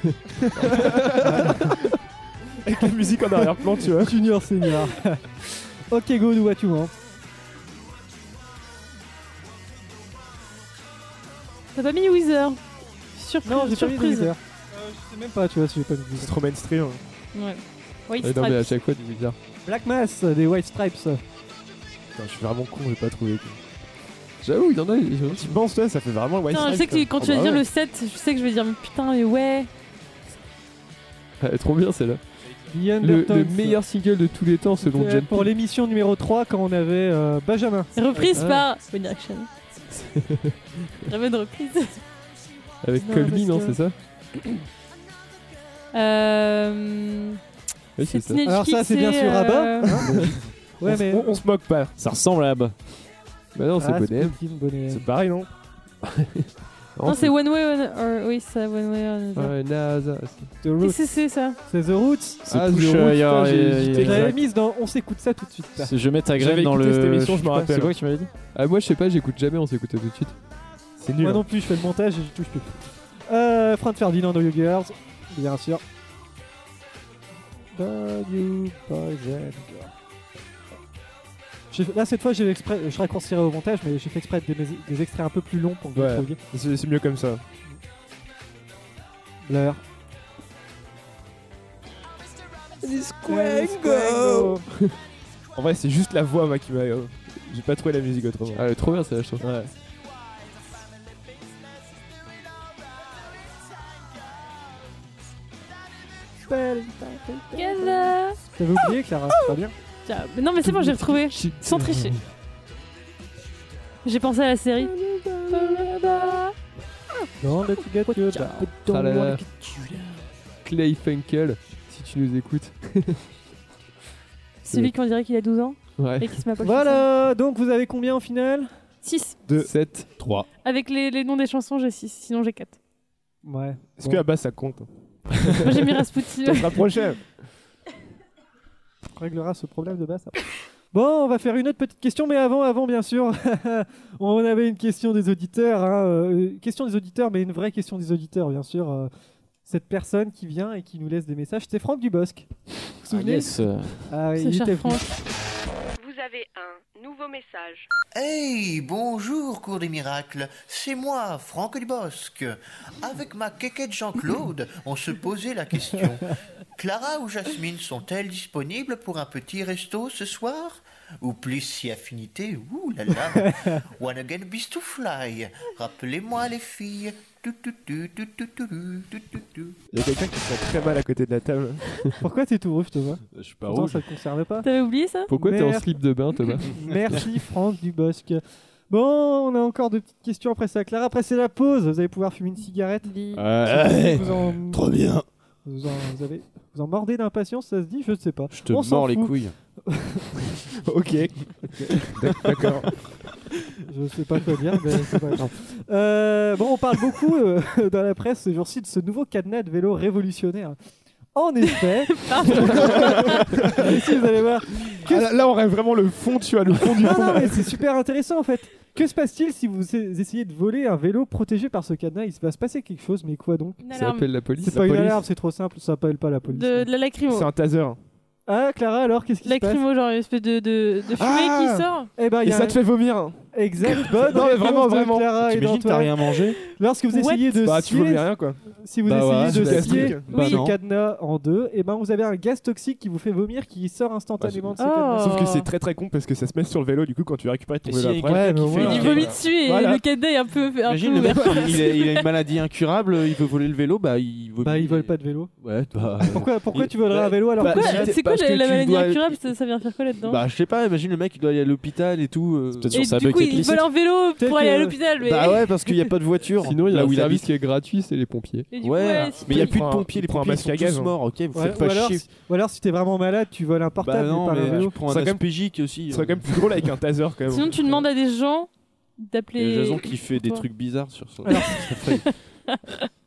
G: Avec la musique en arrière-plan, tu vois.
C: Junior Senior. ok, go, hein. do what you want.
E: T'as pas mis Weezer Surprise.
C: Non, j'ai pas mis de
E: surprise.
C: Weezer. Je sais même pas, tu vois, si j'ai pas mis de
G: C'est
C: Weezer.
G: trop mainstream. hein.
E: Ouais. White
B: Ah, non mais à
E: Stripes.
B: chaque fois du bizarre.
C: Black Mass des White Stripes.
G: Putain, je suis vraiment con, j'ai pas trouvé. quoi.
B: J'avoue, il y en a.
G: Tu penses, toi, ça fait vraiment White
E: Putain, je sais
G: Stripes,
E: que tu-
G: quoi.
E: quand tu
G: Ah
E: vas
G: bah
E: dire
G: ouais.
E: le 7, je sais que je vais dire mais putain, mais ouais.
B: Elle est trop bien celle-là.
C: The
B: Le,
C: Undertones.
B: le meilleur single de tous les temps selon
C: Euh,
B: Jen.
C: pour l'émission numéro 3 quand on avait euh, Benjamin. Euh,
E: Reprise
B: Ah.
E: par One Direction. Jamais de reprise.
B: Avec
E: Non,
B: Colby,
E: parce
B: non,
E: que-
B: c'est ça
E: Euh.
B: Oui, c'est ça.
E: Teenage
C: Alors ça,
E: Kick,
C: c'est bien sûr
E: euh,
C: Abba. Ouais,
G: On,
C: mais.
G: on- on se moque pas.
D: Ça ressemble à Abba.
B: Bah non, c'est
C: Ah,
B: Bonnet M.
C: Smoking Bonnet M.
G: C'est pareil, non
E: Non, c'est One Way on... or- Oui, c'est One Way on...
B: Ouais, NASA.
C: The
E: Qu'est-ce
C: Roots.
E: que c'est ça
C: C'est The Roots.
D: C'est
B: Ah,
D: push,
B: The
D: euh,
B: Roots,
D: y a- y a-
B: putain, j'ai hésité.
D: y a-
C: Je l'avais mise dans On s'écoute ça tout de suite. là.
D: C'est- Je mets ta graine
G: J'avais
D: dans
G: écouté
D: le.
G: cette émission, je me
D: sais pas,
G: rappelle.
D: C'est quoi que tu m'avais dit
B: Ah, moi, je sais pas, j'écoute jamais, on s'écoutait tout de suite.
G: C'est nul.
C: Moi
G: hein.
C: non plus, je fais le montage et je touche plus. Euh, Franz Ferdinand, No You Girls, bien sûr. Don't you poison girl. J'ai- Là, cette fois, j'ai fait exprès, je raccourcirai au montage, mais j'ai fait exprès de des, des extraits un peu plus longs pour que vous
G: Ouais.
C: le trouviez.
G: C'est c'est mieux comme ça.
C: Blur.
E: Squango
G: En vrai, c'est juste la voix, moi, qui m'a. euh, J'ai pas trouvé la musique autrement.
B: Ah, elle est trop bien celle-là, je trouve.
G: Ouais.
E: Together.
C: T'avais oublié, Clara, c'est pas bien.
E: Tiens, mais Non, mais c'est bon, j'ai retrouvé. Sans tricher. J'ai pensé à la série.
C: Don't let you get you down.
B: Ah là là. Clay Funkel, si tu nous écoutes.
E: Celui qu'on dirait qu'il a 12 ans et
B: Ouais.
E: qui se m'appelle
C: Voilà, donc vous avez combien en finale
E: 6.
B: Euh, 7.
G: 3.
E: Avec les, les noms des chansons, j'ai 6. Sinon, j'ai 4.
C: Ouais.
G: Est-ce que à bas ça compte
E: Moi, j'ai mis Rasputin.
G: On se rapprochait.
C: On réglera ce problème de base. après. Bon, on va faire une autre petite question, mais avant, avant bien sûr, on avait une question des auditeurs, hein, euh, question des auditeurs, mais une vraie question des auditeurs, bien sûr. euh, cette personne qui vient et qui nous laisse des messages, c'est Franck Dubosc. Vous vous
D: Ah,
C: souvenez
D: yes. euh,
C: Ah,
E: Ce
C: il
E: cher
C: était venu.
E: Franck.
K: Vous avez un nouveau message.
Q: Hey, bonjour Cours des Miracles, c'est moi, Franck Dubosc. Avec ma de Jean-Claude, on se posait la question. Clara ou Jasmine sont-elles disponibles pour un petit resto ce soir Ou plus si affinité, ouh là là. One again beast to fly. Rappelez-moi les filles. Tu, tu, tu, tu, tu, tu, tu, tu, tu.
G: Il y a quelqu'un qui se sent très mal à côté de la table.
C: Pourquoi t'es tout rouge, Thomas
F: Je suis pas
C: Pourtant,
F: rouge.
C: ça te concerne pas.
E: T'avais oublié ça
B: Pourquoi t'es en
C: Merde.
B: slip de bain, Thomas
C: Merci Franck Dubosc. Bon, on a encore deux petites questions après ça. Clara, après c'est la pause. Vous allez pouvoir fumer une cigarette.
F: Ouais.
C: Vous en-
F: Trop bien.
C: Vous en, vous avez- vous en mordez d'impatience, ça se dit Je ne sais pas.
F: Je te
C: On s'en
F: mords les
C: fout.
F: couilles.
G: ok. D'accord.
C: Je ne sais pas quoi dire, mais c'est pas grave. Euh, bon, on parle beaucoup euh, dans la presse ces jours-ci de ce nouveau cadenas de vélo révolutionnaire. En effet, Mais si, vous allez voir.
G: Ah, là, là, on rêve vraiment le fond, tu vois, le fond du
C: Non,
G: fond.
C: non, mais c'est super intéressant en fait. Que se passe-t-il si vous e-, essayez de voler un vélo protégé par ce cadenas Il va se passer quelque chose, mais quoi donc
E: Une
B: Ça
E: alarme.
B: appelle la police.
C: C'est pas une alarme, c'est trop simple, ça appelle pas la police.
E: De, de la lacrymo.
G: C'est un taser.
C: Ah, Clara, alors, qu'est-ce qui se passe
E: Lacrymo, genre une espèce de, de, de fumée
G: Ah
E: qui sort.
C: Eh ben, il
G: Et
C: y a
G: ça
C: un-
G: te fait vomir.
C: Exact, bonne
G: Non, mais
C: réponse
G: vraiment,
C: de
G: vraiment.
C: Clara et
G: T'imagines,
C: d'Antoine.
G: t'as rien mangé
C: Lorsque vous
G: What
C: essayez de
G: Bah, tu
C: scier-
G: vomis rien, quoi.
C: Si vous
G: Bah ouais,
C: essayez
G: c'est
C: de scier
G: plastique. Bah
C: ce
G: non.
C: cadenas en deux, et ben vous avez un gaz toxique qui vous fait vomir qui sort instantanément de ce cadenas.
G: Ah, Sauf que c'est très très con parce que ça se met sur le vélo du coup quand tu récupères ton
F: Et
G: vélo
F: s'il y a
G: après.
F: quelqu'un qui fait-
E: Il vomit dessus et
G: Voilà.
E: le cadenas est un peu. Un
F: Imagine
E: peu
F: le mec,
E: ouvert.
F: il, il a, il a une maladie incurable, il veut voler le vélo, bah il vomit.
C: Bah, il vole pas de vélo.
F: Ouais, bah.
C: Pourquoi, pourquoi tu volerais un vélo alors
E: Pourquoi
F: si t'es-
E: C'est quoi
F: parce
E: la,
F: que
E: la
F: tu
E: maladie
F: dois-
E: incurable ça, ça vient faire quoi là-dedans
F: Bah je sais pas, imagine le mec il doit aller à l'hôpital et tout. euh.
D: peut-être
E: Et du coup, ils volent en vélo
C: Peut-être
E: pour aller à
C: que-
E: l'hôpital. Mais...
F: Bah ouais, parce qu'il n'y a pas de voiture.
B: Sinon, il y a
F: Là
B: un
F: où il
B: service
F: habite.
B: qui est gratuit, c'est les pompiers.
E: Et du coup,
F: Ouais,
E: ouais, si-
F: mais il n'y a plus de
G: prend Ah. un-
F: pompiers, les
G: il prend un
F: pompiers
G: masque à
F: sont
G: gaz,
F: tous
G: hein.
F: morts, ok, vous
C: Ouais,
F: faites
C: ou,
F: pas
C: alors,
F: chier.
C: si- ou alors si t'es vraiment malade, tu voles un
F: Bah
C: portable mais
F: non,
C: pas
F: mais
C: un vélo.
F: tu prends
G: Ça
F: un
G: quand même-
F: aspégique aussi.
G: Ce
F: euh.
G: serait quand même plus drôle avec un taser quand même.
E: Sinon, tu demandes à des gens
F: Il y
E: d'appeler.
F: a Jason qui fait des
E: toi.
F: trucs bizarres sur son.
E: Alors-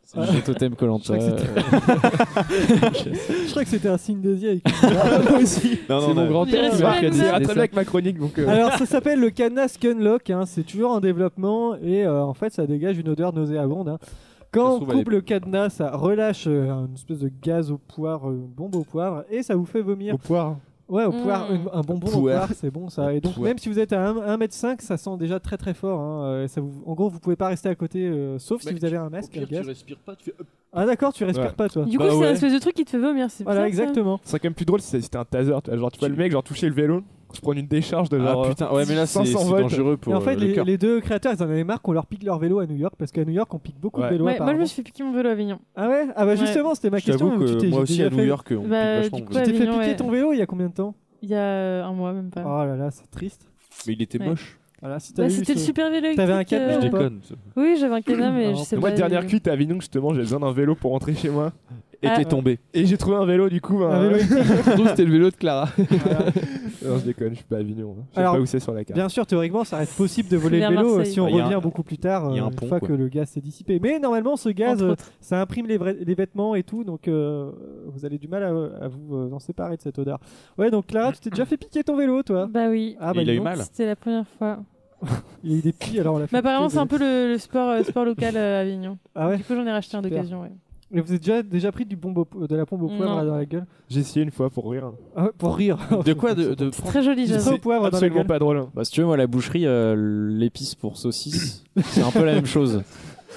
D: C'est le totem Colanta.
C: Je crois que Je crois que c'était un signe de vieille. Moi aussi.
F: Non,
B: C'est mon grand-père qui
E: Respect,
B: m'a
E: madame.
G: Ah, très bien
B: ça.
G: avec ma chronique donc. euh,
C: Alors ça s'appelle le canas Unlock, hein, c'est toujours en développement et euh, en fait ça dégage une odeur nauséabonde. hein.
F: Ça se
C: Quand on
F: trouve,
C: coupe
F: elle est-
C: le cadenas, ça relâche euh, une espèce de gaz au poivre, euh, une bombe au poivre, et ça vous fait vomir.
G: Au poire.
C: Ouais, au poire,
E: Mm.
C: une- un bonbon au
F: Poire.
C: poire, c'est bon ça. Et donc
F: Poire.
C: même si vous êtes à 1 m 5 ça sent déjà très très fort. hein, euh, et ça vous... En gros, vous pouvez pas rester à côté, euh, sauf si
F: Mec,
C: vous avez un masque.
F: Au pire,
C: à gaz.
F: Bah, tu respires pas, tu fais. hop.
C: Ah d'accord, tu respires
G: Ouais.
C: pas toi.
E: Du coup,
G: Bah
E: c'est un
G: ouais.
E: espèce de truc qui te fait vomir. C'est
C: Voilà,
E: bizarre, ça.
C: exactement.
G: Ce serait quand même plus drôle si c'était un taser. tu vois. Genre tu vois le mec genre toucher le vélo, se prendre une décharge de
C: euh,
G: genre.
F: Ah putain, ouais, mais là c'est
G: 500
F: c'est
G: volts.
F: dangereux pour
C: et en fait,
F: euh, le
C: les,
F: cœur.
C: les deux créateurs, ils en avaient marre qu'on leur pique leur vélo à New York, parce qu'à New York, on pique beaucoup de
G: Ouais.
C: vélos.
E: Ouais, moi, je
C: apparemment.
E: me suis fait piquer mon vélo à Avignon.
C: Ah ouais Ah bah
E: Ouais.
C: justement, c'était ma
F: Je t'avoue
C: question. mais tu
F: que
C: t'es-
F: moi
C: j'ai
F: aussi
C: déjà
F: à New
C: fait-
F: York, on pique
E: Bah,
F: vachement.
E: du
F: au
E: coup,
C: Tu
F: vélo.
C: t'es fait
E: Avignon,
C: piquer
E: ouais.
C: ton vélo il y a combien de temps
E: Il y a euh, un mois, même pas.
C: Oh là là, c'est triste.
F: Mais il était
E: Ouais.
F: moche.
C: Voilà, si t'as
E: Bah,
C: eu
E: C'était le
C: ce-
E: super vélo.
C: T'avais un
E: électrique,
C: cadenas,
E: euh,
F: Je
C: Ouais.
F: déconne. ça.
E: Oui, j'avais un cadenas, mais je
C: Alors,
E: sais pas.
G: Moi dernière
E: euh,
G: cuite à Avignon justement j'ai besoin d'un vélo pour rentrer chez moi
F: Et
E: Ah.
F: t'es tombé.
G: et j'ai trouvé un vélo du coup.
C: Un vélo
B: Donc, c'était le vélo de Clara.
G: Non je déconne je suis pas à Avignon. hein. Je sais
C: Alors,
G: pas où c'est sur la carte.
C: Bien sûr, théoriquement, ça reste possible de voler le
E: Vers
C: vélo euh,
E: Marseille.
C: si on
F: Bah, y a
C: revient
F: un-
C: beaucoup plus tard,
F: y a
C: euh,
F: un
C: une
F: pont,
C: fois
F: quoi.
C: que le gaz s'est dissipé. Mais normalement, ce gaz,
E: Entre
C: euh,
E: autres.
C: ça imprime les, vrais- les vêtements et tout, donc euh, vous avez du mal à, à vous euh, en séparer de cette odeur. Ouais, donc Clara, tu t'es déjà fait piquer ton vélo, toi
E: Bah oui.
C: Ah
F: Et il
C: dis
F: a eu
C: donc.
F: mal.
E: C'était la première fois.
C: Il y a eu des pis, alors on l'a fait.
E: Mais apparemment,
C: piquer
E: c'est
C: de-
E: un peu le, le sport, euh, sport local euh, à Avignon.
C: Ah ouais
E: Du coup, j'en ai racheté un
C: Super.
E: d'occasion. Ouais.
C: Mais vous êtes déjà, déjà pris du bombe au- de la pompe au poivre
E: Non.
C: là, dans la gueule
G: J'ai essayé une fois pour rire.
C: Ah ouais, Pour rire.
F: De quoi de, de...
E: C'est très joli,
C: Trop
E: Jason.
C: au poivre dans la
G: Absolument
C: gueule.
G: pas drôle.
D: Bah, si tu veux, moi, la boucherie, euh, l'épice pour saucisse, c'est un peu la même chose.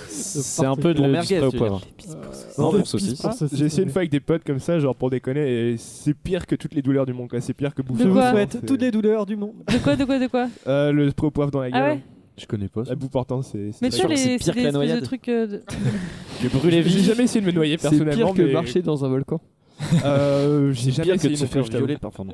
D: C'est un peu de
F: Pour
D: du
F: merguez,
D: spray au
F: tu veux dire.
D: poivre.
C: Euh,
D: Non,
G: de
D: pour saucisse.
C: pour saucisse,
G: J'ai essayé une
C: ouais.
G: fois avec des potes comme ça, genre pour déconner, et c'est pire que toutes les douleurs du monde, quoi. C'est pire que bouffer.
C: Je vous
E: quoi
C: souhaite toutes les douleurs du monde.
E: De quoi, de quoi, de quoi
G: Euh, le spray au poivre dans la
E: Ah
G: gueule.
E: ouais
F: Je connais pas. ça.
G: La boue portante, c'est. c'est
E: Mais
G: très
E: tu
D: sûr
E: vois,
D: que
E: les-
D: c'est
E: c'est
D: pire que
E: des
D: la
E: espèces de
D: noyade.
E: trucs. euh, de-
D: Tu brûlé
G: J'ai
D: vif.
G: jamais essayé de me noyer
B: C'est
G: personnellement.
B: pire que
G: mais-
B: marcher dans un volcan. Ah,
G: Euh, J'ai jamais
F: Pire que
G: essayé
F: de se
G: non plus,
F: faire
G: je t'avoue.
F: violer par pardon.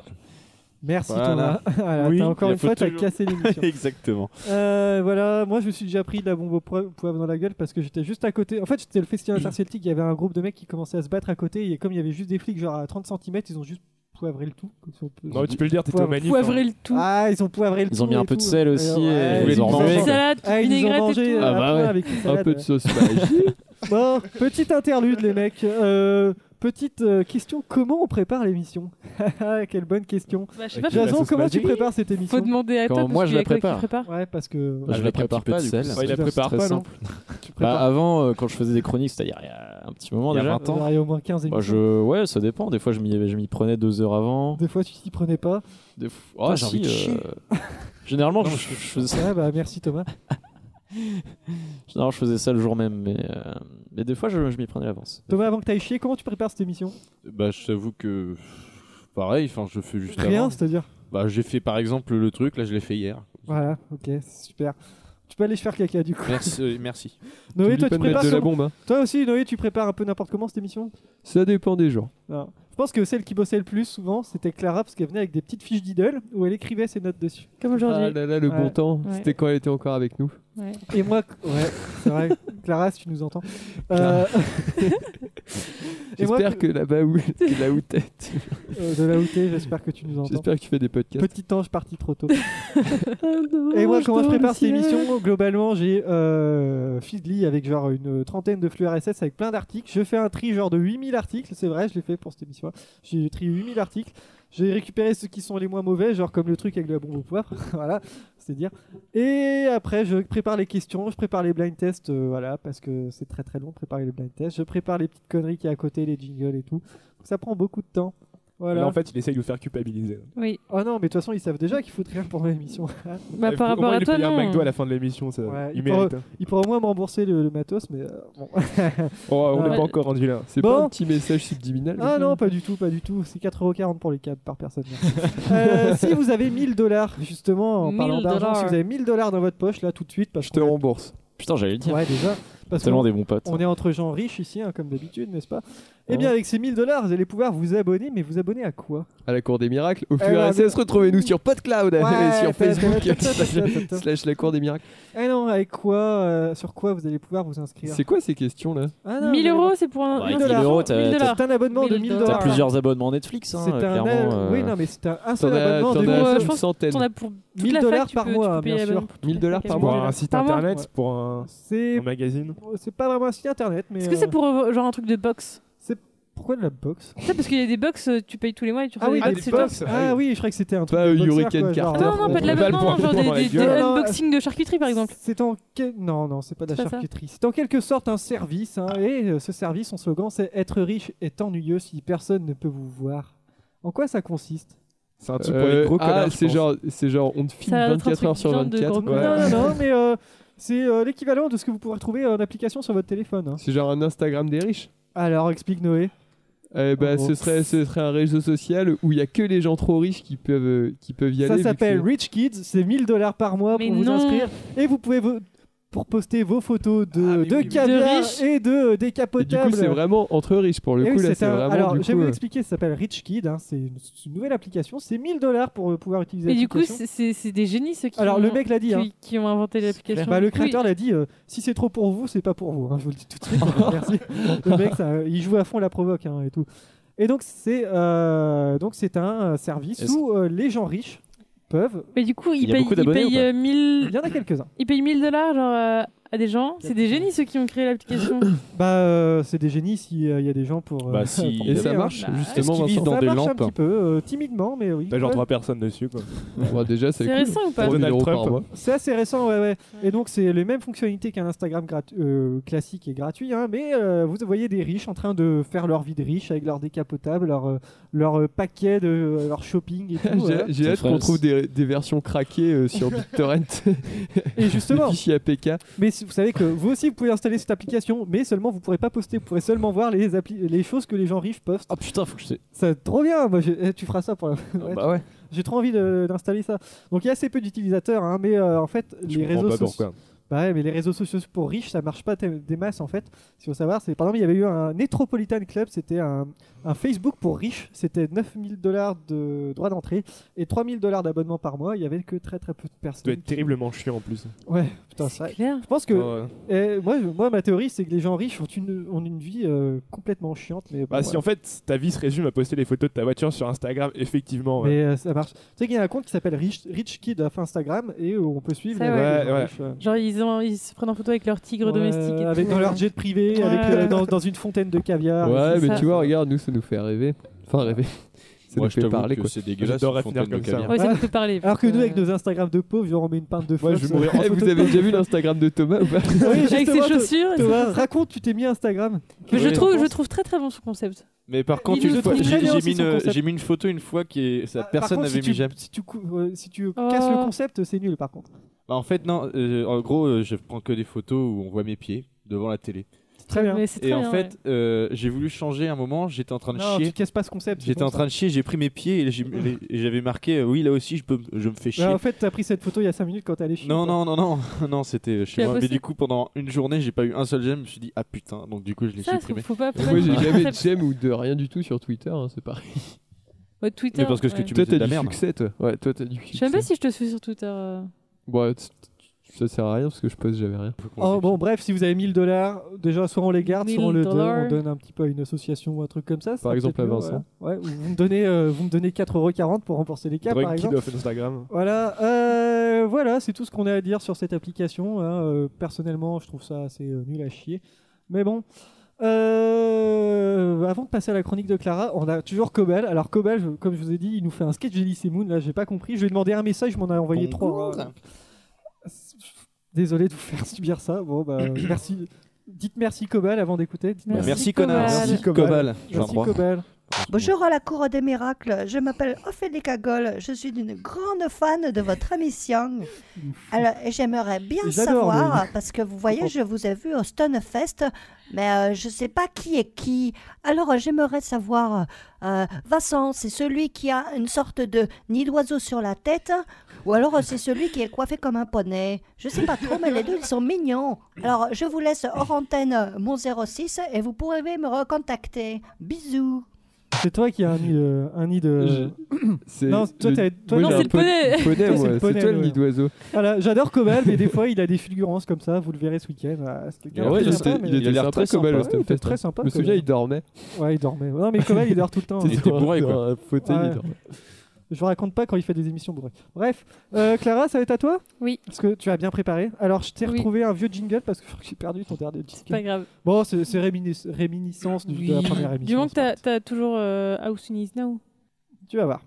C: Merci
F: Voilà.
C: Thomas. Voilà,
F: Oui,
C: t'as encore
F: il
C: une
F: faut
C: fois, t'as
F: toujours-
C: cassé l'émission.
F: Exactement.
C: Euh, voilà, moi je me suis déjà pris de la bombe au po- poivre dans la gueule parce que j'étais juste à côté. En fait, c'était le festival interceltique, il y avait un groupe de mecs qui commençaient à se battre à côté et comme il y avait juste des flics genre à 30 cm, ils ont juste poivré le tout. Ils ont-
G: Non, mais tu peux le dire, t'étais au
C: Poivre.
G: manif.
E: Poivrer le tout.
C: Ah, ils ont poivré le tout.
D: hein. Ils ont mis
C: et
D: un peu de
C: tout.
D: sel aussi,
C: ouais,
D: et ils
C: ils
D: ont
C: ont
D: remué.
C: mangé.
E: Salade,
C: Ah, ils ont
E: vinaigrette
C: mangé
E: et tout.
C: à la
D: Ah bah
C: fin
D: ouais.
C: avec une
B: Un
C: salade,
B: peu de
C: ouais.
B: sauce magie.
C: Bon, petite interlude, les mecs. Euh, petite euh, question comment on prépare l'émission Ah, Quelle bonne question.
E: Bah, je sais pas,
G: Avec la
C: Jason,
G: sauce
C: comment tu
G: magique.
C: prépares cette
E: faut
C: émission
E: demander à
D: Quand
E: toi.
D: moi,
E: parce
D: je la
E: qu'il y a quoi qui
D: prépare.
C: Ouais, parce que.
D: Bah, je la
F: Avec un
D: prépare
F: petit peu
D: pas,
F: de
D: du coup.
F: sel.
D: c'est
G: Ouais, il la
D: très
G: prépare
D: simple.
G: pas, non
C: tu
D: Bah,
C: prépares.
D: avant, euh, quand je faisais des chroniques, c'est-à-dire il y a un petit moment
F: Il y a
D: déjà.
F: 20 ans.
C: On aurait au moins 15
D: Bah,
C: émissions.
D: je... Ouais, ça dépend. Des fois, je m'y je m'y prenais deux heures avant.
C: Des fois, tu t'y prenais pas.
D: Des fois- Ah,
F: j'ai
D: si,
F: envie de
D: euh,
F: chier.
D: Généralement, je, je faisais ça...
C: Ouais, bah merci Thomas.
D: généralement, je faisais ça le jour même, mais, euh, mais des fois, je, je m'y prenais à l'avance.
C: Thomas, avant que t'ailles chier, comment tu prépares cette émission
F: Bah, je t'avoue que. Pareil, enfin, je fais juste
C: Rien,
F: avant.
C: c'est-à-dire.
F: Bah, j'ai fait par exemple le truc, là, je l'ai fait hier.
C: Voilà, ok, c'est super. Tu peux aller se faire caca du coup.
F: Merci. euh, merci.
C: Noé,
B: T'oublies
C: toi,
B: pas
C: tu
B: de mettre
C: prépares
B: de la
C: sûrement-
B: bombe. hein.
C: toi aussi, Noé, tu prépares un peu n'importe comment cette émission
B: Ça dépend des gens.
C: Non. Je pense que celle qui bossait le plus souvent, c'était Clara, parce qu'elle venait avec des petites fiches d'idole où elle écrivait ses notes dessus.
E: Comme
B: Ah
E: aujourd'hui.
B: là là, le
C: Ouais.
B: bon temps.
E: Ouais.
B: C'était quand elle était encore avec nous.
E: Ouais.
C: Et moi, ouais, c'est vrai, Clara, si tu nous entends. Euh, Et moi,
B: Ah. J'espère que là-bas où, que là où t'es, tu-
C: euh, de la outé, j'espère que tu nous entends.
B: j'espère que tu fais des podcasts.
C: Petit ange parti trop tôt. Et moi, comment je prépare cette émission Oh, Globalement, j'ai euh, Feedly avec genre une trentaine de flux RSS avec plein d'articles. Je fais un tri genre de 8000 articles, c'est vrai, je l'ai fait pour cette émission. J'ai trié 8000 articles. J'ai récupéré ceux qui sont les moins mauvais, genre comme le truc avec la bombe au poivre, voilà, c'est dire. Et après, je prépare les questions, je prépare les blind tests, euh, voilà, parce que c'est très très long de préparer les blind tests. Je prépare les petites conneries qui y a à côté, les jingles et tout. Ça prend beaucoup de temps. Voilà.
G: Là, en fait, il essaye de vous faire culpabiliser.
E: Oui.
C: Oh non, mais de toute façon, ils savent déjà qu'il foutent rien pendant l'émission.
E: Bah, par rapport à toi,
G: Il y a un
E: non.
G: McDo à la fin de l'émission, ça.
C: Ouais,
G: il,
C: il, pourra,
G: mérite. hein.
C: il pourra au moins me rembourser le, le matos, mais euh, bon.
G: Oh, on
C: Non.
G: n'est pas encore rendu là.
B: C'est
C: Bon.
B: pas un petit message subliminal.
C: Ah non, pas du tout, pas du tout. C'est 4,40€ pour les câbles par personne. merci. Euh, si vous avez 1000 dollars, justement, en
B: 1000
C: parlant d'argent,
B: dollars.
C: si vous avez 1000 dollars dans votre poche, là, tout de suite, parce
B: Je te
C: qu'on est-
B: rembourse.
D: Putain, j'allais le dire.
C: Ouais, déjà. Parce
D: Tellement
C: qu'on-
D: des bons potes.
C: On est entre gens riches ici, hein, comme d'habitude, n'est-ce pas Eh
B: Ouais.
C: bien, avec ces 1000 dollars, vous allez pouvoir vous abonner, mais vous abonner à quoi
B: À la cour des miracles, au
C: Eh ben,
B: QRSS, retrouvez-nous sur PodCloud
C: Ouais,
B: et sur
C: t'as- t'as-
B: Facebook
C: t'as- t'as- t'as- t'as-
B: slash, slash la cour des miracles.
C: Eh non, avec quoi euh, Sur quoi vous allez pouvoir vous inscrire
B: C'est quoi ces questions là
C: Ah non,
E: 1000
C: mais-
E: euros, c'est pour un.
D: Bah,
C: Mille
D: avec 1000
C: dollars.
D: euros, t'as-
C: Mille
D: t'as-
C: dollars. C'est un abonnement de 1000 dollars.
D: T'as plusieurs abonnements Netflix, hein,
C: C'est
D: euh,
C: un
D: clairement.
C: al-
D: euh,
C: oui, non, mais c'est un- un seul
D: t'en as-
C: abonnement de
D: t'en as
C: euros.
D: une
C: Je pense que
D: centaine.
E: T'en as pour toute
C: 1000
E: la
C: dollars
E: fac, tu
C: par
E: peux- tu peux
C: mois,
E: y
C: bien
E: aller
C: sûr.
E: pour toute
G: 1000 dollars
E: la
G: par
E: fac.
G: mois. Pour un site
E: Par mois.
G: internet,
E: Ouais.
G: pour un,
C: C'est
G: un magazine.
C: c'est pas vraiment un site internet, mais.
E: Est-ce que c'est
C: euh,
E: pour euh, genre un truc de box
C: C'est pourquoi de la box
E: Ça parce qu'il y a des box, euh, tu payes tous les mois et tu
C: Ah oui,
E: reçois
C: des
E: c'est
C: box.
E: toi.
C: Ah oui, je croyais que c'était un truc.
B: Pas,
C: de
B: euh,
C: boxeur,
B: Hurricane
C: quoi, genre-
B: Carter.
E: Ah non, non, pas de
B: On va le
E: l'abonnement,
B: prendre
E: genre des,
B: dans la
E: des- des
B: gueule.
E: unboxings de charcuterie par exemple.
C: C'est en quel- non non c'est pas de
E: C'est
C: la
E: pas ça.
C: charcuterie c'est en quelque sorte un service hein, et euh, ce service son slogan c'est être riche est ennuyeux si personne ne peut vous voir en quoi ça consiste
G: C'est un truc pour les gros
B: ah,
G: connards, je
B: c'est
G: pense.
B: genre, c'est genre, on te filme
E: Ça va être un
B: 24 heures
E: truc
B: sur
E: bien de
B: 24.
E: gros
B: ouais.
C: non non non mais euh, c'est euh, l'équivalent de ce que vous pourrez trouver en application sur votre téléphone hein.
B: C'est genre un Instagram des riches.
C: alors explique Noé
B: Eh ben,
C: En gros.
B: ce serait, ce serait un réseau social où il y a que les gens trop riches qui peuvent, euh, qui peuvent y aller.
C: ça
B: vu que
C: s'appelle
B: c'est-
C: Rich Kids c'est 1000 dollars par mois
E: Mais
C: pour vous
E: non.
C: inscrire et vous pouvez vo- pour poster vos photos
B: Ah,
C: de, de
E: oui.
C: caviar
E: De riches.
C: et de euh,
B: Et du
C: décapotables
B: coup, c'est vraiment entre riches pour le
C: Eh
B: coup.
C: oui,
B: là,
C: c'est
B: c'est
C: un-
B: vraiment.
C: Alors,
B: du
C: je vais
B: coup,
C: vous
B: euh,
C: expliquer, ça s'appelle Rich Kid, hein, c'est une, c'est une nouvelle application, c'est 1000 dollars pour euh, pouvoir utiliser
E: Mais du coup,
C: l'application.
E: c'est c'est- c'est des génies ceux qui.
C: Alors, le
E: ont-
C: mec l'a dit,
E: Qui,
C: hein.
E: qui ont inventé l'application.
C: Bah, le
E: Oui.
C: créateur l'a dit, euh, si c'est trop pour vous, c'est pas pour vous, hein, je vous le dis tout de suite. Merci. Le mec, ça, euh, il joue à fond la provoque hein, et tout. Et donc, c'est euh, donc c'est un euh, service
D: Est-ce-
C: où euh, les gens riches peuvent.
E: Mais du coup,
D: Il
E: ils
D: y a
E: payent
D: beaucoup
E: ils
D: d'abonnés ou
E: payent,
D: pas
E: euh, 1000
C: Il y en a quelques-uns.
E: ils payent 1000 dollars genre euh, à des gens. C'est des génies ceux qui ont créé l'application.
C: Bah, euh, c'est des génies s'il y a des gens pour. euh,
D: Bah, si.
C: pour
B: Et
C: payer,
B: ça
C: hein.
B: marche
E: Bah,
B: justement.
G: est-ce qu'ils vivent
B: Vincent
G: dans
C: ça
G: des
C: marche un
G: lampes
C: petit peu, euh, timidement, mais oui.
G: T'as genre
C: Ouais.
G: trois personnes dessus, quoi.
B: Bon, Déjà, c'est
E: C'est
B: cool.
E: récent ou pas
B: 3000
G: Donald
B: euros par
G: Trump.
B: mois.
C: C'est assez récent, ouais, ouais. Et donc, c'est les mêmes fonctionnalités qu'un Instagram gratu- euh, classique et gratuit, hein, mais euh, vous voyez des riches en train de faire leur vie de riche avec leur décapotable, leur, euh, leur euh, paquet, de, euh, leur shopping et tout.
B: J'ai-
C: voilà.
B: J'ai
D: Ça
B: hâte
D: ferait-
B: qu'on trouve des, des versions craquées euh, sur BitTorrent.
C: Et justement,
B: Des fichiers APK.
C: mais si- vous savez que vous aussi, vous pouvez installer cette application, mais seulement vous pourrez pas poster, vous pourrez seulement voir les, appli- les choses que les gens riches postent.
D: Oh putain, faut que je.
C: Ça trop bien, moi, j'ai- eh, tu feras ça pour la... ouais,
D: Bah ouais.
C: J'ai trop envie de- d'installer ça. Donc, il y a assez peu d'utilisateurs, hein, mais euh, en fait,
G: Je
C: les
G: comprends
C: réseaux
G: pas
C: sociaux.
G: pourquoi.
C: Bah ouais, mais les réseaux sociaux pour riches, ça marche pas tel- des masses en fait. Si faut savoir, c'est par exemple, il y avait eu un Metropolitan Club, c'était un, un Facebook pour riches, c'était 9000 dollars de droit d'entrée et 3000 dollars d'abonnement par mois. Il y avait que très très peu de
G: Ça doit
C: personnes.
G: être terriblement chiant en plus.
C: Ouais, putain, ça.
E: C'est clair.
C: Je pense que
G: Oh, ouais.
C: eh, moi, je- moi, ma théorie, c'est que les gens riches ont une, ont une vie euh, complètement chiante. Mais, bon,
G: Bah, si
C: voilà.
G: en fait ta vie se résume à poster les photos de ta voiture sur Instagram, effectivement. ouais.
C: mais euh, ça marche. Tu sais qu'il y a un compte qui s'appelle Rich, Rich Kid of Instagram et euh, on peut suivre.
E: Ça,
C: les-
E: ouais.
C: les gens
G: Ouais, ouais.
C: riches, euh.
E: Genre ils ont ils se prennent en photo avec leur tigre
C: Ouais,
E: domestique. et
C: avec
E: tout.
C: dans leur jet privé,
E: Ouais.
C: avec, euh, dans, dans une fontaine de caviar. et
B: Ouais,
C: tout
B: mais
E: ça.
B: tu vois, regarde, nous, ça nous fait rêver. Enfin, rêver. Ça
R: Moi,
B: nous
R: je
B: fait
R: t'avoue
B: parler,
R: que
B: quoi.
R: c'est dégueulasse.
G: J'adorerais
R: une
G: finir
R: fontaine de
G: comme ça.
R: caviar.
E: Ouais, ça nous fait parler.
C: Alors que nous, avec
E: Euh,
C: nos Instagrams de pauvres, genre, on met une pinte de euh, feu.
G: Moi, je vais mourir en
B: Eh, vous avez déjà vu l'Instagram de Thomas ou pas
E: Avec ses chaussures.
C: Thomas, raconte, tu t'es mis Instagram.
E: Mais je
C: Oui.
E: trouve je trouve très très bon ce concept.
F: Mais par contre,
E: nous
F: une fois,
E: trouve
F: j'ai
E: très bien
F: j'ai
C: aussi
F: mis,
C: son
F: une-
C: concept. Bah,
F: j'ai mis une photo une fois qui est, ça,
C: Par
F: personne
C: contre, si
F: n'avait
C: tu-
F: mis jamais.
C: Si tu, cou- euh, si tu
E: Oh.
C: casses le concept, c'est nul par contre.
F: Bah, en fait, non, euh, en gros, euh, je prends que des photos où on voit mes pieds devant la télé.
C: Très bien.
E: Mais c'est très
F: Et en
E: bien, ouais.
F: fait, euh, j'ai voulu changer un moment, j'étais en train de
C: Non,
F: chier.
C: tu casses pas ce concept. c'est
F: J'étais
C: bon,
F: en train de chier, j'ai pris mes pieds et j'ai- et j'avais marqué euh, oui là aussi je peux me- je me fais
C: ça.
F: chier.
C: Ouais, Bah, en fait, t'as pris cette photo il y a 5 minutes quand t'es allé chier.
F: non,
C: quoi.
F: non non non non c'était
E: Tu
F: chez
E: l'as
F: moi mais
E: posté
F: du coup pendant une journée j'ai pas eu un seul j'aime je me suis dit ah putain donc du coup je l'ai
E: Ça, faut
F: supprimé.
E: faut pas. faut pas
B: Moi, j'ai
E: dire.
B: jamais de j'aime ou de rien du tout sur Twitter, hein, c'est pareil.
E: Ouais, Twitter.
F: Mais parce que ce que
E: ouais.
F: tu
B: Toi,
F: mettais
B: t'as
F: de la
B: du
F: merde.
B: succès, toi. Ouais, toi, t'as du succès.
E: Je sais même pas si je te suis sur Twitter. euh.
B: Bon, Bah, t- t- ça sert à rien parce que je poste jamais rien.
C: Oh, bon, bref, si vous avez 1000 dollars, déjà, soit on les garde, soit on
E: 1000
C: le donne,
E: dollars.
C: on donne un petit peu à une association ou un truc comme ça.
B: Par
C: ça sera
B: exemple,
C: peut-être
B: à
C: mieux,
B: Vincent.
C: voilà. Ouais, ou vous me donnez, euh, vous me donnez 4,40€ pour rembourser les cas,
G: Drunk
C: par
G: Kid
C: exemple.
G: of Instagram.
C: Voilà, euh, voilà, c'est tout ce qu'on a à dire sur cette application. hein. Euh, personnellement, je trouve ça assez euh, nul à chier. Mais bon. Euh, avant de passer à la chronique de Clara, on a toujours Cobal. Alors Cobal, je- comme je vous ai dit, il nous fait un sketch d'Elysse Moon. Là, j'ai pas compris. Je lui ai demandé un message, je m'en ai envoyé trois. hein. Désolé de vous faire subir ça. Bon bah merci. Dites merci Cobal avant d'écouter. Dites
E: Merci,
F: Merci
E: Cobal.
F: connard.
E: Merci,
F: Cobal. J'ai un
C: Merci
F: droit.
C: Cobal.
R: Bonjour à la Cour des Miracles, je m'appelle Ophélie Cagole, je suis une grande fan de votre émission. Alors, et j'aimerais bien
C: J'adore,
R: savoir,
C: mais-
R: parce que vous voyez, je vous ai vu au Stonefest, mais euh, je ne sais pas qui est qui. Alors, euh, j'aimerais savoir, euh, Vincent, c'est celui qui a une sorte de nid d'oiseau sur la tête, ou alors euh, c'est celui qui est coiffé comme un poney. Je ne sais pas trop, mais les deux, ils sont mignons. Alors, je vous laisse hors antenne euh, mon 06 et vous pourrez me recontacter. Bisous.
C: C'est toi qui as un nid de. Un nid de...
B: C'est
C: Non, toi,
B: le-
C: t'as- toi,
B: moi,
C: non,
B: j'ai un poney. poney,
C: Toi,
B: moi,
C: le
B: c'est toi, le
C: ouais.
B: nid d'oiseau.
C: Voilà, j'adore Cobal, mais des fois, il a des fulgurances comme ça. Vous le verrez ce week-end. Ah, c'était
B: Ah ouais,
C: très
B: il
C: sympa,
B: était-
C: mais-
B: il était sympa, Cobal, au
C: Ouais, il était
B: Stonefest, hein.
C: très sympa.
B: Je me souviens,
C: Cobal.
B: il dormait.
C: Ouais, il dormait. Non, mais Cobal, il dort tout le temps. hein,
B: Il était bourré, quoi.
C: Sur un
B: fauteuil, il dormait.
C: Je vous raconte pas quand il fait des émissions bourrées. Bref, euh, Clara, ça va être à toi
E: Oui.
C: Parce que tu as bien préparé. Alors, je t'ai retrouvé un vieux jingle parce que je crois que j'ai perdu ton dernier jingle.
E: pas grave.
C: Bon, c'est c'est réminis- réminiscence du- de la première
E: Du
C: émission.
E: moment que t'as- t'as toujours euh, House in Is Now.
C: Tu vas voir.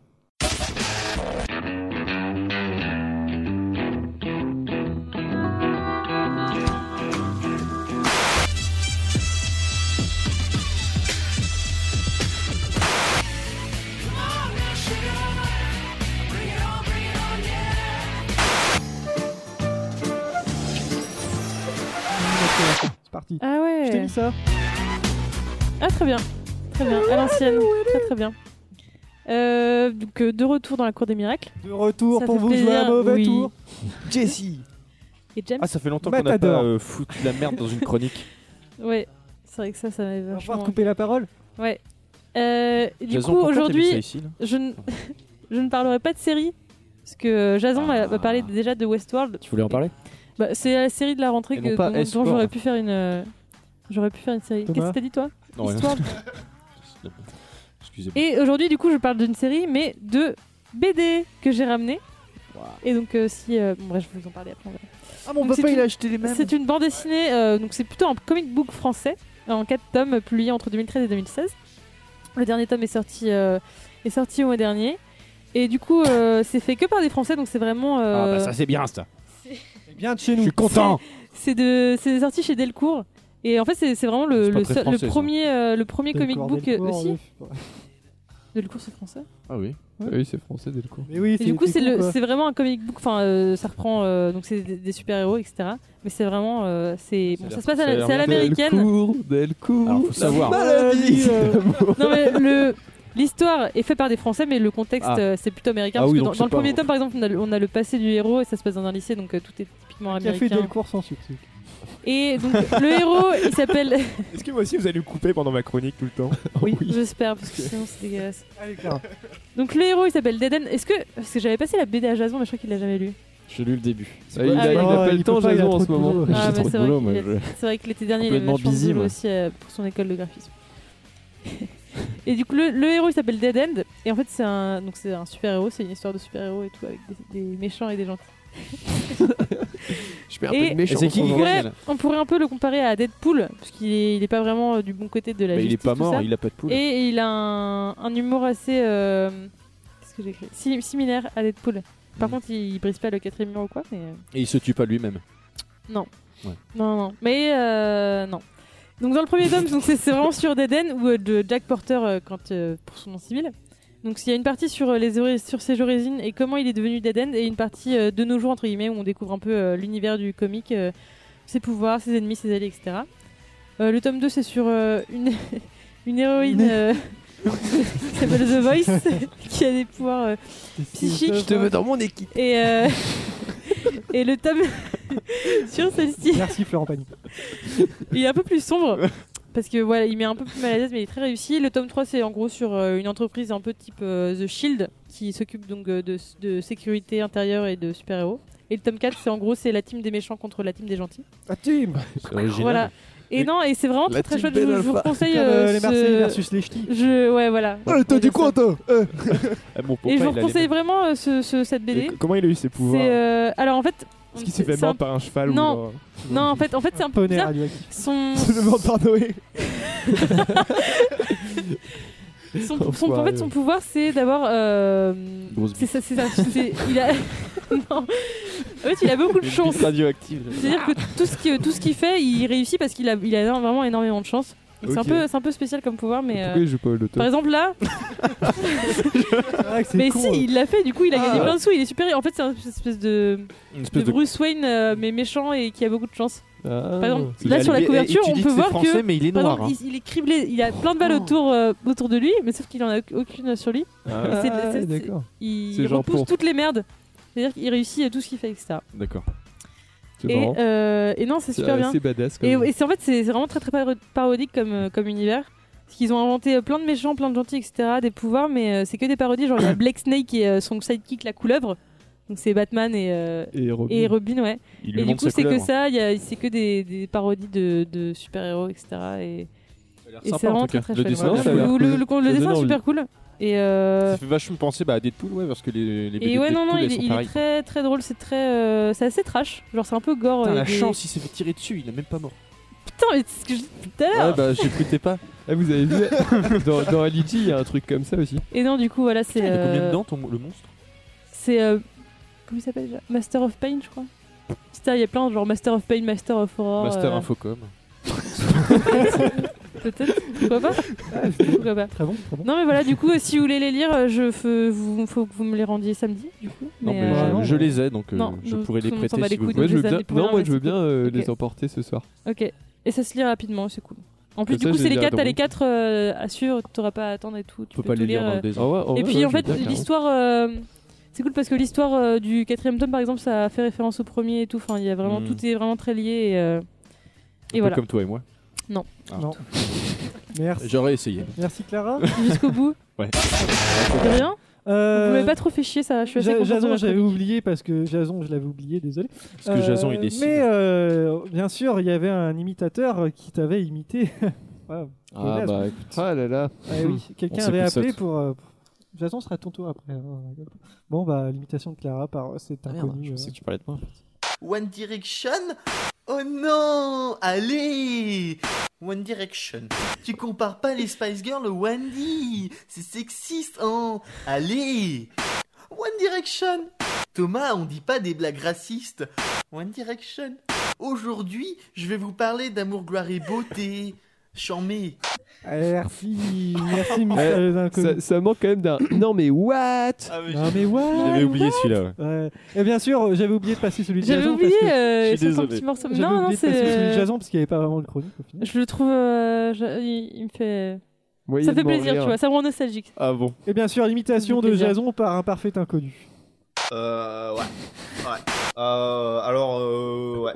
C: C'est parti.
E: Ah ouais.
C: Je t'ai mis ça. Ah,
E: Ah très bien, très bien, à l'ancienne, très très bien. Euh, donc euh, de retour dans la cour des miracles.
C: De retour
E: Ça
C: pour
E: fait
C: vous jouer
E: plaisir,
C: un mauvais
E: oui.
C: tour. Bah,
F: Jessie
E: Et James.
F: Ah, ça fait longtemps qu'on n'a pas
C: Matador.
F: euh, foutu de la merde dans une chronique.
E: Ouais, c'est vrai que ça, ça m'avait vachement.
C: pouvoir couper la parole
E: Ouais. Euh, du
F: Jason,
E: coup,
F: pourquoi t'as mis ça
E: aujourd'hui,
F: ici, là
E: je ne je ne parlerai pas de série parce que euh, Jason
F: Ah.
E: m'a m'a parlé déjà de Westworld.
D: Tu voulais en parler
E: Bah, c'est la série de la rentrée
D: Et
E: que-
D: non pas
E: dont- dont,
D: Esport.
E: j'aurais pu faire une euh, j'aurais pu faire une série. Qu'est-ce
D: Thomas
E: que t'as dit toi
D: Non, rien.
E: Histoire.
F: Excusez-moi.
E: Et aujourd'hui, du coup, je parle d'une série, mais de BD que j'ai ramené. Et donc, euh, si. euh, bon, bref, je vais vous en parler après. on verra.
F: Ah, mon
E: Donc,
F: papa,
E: c'est
F: il
E: une-
F: a acheté les mêmes.
E: C'est une bande dessinée, euh, donc c'est plutôt un comic book français, en 4 tomes, publié entre 2013 et 2016. Le dernier tome est sorti, euh, est sorti au mois dernier. Et du coup, euh, c'est fait que par des Français, donc c'est vraiment.
S: Ah
E: euh,
S: bah ça c'est bien ça.
C: Bien de chez nous. Je suis
S: content.
E: c'est de c'est sorti chez Delcourt et en fait c'est c'est vraiment le
S: C'est pas
E: le,
S: très
E: seul- le
S: français, ça.
E: premier euh, le premier comic
C: Delcourt,
E: book
C: Delcourt,
E: euh, aussi
C: oui.
E: Delcourt c'est français
F: Ah oui.
B: Oui, c'est français dès le coup.
C: Mais oui,
E: et du coup c'est le- c'est vraiment un comic book enfin euh, ça reprend euh, donc c'est des, super héros etc mais c'est vraiment euh, c'est bon, ça se passe à la- c'est à l'américaine
B: Delcourt, Delcourt.
F: Alors, faut savoir.
B: Maladie.
E: non mais le l'histoire est faite par des Français, mais le contexte
F: Ah.
E: euh, c'est plutôt américain.
F: Ah
E: parce
F: oui,
E: que dans,
F: donc c'est
E: dans le
F: pas-
E: premier tome, par exemple, on a, le- on a le passé du héros et ça se passe dans un lycée, donc euh, tout est typiquement
C: Qui a fait
E: américain.
C: Delcourt sans succès.
E: Et donc le héros, il s'appelle.
G: Est-ce que moi aussi vous allez le couper pendant ma chronique tout le temps
E: Oui, j'espère, parce que sinon c'est dégueulasse.
C: Allez, Clara.
E: Donc le héros, il s'appelle Deden. Est-ce que. Parce que j'avais passé la BD à Jason, mais je crois qu'il l'a jamais lu.
D: J'ai lu le début.
B: Ah, il a- il a
C: Ah,
B: pas
C: il
B: le temps,
C: peut pas, il a
B: Jason, en
C: trop
B: ce
C: de boulot.
B: moment.
E: Ah, mais
D: trop de
E: c'est vrai
D: boulot,
E: qu'il
D: moi,
E: a-
D: je-
E: c'est vrai que l'été dernier, il avait
D: Complètement
E: vachement de
D: busy,
E: boulot
D: moi.
E: aussi euh, pour son école de graphisme. Et du coup, le, le héros il s'appelle Dead End, et en fait, c'est un, donc c'est un super héros, c'est une histoire de super héros et tout, avec des, des méchants et des gentils.
F: Je mets un
E: Et-
F: peu de méchant.
E: on, pourrait, on pourrait un peu le comparer à Deadpool, parce qu'il est, il est pas vraiment euh, du bon côté de la
F: Mais il est
E: justice.
F: pas
E: tout
F: mort,
E: ça.
F: il a pas de poule.
E: Et il a un, un humour assez. euh, Qu'est-ce que j'ai écrit Si- Similaire à Deadpool. Par contre, il, il brise pas le quatrième mur ou quoi, mais. euh,
F: Et il se tue pas lui-même.
E: non.
F: Ouais.
E: Non, non. Mais euh, non. Donc dans le premier tome, donc c'est c'est vraiment sur Deden ou euh, de Jack Porter euh, quand, euh, pour son nom civil. Donc il y a une partie sur, euh, les ori- sur ses origines et comment il est devenu Deden et une partie euh, de nos jours entre guillemets où on découvre un peu euh, l'univers du comic, euh, ses pouvoirs, ses ennemis, ses alliés, etc. Euh, le tome 2 c'est sur euh, une, une héroïne euh, qui s'appelle The Voice qui a des pouvoirs euh, psychiques.
F: Je te veux dans mon équipe.
E: Et, euh, et le tome sur celle-ci.
C: Merci Florent Pagny.
E: Il est un peu plus sombre parce que voilà, il met un peu plus mal à l'aise, mais il est très réussi. Le tome 3, c'est en gros sur euh, une entreprise un peu type euh, The Shield qui s'occupe donc euh, de, de sécurité intérieure et de super-héros. Et le tome 4, c'est en gros, c'est la team des méchants contre la team des gentils.
C: La team
E: Voilà. Et non, et c'est vraiment
C: La
E: très très
C: team
E: chouette. Je vous, je vous
C: Benalpha.
E: conseille.
C: Comme, euh,
E: euh,
C: les
E: ce-
C: Marseillais versus les Ch'tis.
E: Je... Ouais, voilà.
G: t'as dit quoi, toi
B: euh.
G: Ah,
F: Mon
E: Et je vous conseille vraiment euh, ce- ce- cette BD.
G: Comment il a eu ses pouvoirs
E: C'est euh, alors en fait.
G: Est-ce qu'il s'est fait
E: c'est un-
G: mordre par un cheval ou
E: Non,
G: genre-
E: non en fait, en fait c'est un peu
G: poney
E: bizarre.
G: radioactif.
E: Son,
G: Il se fait mordre par Noé.
E: son, son- en fait, son pouvoir c'est d'avoir. euh,
F: Grosse
E: c'est ça, c'est ça. c'est- Il a. non. En fait, il a beaucoup de chance.
F: radioactive.
E: C'est-à-dire que tout ce qui- tout ce qu'il fait, il réussit parce qu'il a, il a vraiment énormément de chance. C'est un
B: Ok.
E: peu, c'est un peu spécial comme pouvoir, mais. euh,
B: Pourquoi il joue pas au loto
E: Par exemple là.
D: Ah,
C: vrai que c'est
E: mais
C: con,
E: si,
C: hein.
E: il l'a fait. Du coup, il a
C: Ah.
E: gagné plein de sous. Il est super. En fait, c'est une espèce de,
D: Une espèce
E: de
D: de-
E: Bruce Wayne, euh, mais méchant et qui a beaucoup de chance. Par exemple,
D: Il
E: là
D: a
E: sur la
D: les-
E: couverture,
D: et eh, tu
E: on
D: dis
E: peut
D: que c'est
E: voir que
D: français, mais il est
E: par
D: noir,
E: exemple,
D: hein. Oh.
E: il, il est criblé. Il a plein de balles autour, euh, autour de lui, mais sauf qu'il en a aucune sur lui.
D: Ah.
E: Et c'est-
D: Ah,
E: c'est-
D: d'accord.
E: Il,
D: C'est genre
E: repousse
D: pour.
E: toutes les merdes. C'est-à-dire qu'il réussit à tout ce qu'il fait, etc.
D: D'accord.
E: Et, euh, et non, c'est super bien.
B: assez badass, quand
E: et,
B: même.
E: et c'est en fait, c'est c'est vraiment très très paro- parodique comme, euh, comme univers. Parce qu'ils ont inventé euh, plein de méchants, plein de gentils, etc. Des pouvoirs, mais euh, c'est que des parodies. Genre, il y a Black Snake et euh, son sidekick, la couleuvre. Donc, c'est Batman et, euh,
B: Et Robin.
E: ouais.
B: Il lui
E: et du
B: montre
E: coup,
B: sa
E: c'est que
B: couleuvre.
E: ça. il y a- C'est que des, des parodies de, de super-héros, etc. Et,
F: l'air
E: et
F: sympa,
E: c'est
F: en
E: vraiment
F: tout cas.
E: très très
F: Le
E: chouette.
F: dessin,
E: Vraiment,
F: ça a l'air
E: le- le- le-
F: cool.
E: le
F: Ça
E: dessin
F: donne
E: est super
F: envie.
E: cool. Et euh,
F: Ça fait vachement penser bah, à Deadpool, ouais, parce que les, les BD
E: et ouais,
F: de
E: non, non,
F: Deadpool,
E: il,
F: elles
E: est-
F: sont
E: il est
F: pareilles.
E: très très drôle, c'est très. euh, c'est assez trash, genre c'est un peu gore.
F: Putain,
E: euh,
F: la
E: des-
F: chance, il s'est fait tirer dessus, il est même pas mort.
E: Putain, mais c'est ce que je dis depuis tout à l'heure
F: Ouais, bah j'écoutais pas.
B: Ah, vous avez vu Dans, dans Ality, il y a un truc comme ça aussi.
E: Et non, du coup, voilà, c'est.
B: Putain, il a combien de
E: euh,
B: dents,
F: ton- le monstre
E: C'est. euh, comment il s'appelle déjà Master of Pain, je crois. Putain, il y a plein, genre Master of Pain, Master of Horror.
F: Master
E: euh,
F: Infocom.
E: Peut-être, pourquoi pas Pourquoi pas
C: Ah, Très bon, très bon.
E: Non, mais voilà, du coup, euh, si vous voulez les lire, euh, je feux- vous, faut que vous me les rendiez samedi, du coup.
F: Non, mais
E: euh,
F: je- je les ai, donc euh,
E: non,
F: je
E: nous-
F: pourrais les
E: tout le monde s'en
F: prêter
E: bat
F: si
E: les
F: vous
E: couilles,
F: voulez.
E: donc je les ai
B: bien-
E: amenés pour
B: non,
E: rien,
B: moi,
E: mais
B: je veux
E: c'est
B: bien
E: cool.
B: euh,
E: Ok.
B: les emporter ce soir.
E: Ok. Et ça se lit rapidement, c'est cool. En plus,
B: Comme
E: du
B: ça,
E: coup,
B: je
E: c'est
B: les
E: les
B: ai
E: 4, t'as
B: dans
E: les
B: mon-
E: 4 euh, à suivre, t'auras pas à attendre et tout. Tu
F: Peut
E: peux
F: pas
E: tout
F: les lire dans
E: euh.
F: le désordre. Ah ouais, ouais,
E: et puis,
F: ouais,
E: en
F: je veux
E: fait,
F: bien, carrément.
E: l'histoire. euh, c'est cool parce que l'histoire euh, du quatrième tome, par exemple, ça fait référence au premier et tout. Enfin, il y a vraiment,
F: Mm.
E: tout est vraiment très lié. Et, euh, et
F: Un peu
E: voilà.
F: comme toi et moi.
E: Non.
F: Ah.
C: Non. Merci.
F: J'aurais essayé.
C: Merci Clara.
E: Jusqu'au bout.
F: Ouais.
E: De rien
C: Euh,
E: Vous m'avez pas trop fait chier, ça. Je suis assez
C: Ja-
E: contente de
C: Jason,
E: ma
C: j'avais
E: chronique.
C: oublié parce que Jason, je l'avais oublié, désolé.
F: Parce que Jason, il dessine.
C: Mais euh, bien sûr, il y avait un imitateur qui t'avait imité. Ouais,
D: Ah
C: connasse.
D: bah écoute.
B: Ah là là.
C: Ah oui,
D: On
C: quelqu'un
D: sait
C: avait
D: plus ça,
C: appelé
D: tout.
C: pour. euh, pour- Jason sera ton tour après. hein, on rigole pas. Bon, bah, l'imitation de Clara par euh, cet
D: Ah, merde,
C: inconnu.
D: je
C: euh.
D: pensais que tu parlais de moi. en fait.
I: One Direction
Q: Oh non Allez One Direction. Tu compares pas les Spice Girls au Wendy C'est sexiste, hein Allez One Direction Thomas, on dit pas des blagues racistes. One Direction. Aujourd'hui, je vais vous parler d'amour, gloire et beauté. Charmé.
C: Merci, merci, mystère
B: Ouais,
C: des inconnus.
B: ça, ça manque quand même d'un. Non mais what
C: Non, mais what
B: J'avais oublié
C: What
B: celui-là, ouais.
C: Ouais. Et bien sûr, j'avais oublié de passer celui de
E: J'avais
C: Jason.
E: oublié,
C: parce que...
E: euh, Je suis son désolé. petit morceau.
C: J'avais
E: Non, non,
C: oublié de
E: c'est- euh,
C: passer celui de Jason parce qu'il n'y avait pas vraiment de chronique. au final.
E: Je le trouve. euh, je- il, il me fait.
C: Voyez
E: ça fait
C: de mon
E: plaisir,
C: rire.
E: tu vois. Ça me rend nostalgique.
F: Ah bon
C: Et bien sûr, l'imitation
E: Ça fait
C: de
E: plaisir.
C: Jason par un parfait inconnu.
S: Euh, ouais. Ouais. Euh, alors, euh, ouais.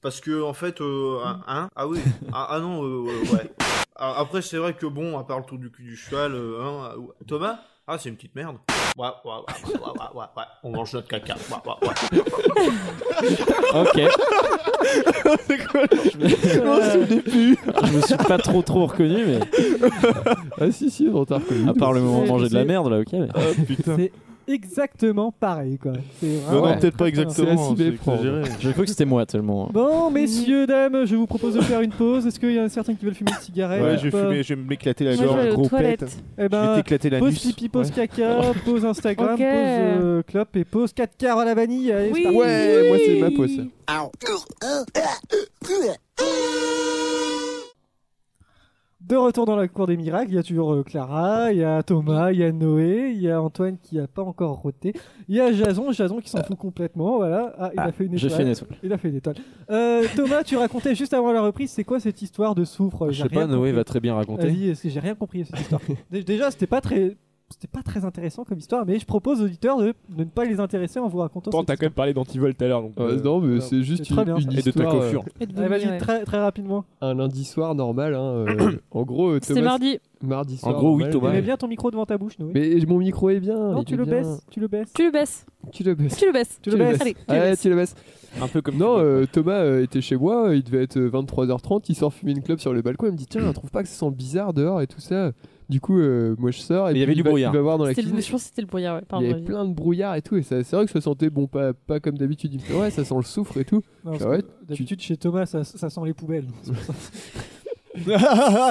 S: Parce que, en fait, euh, hein, hein Ah oui. Ah, ah non, euh, ouais, ouais. Ah, Après, c'est vrai que bon, à part le tour du cul du cheval, euh, hein, euh, Thomas Ah, c'est une petite merde. Ouais, ouais, ouais, ouais, ouais, ouais, ouais. On mange notre caca. Ouais, ouais, ouais.
D: Ok. Je me suis pas trop trop reconnu, mais.
B: Ah si si, on t'a reconnu.
D: À part le moment
C: C'est-
D: de manger de la
C: c'est-
D: merde là, ok. mais-
C: C'est exactement pareil, quoi. C'est
D: Non, non,
C: vraiment-
D: peut-être pas
B: exactement,
D: c'est
B: exagéré.
D: J'ai cru que c'était moi tellement.
C: Bon, messieurs, dames, je vous propose de faire une pause. Est-ce qu'il y en a certains qui veulent fumer une cigarette
F: Ouais, je vais
C: Pas.
F: fumer, je vais m'éclater la
C: Moi, je vais
F: gorge,
C: aller aux
F: gros
C: toilettes.
F: pète.
C: Eh ben,
F: je vais t'éclater la
C: Pause pipi, pause caca, pause Instagram,
E: Ok.
C: pause euh, clope et pause 4 quarts à la vanille. Allez,
E: Oui.
C: c'est parti.
E: Ouais, Oui. moi, c'est ma
B: pause.
C: De retour dans la cour des miracles, il y a toujours euh, Clara, il y a Thomas, il y a Noé, il y a Antoine qui a pas encore roté, il y a Jason, Jason qui s'en fout complètement, voilà. Ah, il a fait une
D: j'ai
C: étoile.
D: fait une étoile.
C: Il a fait une étoile. Euh, Thomas, tu racontais juste avant la reprise, c'est quoi cette histoire de soufre
F: Je
C: J'ai
F: sais pas,
C: rien
F: Noé
C: compris.
F: va très bien raconter.
C: Vas-y, est-ce que j'ai rien compris à cette histoire Dé- Déjà, c'était pas très. C'était pas très intéressant comme histoire, mais je propose aux auditeurs de, de ne pas les intéresser en vous racontant.
G: Bon,
C: cette
G: t'as quand même parlé d'Antivol tout à l'heure. donc,
B: Ah,
G: euh,
B: non, mais
G: voilà.
B: c'est juste
C: c'est très
B: une,
C: bien,
B: une
G: Et de ta
B: histoire, euh,
G: coiffure.
C: histoire. Allez, Ah, vas-y,
E: ouais.
C: très, très rapidement.
B: un lundi soir normal. Hein, euh, en gros, euh,
E: C'était
B: Thomas-
E: mardi.
B: Mardi soir.
F: gros, oui,
B: normal.
F: Thomas.
C: Tu mets bien ton micro devant ta bouche, Noé.
B: Mais mon micro est bien.
C: non,
B: il
C: tu
B: est
C: le
B: bien.
C: baisses, tu le baisses.
E: Tu le baisses.
B: Tu le baisses.
E: Tu le baisses.
C: Tu le baisses.
E: Allez, tu le
B: Ouais,
E: baisses.
B: tu le baisses.
F: Un peu comme
B: Non, euh, Thomas euh, était chez moi, euh, il devait être euh, 23h30, il sort fumer une clope sur le balcon, il me dit tiens, on trouve pas que ça sent bizarre dehors et tout ça. Du coup, euh, moi je sors et
D: Mais il y
B: puis
D: avait du
B: va-
D: brouillard.
B: il va voir dans la
E: C'était le-
B: cuisine.
E: Je pense que c'était le brouillard, ouais.
B: Il
E: Pardon,
B: y avait
E: vas-y.
B: plein de brouillard et tout, et ça- c'est vrai que ça sentait bon, pas, pas comme d'habitude. Il me fait ouais, ça sent le soufre et tout.
C: Non,
B: Je
C: parce
B: fais, ouais,
C: que D'habitude, chez Thomas, ça, ça sent les poubelles. C'est pour ça.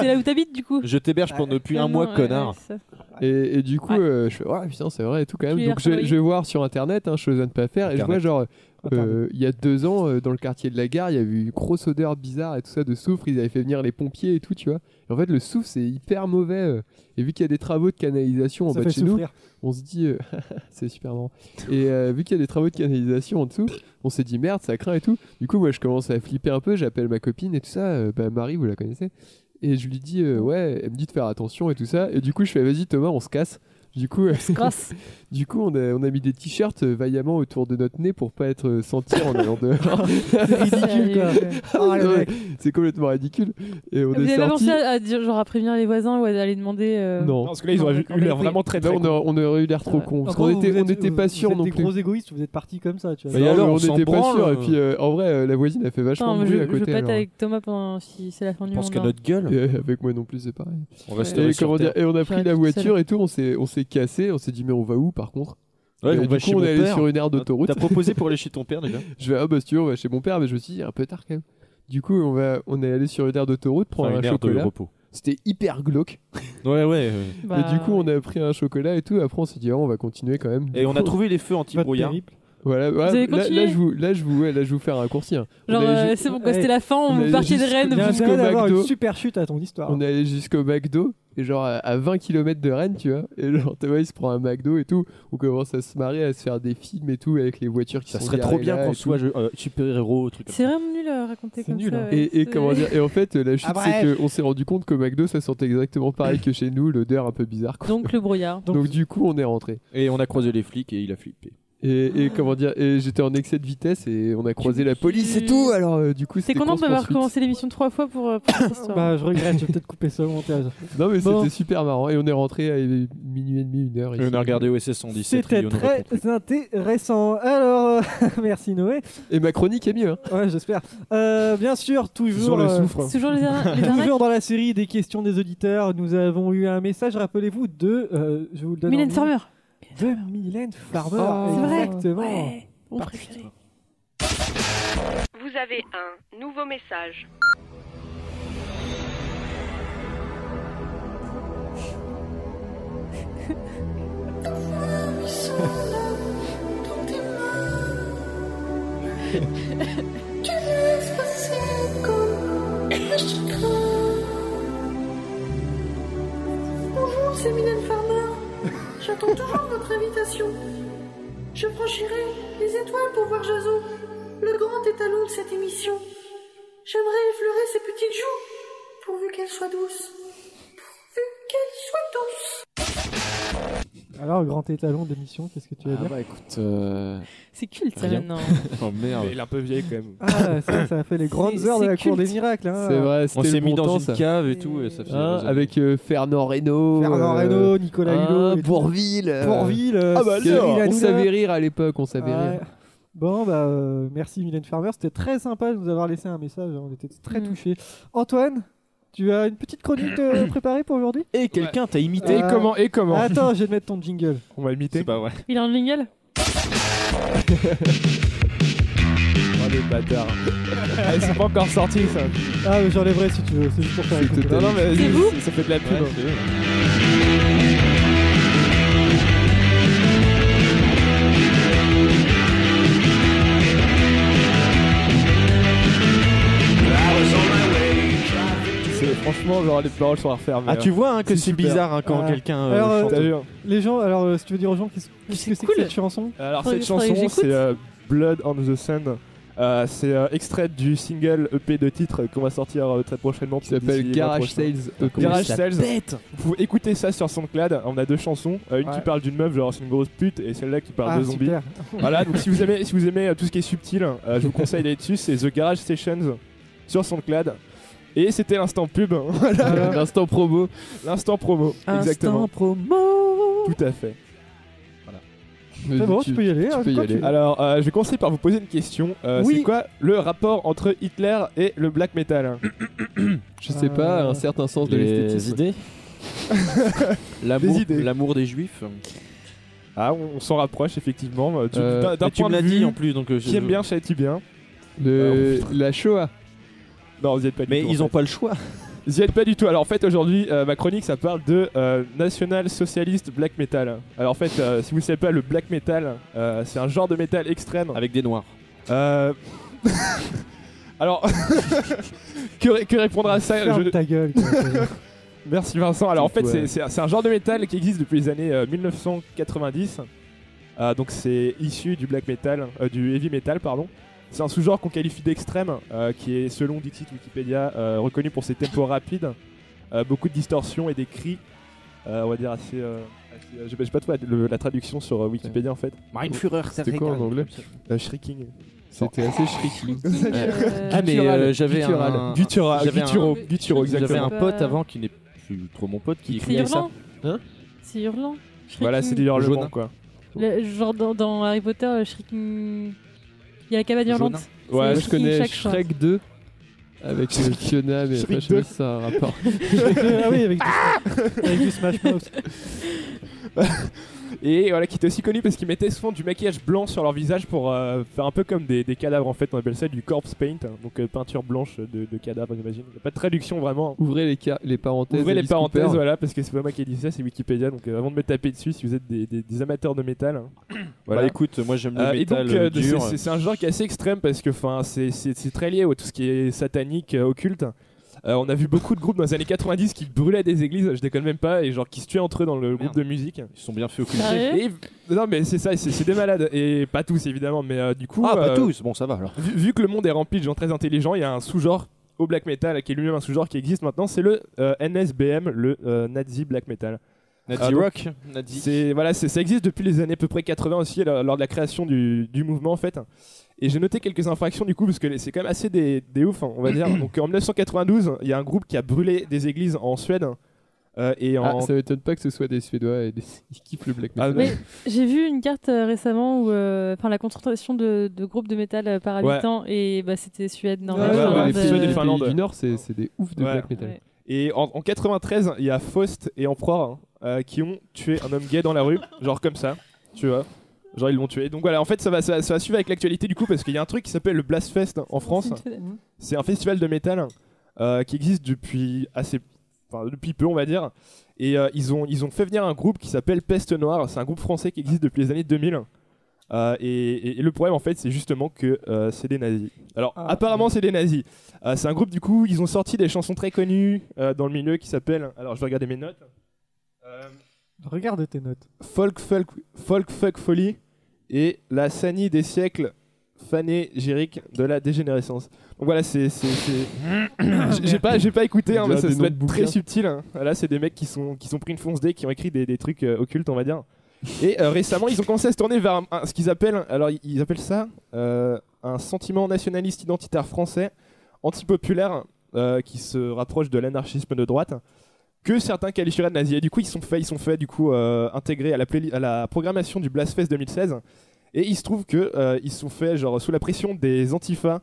E: C'est là où t'habites, du coup.
F: Je t'héberge pendant depuis
E: Ah,
F: un
E: non,
F: mois,
E: ouais,
F: connard.
E: ouais, c'est ça.
B: Et, et du coup, euh, je fais ouais, putain, c'est vrai et tout quand même.
E: Tu les
B: Donc je,
E: retravailles.
B: je vais voir sur internet, hein, chose à ne pas faire, et je vois
F: Internet.
B: genre, Euh, il y a deux ans, euh, dans le quartier de la gare, il y avait eu une grosse odeur bizarre et tout ça de soufre. Ils avaient fait venir les pompiers et tout, tu vois. Et en fait, le soufre, c'est hyper mauvais. euh. Et vu qu'il y a des travaux de canalisation en
C: Ça
B: bas de
C: fait
B: chez nous,
C: souffrir.
B: on se dit, euh, c'est super marrant. Et euh, vu qu'il y a des travaux de canalisation en dessous, on s'est dit merde, ça craint et tout. Du coup, moi, je commence à flipper un peu. J'appelle ma copine et tout ça. euh, bah, Marie, vous la connaissez. Et je lui dis, euh, ouais, elle me dit de faire attention et tout ça. Et du coup, je fais, vas-y, Thomas, on se casse. Du coup, du coup, on a, on a mis des t-shirts euh, vaillamment autour de notre nez pour pas être euh, sentir en allant dehors.
C: C'est ridicule, quoi. Sérieux. Oh, le
B: Non, mais
C: mec.
B: C'est complètement ridicule. Et on
E: Vous
B: est
E: avez pas
B: sorti.
C: euh,
E: pensé à, à dire, genre à prévenir les voisins ou à aller demander. euh,
B: Non. Non, on aurait- on aurait eu l'air trop con. Parce qu'on était, on n'était pas sûr non
C: Vous êtes des
B: plus.
C: gros égoïstes, vous êtes partis comme ça, tu vois.
B: Non, mais on n'était pas sûr. Et puis, euh, en vrai, euh, la voisine a fait vachement
E: Attends,
B: de
E: mais
B: bruit
E: je,
B: à
E: je
B: côté.
E: pète
B: alors.
E: avec Thomas pendant si c'est la fin du monde. hein.
B: gueule. Et euh, avec moi non plus, c'est pareil.
E: On
B: et,
E: resterait sur
B: comment dire,
E: Terre.
B: et on a
E: Je
B: pris
E: reste
B: la
E: toute
B: voiture
E: seule.
B: et tout, on s'est, on s'est cassé, on s'est dit mais on va où par contre
D: Ouais,
B: Et
D: on
B: du
D: va
B: coup,
D: chez
B: on
D: mon
B: est allé
D: père.
B: sur une aire d'autoroute.
D: T'as proposé pour aller chez ton père, déjà
B: Je vais ah bah si tu veux, on va chez mon père, mais je me suis dit un peu tard quand même. Du coup, on va, on est allé sur une aire d'autoroute prendre
D: Enfin, une
B: un
D: aire de
B: chocolat.
D: repos.
B: C'était hyper glauque.
D: Ouais, ouais. euh.
E: Bah,
B: Mais du coup, on a pris un chocolat et tout. Après, on s'est dit ah, on va continuer quand même.
D: Et on a trouvé les feux anti-brouillard.
B: Voilà, voilà,
E: avez
B: là, là,
E: continué
B: je vous, là, je vous, ouais, là, je vous fais un raccourci. hein. On
E: Genre,
B: est allé
E: euh,
B: ju-
E: c'est bon, quoi, c'était la fin, on
B: est allé
E: partait de
B: jusqu'-
E: Rennes.
C: Il y a
B: jusqu'au
C: intérêt d'avoir
B: McDo.
C: une super chute à ton histoire.
B: On est allé jusqu'au McDo, et genre à- à 20 km de Rennes, tu vois. Et genre, Thomas, il se prend un McDo et tout. On commence à se marrer, à se faire des films et tout, avec les voitures qui
D: Ça
B: sont
D: serait
B: garées
D: trop bien
B: là
D: qu'on
B: et
D: soit
B: tout. hein.
D: je- euh, super-héros, truc comme
E: C'est vraiment nul à raconter comme ça. ouais.
B: Et, et
E: C'est-
B: comment dire Et en fait, la chute,
E: Ah,
B: c'est
E: bref.
B: qu'on s'est rendu compte que McDo, ça sentait exactement pareil que chez nous, l'odeur un peu bizarre. quoi.
E: Donc le brouillard.
B: Donc, du coup, on est rentré.
D: Et on a croisé les flics et il a flippé.
B: Et,
C: Ah.
B: et comment dire Et j'étais en excès de vitesse et on a croisé la police et tout. Alors euh, du coup,
E: T'es
B: c'était
E: content
B: course
E: d'avoir
B: poursuite.
E: commencé l'émission trois fois pour, euh, pour cette histoire
C: Bah, je regrette, je vais peut-être couper ça au montage.
B: Non mais
C: Bon.
B: c'était super marrant et on est rentré à minuit et demi, une heure.
D: Et on a regardé OSS 117.
C: C'était
D: Rio, on a
C: très intéressant. Alors, euh, merci Noé.
B: Et ma chronique est
E: hein.
B: mieux.
C: Ouais, j'espère. Euh, bien sûr, toujours.
B: Toujours le
C: euh,
B: soufre. C'est toujours les arna- les arnaques
C: toujours dans la série des questions des auditeurs, nous avons eu un message, rappelez-vous, de. euh, je vous le donne. en
E: Mylène
C: mille-
E: Farmer.
C: De Mylène Farmer.
E: Oh. C'est vrai
C: Exactement.
E: Ouais, mon préféré.
K: Vous avez un nouveau message.
O: Tu laisses passer comme un chagrin.
K: Bonjour, c'est Mylène Farmer. J'attends toujours votre invitation. Je franchirai les étoiles pour voir Jason, le grand étalon de cette émission. J'aimerais effleurer ses petites joues, pourvu qu'elles soient douces. Pourvu qu'elles soient douces.
C: Alors, grand étalon d'émission, qu'est-ce que tu veux dire
D: bah écoute. euh,
E: C'est culte, ça,
D: rien.
E: maintenant.
D: oh merde.
G: Il est un peu vieille quand même.
C: Ah, ça, ça a fait les grandes
E: C'est-
C: heures de
E: c'est
C: la cour
E: culte.
C: des miracles. hein.
B: C'est vrai,
D: On
B: c'était
D: s'est
B: le
D: mis
B: bon
D: dans
B: temps,
D: une
B: ça.
D: cave et tout. Et ça Ah, faisait
B: Hein,
D: des années.
B: avec euh, Fernand Reynaud,
C: Fernand
B: euh,
C: Reynaud, Nicolas
B: hein,
C: Hulot. et tout.
B: Bourvil. euh,
C: Bourvil, euh,
B: ah bah
C: Cyril
B: alors, on
C: Hanouna. Ah,
B: savait rire à l'époque, on savait
C: Ouais.
B: rire.
C: Bon, bah, euh, merci Mylène Farmer. C'était très sympa de nous avoir laissé un message. hein, On était très touchés. Antoine, tu as une petite chronique euh, préparée pour aujourd'hui
D: Et quelqu'un t'a imité.
G: Et comment- et comment
C: Ah, Attends, je vais te mettre ton jingle.
G: On m'a imité. C'est pas vrai.
E: Il est en jingle
G: Oh les bâtards. Ah, c'est pas encore sorti ça.
C: Ah, mais j'enlèverai si tu veux. C'est juste pour faire écouter.
G: Non, non, mais
C: C'est
G: vas-y,
C: vous
G: ça fait de la pub.
C: Ouais,
G: hein. C'est- Franchement, genre les paroles sont à refaire. mais,
D: Ah, tu
G: euh,
D: vois, hein, que c'est
G: super.
D: bizarre, hein, quand
C: Ah.
D: quelqu'un, euh,
C: Alors,
D: chante.
G: T'as vu,
C: les gens, alors, euh, si tu veux dire aux gens, qu'est-ce qu'est-ce que c'est que
E: cool.
C: cette chanson
G: Alors
E: Faudrait-
G: cette
E: faudrait que
G: chanson
E: j'écoute.
G: c'est euh, Blood on the Sun. Euh, c'est euh, extrait du single EP de titre qu'on va sortir euh, très prochainement. Qui
B: s'appelle Garage Sales euh, EP.
G: Garage
B: Ça
G: Sales.
B: pète.
G: Vous pouvez écouter ça sur SoundCloud. On a deux chansons. Euh, une
C: Ouais.
G: qui parle d'une meuf, genre c'est une grosse pute, et celle-là qui parle
C: Ah,
G: de zombies.
C: super.
G: voilà. Donc si vous aimez, si vous aimez euh, tout ce qui est subtil, euh, je vous conseille d'aller dessus. C'est The Garage Stations sur SoundCloud. Et c'était l'instant pub. Voilà.
B: L'instant promo.
G: L'instant promo. exactement.
E: promo.
G: Tout à fait. Voilà.
C: C'est bon, tu peux y aller, hein, quoi tu veux.
G: Alors, euh, je vais commencer par vous poser une question. Euh,
C: Oui.
G: C'est quoi le rapport entre Hitler et le black metal
B: Je sais pas, un certain sens de
D: Les
B: l'esthétisme.
D: idées
G: Des
D: L'amour
G: idées.
D: l'amour des juifs.
G: Ah, on, on s'en rapproche effectivement. Euh, tu-
D: Euh,
G: d'un- d'un
D: mais tu me
G: point de
D: l'as dit,
G: vue,
D: en plus, donc, euh,
G: qui
D: je-
G: aime bien, châtie bien.
C: Ah,
B: Le- La Shoah.
G: Non, vous n'y êtes pas du
D: Mais
G: tout.
D: ils ont
G: pas le choix. Vous n'y êtes pas du tout. Alors en fait, aujourd'hui, euh, ma chronique, ça parle de euh, national-socialiste black metal. Alors en fait, euh, si vous ne savez pas, le black metal, euh, c'est un genre de métal extrême.
D: Avec des noirs.
G: Euh, Alors, que, ré- que répondre à euh, ça
C: Ferme ta gueule, quoi.
G: Merci Vincent. Alors en fait,
C: Ouais.
G: c'est- c'est un- c'est un genre de métal qui existe depuis les années euh, 1990. Euh, donc c'est issu du black metal, euh, du heavy metal, pardon. C'est un sous-genre qu'on qualifie d'extrême, euh, qui est selon Dixit Wikipédia euh, reconnu pour ses tempos rapides, euh, beaucoup de distorsions et des cris, euh, on va dire assez. euh, assez- euh, je sais pas toi la traduction sur euh, Wikipédia en fait.
D: Mindfuhrer, ça
G: C'était quoi en
D: régale.
G: anglais Euh, Shrieking.
B: C'était assez shrieking.
D: Ah mais
G: Guttural,
D: euh, j'avais
G: guttural,
D: un
G: guttural,
D: j'avais un-
G: gutturo, gutturo,
D: J'avais un
G: exactement.
D: pote avant qui n'est plus trop mon pote qui
E: C'est
D: criait ça.
E: hurlant. C'est hurlant. euh,
G: Voilà, c'est des
D: Jaune,
G: hurlements
D: hein.
G: quoi.
E: Le- genre dans, dans Harry Potter, euh, Shrieking. Il y a la cabane hurlante. C'est
B: Ouais, je
E: Shrieking
B: connais
E: chaque fois.
B: Shrek 2 avec euh, Fiona, mais après, je sais pas si ça a un rapport.
C: ah oui, avec du, avec du Smash Mouth.
G: Et voilà, qui était aussi connu parce qu'ils mettaient souvent du maquillage blanc sur leur visage pour euh, faire un peu comme des, des cadavres en fait. On appelle ça du corpse paint, hein, donc euh, peinture blanche de, de cadavres, j'imagine. Y a Pas de traduction vraiment.
B: Ouvrez les, ca- les parenthèses.
G: Ouvrez les
B: Alice
G: parenthèses,
B: Cooper.
G: voilà, parce que c'est pas moi qui ai dit ça, c'est Wikipédia. Donc euh, avant de me taper dessus, si vous êtes des, des- des amateurs de métal. hein, voilà.
D: Bah, écoute, moi, j'aime le
G: Euh, et
D: métal,
G: donc, euh,
D: euh,
G: de-
D: dur.
G: c'est- c'est- c'est un genre qui est assez extrême parce que enfin, c'est- c'est c'est très lié à tout ce qui est satanique, euh, occulte. Euh, on a vu beaucoup de groupes dans les années 90 qui brûlaient des églises, je déconne même pas, et genre qui se tuaient entre eux dans le groupe de musique. Ils
D: sont bien faits
G: occultés.
D: Sérieux
G: non mais c'est ça, c'est c'est des malades, et pas tous évidemment, mais euh, du coup...
D: Ah, pas
G: euh,
D: tous, bon ça va alors.
G: Vu, vu que le monde est rempli de gens très intelligents, il y a un sous-genre au black metal qui est lui-même un sous-genre qui existe maintenant, c'est le euh, NSBM, le euh, Nazi Black Metal. Ah,
D: Nazi
G: donc,
D: rock, nazi.
G: c'est- voilà, c'est- ça existe depuis les années à peu près 80 aussi, là, lors de la création du, du mouvement en fait. Et j'ai noté quelques infractions du coup, parce que les- c'est quand même assez des, des ouf, hein, on va dire. Donc en 1992, il y a un groupe qui a brûlé des églises en Suède. euh, et
B: Ah,
G: en... Ah,
B: ça m'étonne pas que ce soit des Suédois et des... ils kiffent le black metal.
E: Mais j'ai vu une carte euh, récemment où, euh, enfin, la concentration de, de groupes de métal euh, par
G: Ouais.
E: habitant et bah, c'était Suède,
G: Ouais,
E: Norvège,
G: ouais,
E: Finlande,
G: ouais, les Suèdes et
E: euh,
G: Finlande.
B: du Nord, c'est c'est des ouf de
G: Ouais.
B: black metal.
G: Et en, en 93, il y a Faust et Empereur hein, euh, qui ont tué un homme gay dans la rue, genre comme ça, tu vois. Genre ils l'ont tué. Donc voilà, en fait ça va, ça, va- ça va suivre avec l'actualité du coup parce qu'il y a un truc qui s'appelle le Blastfest en France.
E: c'est une-
G: C'est un festival de métal euh, qui existe depuis assez, enfin, depuis peu on va dire. Et euh, ils ont ils ont fait venir un groupe qui s'appelle Peste Noire. C'est un groupe français qui existe depuis les années 2000. Euh, et, et- et le problème en fait c'est justement que euh, c'est des nazis. Alors apparemment c'est des nazis. Euh, c'est un groupe du coup ils ont sorti des chansons très connues euh, dans le milieu qui s'appellent. Alors je vais regarder mes notes.
J: Euh,
C: Regarde tes notes.
G: Folk, folk, folk, fuck, folie et la sanie des siècles fanégérique de la dégénérescence. Donc voilà, c'est. c'est- c'est- J'ai- J'ai pas, j'ai pas écouté, hein,
B: On
G: mais ça
B: dirait des
G: doit
B: noms de
G: être très
B: bouquins.
G: subtil. hein. Là, c'est des mecs qui sont, qui sont pris une fonce dé, qui ont écrit des, des trucs euh, occultes, on va dire. Et euh, récemment, ils ont commencé à se tourner vers un- un- ce qu'ils appellent, alors ils- ils appellent ça euh, un sentiment nationaliste identitaire français, antipopulaire, euh, qui se rapproche de l'anarchisme de droite que certains qualifieraient de nazis. Et du coup, ils sont faits, ils sont faits du coup euh, intégrés à la, playli- à la programmation du Blastfest 2016. Et il se trouve que euh, ils sont faits genre sous la pression des antifas,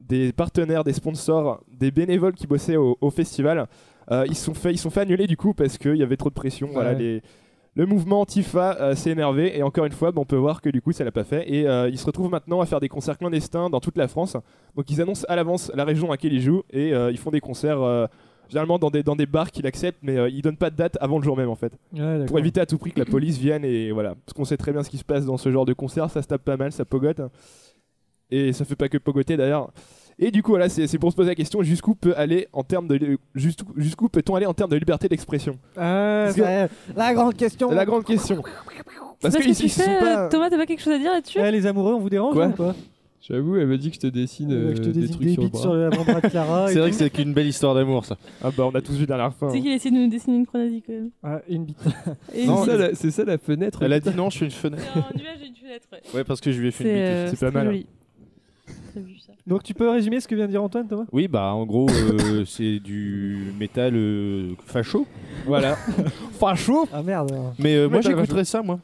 G: des partenaires, des sponsors, des bénévoles qui bossaient au, au festival. Euh, ils sont faits, ils sont fait annuler du coup parce qu'il y avait trop de pression. Voilà,
B: Ouais.
G: les- le mouvement antifa euh, s'est énervé et encore une fois, bah, on peut voir que du coup, ça l'a pas fait. Et euh, ils se retrouvent maintenant à faire des concerts clandestins dans toute la France. Donc ils annoncent à l'avance la région à laquelle ils jouent et euh, ils font des concerts. euh, Généralement dans des, dans des bars qu'ils acceptent, mais euh, ils donnent pas de date avant le jour même en fait.
C: Ouais, d'accord.
G: Pour éviter à tout prix que la police vienne et voilà. Parce qu'on sait très bien ce qui se passe dans ce genre de concert, ça se tape pas mal, ça pogote. Et ça fait pas que pogoter d'ailleurs. Et du coup, voilà, c'est c'est pour se poser la question jusqu'où peut aller en termes de li- jusqu'où jusqu'où peut-on aller en termes de liberté d'expression
C: Ah,
G: Parce que-
C: ça- La grande question.
G: La grande question.
E: C'est
G: Parce
E: pas
G: que
E: ce que
G: ils-
E: tu
G: ils sont
E: fais,
G: pas-
E: euh, Thomas, t'as pas quelque chose à dire là-dessus
C: Les amoureux, on vous dérange
B: Quoi
C: ou pas
B: J'avoue, elle m'a dit que je te dessine
C: Euh, je te
B: euh, des
C: dessine
B: trucs
C: des
B: sur le
C: bites
B: bras.
C: sur l'avant-bras de Clara et C'est vrai tout. que
G: C'est une belle histoire d'amour ça. Ah bah on a tous vu dernière fois.
E: C'est qu'il a essayé de nous dessiner une chronologie quand même.
C: Ah, une bite.
E: Et
G: Non,
E: une-
G: ça, la-
B: C'est ça la fenêtre.
G: Elle a dit non, je suis une fenêtre.
E: Un nuage et une fenêtre. ouais.
G: Ouais, parce que je lui ai fait une
E: C'est,
G: bite,
E: euh,
G: c'est pas
E: très
G: mal.
E: joli.
C: Donc tu peux résumer ce que vient de dire Antoine, Thomas
F: Oui, bah en gros, euh, c'est du métal euh, facho.
G: Voilà. facho
C: Ah merde.
F: Mais euh, moi
G: Métal
F: j'écouterais
G: facho.
F: ça, moi.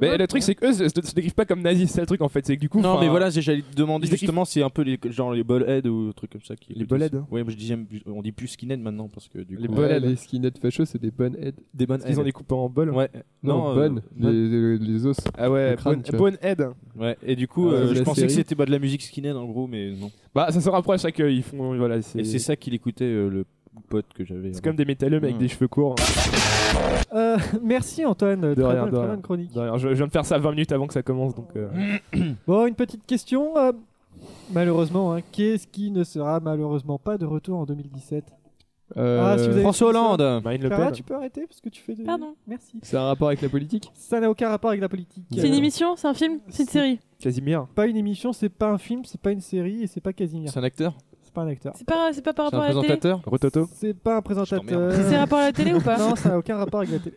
G: Mais le truc c'est que eux se, se- se décrivent pas comme nazis, c'est ça le truc en fait, c'est que du coup.
F: Non,
G: enfin,
F: mais voilà, j'ai- j'allais te demander
G: ils se
F: justement si un peu les, genre les bolheads ou trucs comme ça. Qui les
G: bolheads, hein.
F: Ouais, moi je dis, j'aime plus- on dit plus skinhead maintenant parce que du coup. euh,
B: Les bonnes, les skinheads fachos, c'est des bonnes heads.
F: Des bonnes
G: Parce qu'ils ont des coupes en bol.
F: Ouais.
B: Non,
F: euh,
B: bonnes. Les, les- les os.
G: Ah ouais, bonne, bonne aide.
F: Ouais, et du coup,
G: Ah,
F: euh,
G: de
F: je
G: la
F: pensais que
G: série.
F: c'était bah, de la musique skinhead en gros, mais
C: Ah,
F: non.
G: Bah ça se rapproche à que ils font voilà.
F: Et c'est ça qu'il écoutait euh, le pote que j'avais.
G: C'est comme des métalleux mais avec
F: Mm.
G: des cheveux courts.
C: Euh, merci Antoine,
G: De
C: très,
G: rien, de
C: bonne- très
G: rien.
C: bonne chronique. Mmh.
G: De rien. Je, je viens de faire ça 20 minutes avant que ça commence donc. euh,
C: Bon, une petite question. euh, Malheureusement, hein, qu'est-ce qui ne sera malheureusement pas de retour en 2017
D: Euh,
C: Ah, avez
D: François
C: suivi ça,
D: Hollande. Marine Le
C: Clara,
D: Pen.
C: tu peux arrêter parce que tu fais des...
E: Pardon.
C: Merci.
B: C'est un rapport avec la politique
C: Ça n'a aucun rapport avec la politique. euh,
E: C'est une émission, c'est un film, c'est une série.
G: Casimir.
C: Pas une émission, c'est pas un film, c'est pas une série et c'est pas Casimir.
D: C'est un acteur
C: C'est pas un acteur.
E: C'est pas, c'est pas par rapport à la télé.
G: Rototo
C: C'est pas un présentateur.
E: C'est ses rapports à la télé ou pas
C: Non, ça n'a aucun rapport avec la télé.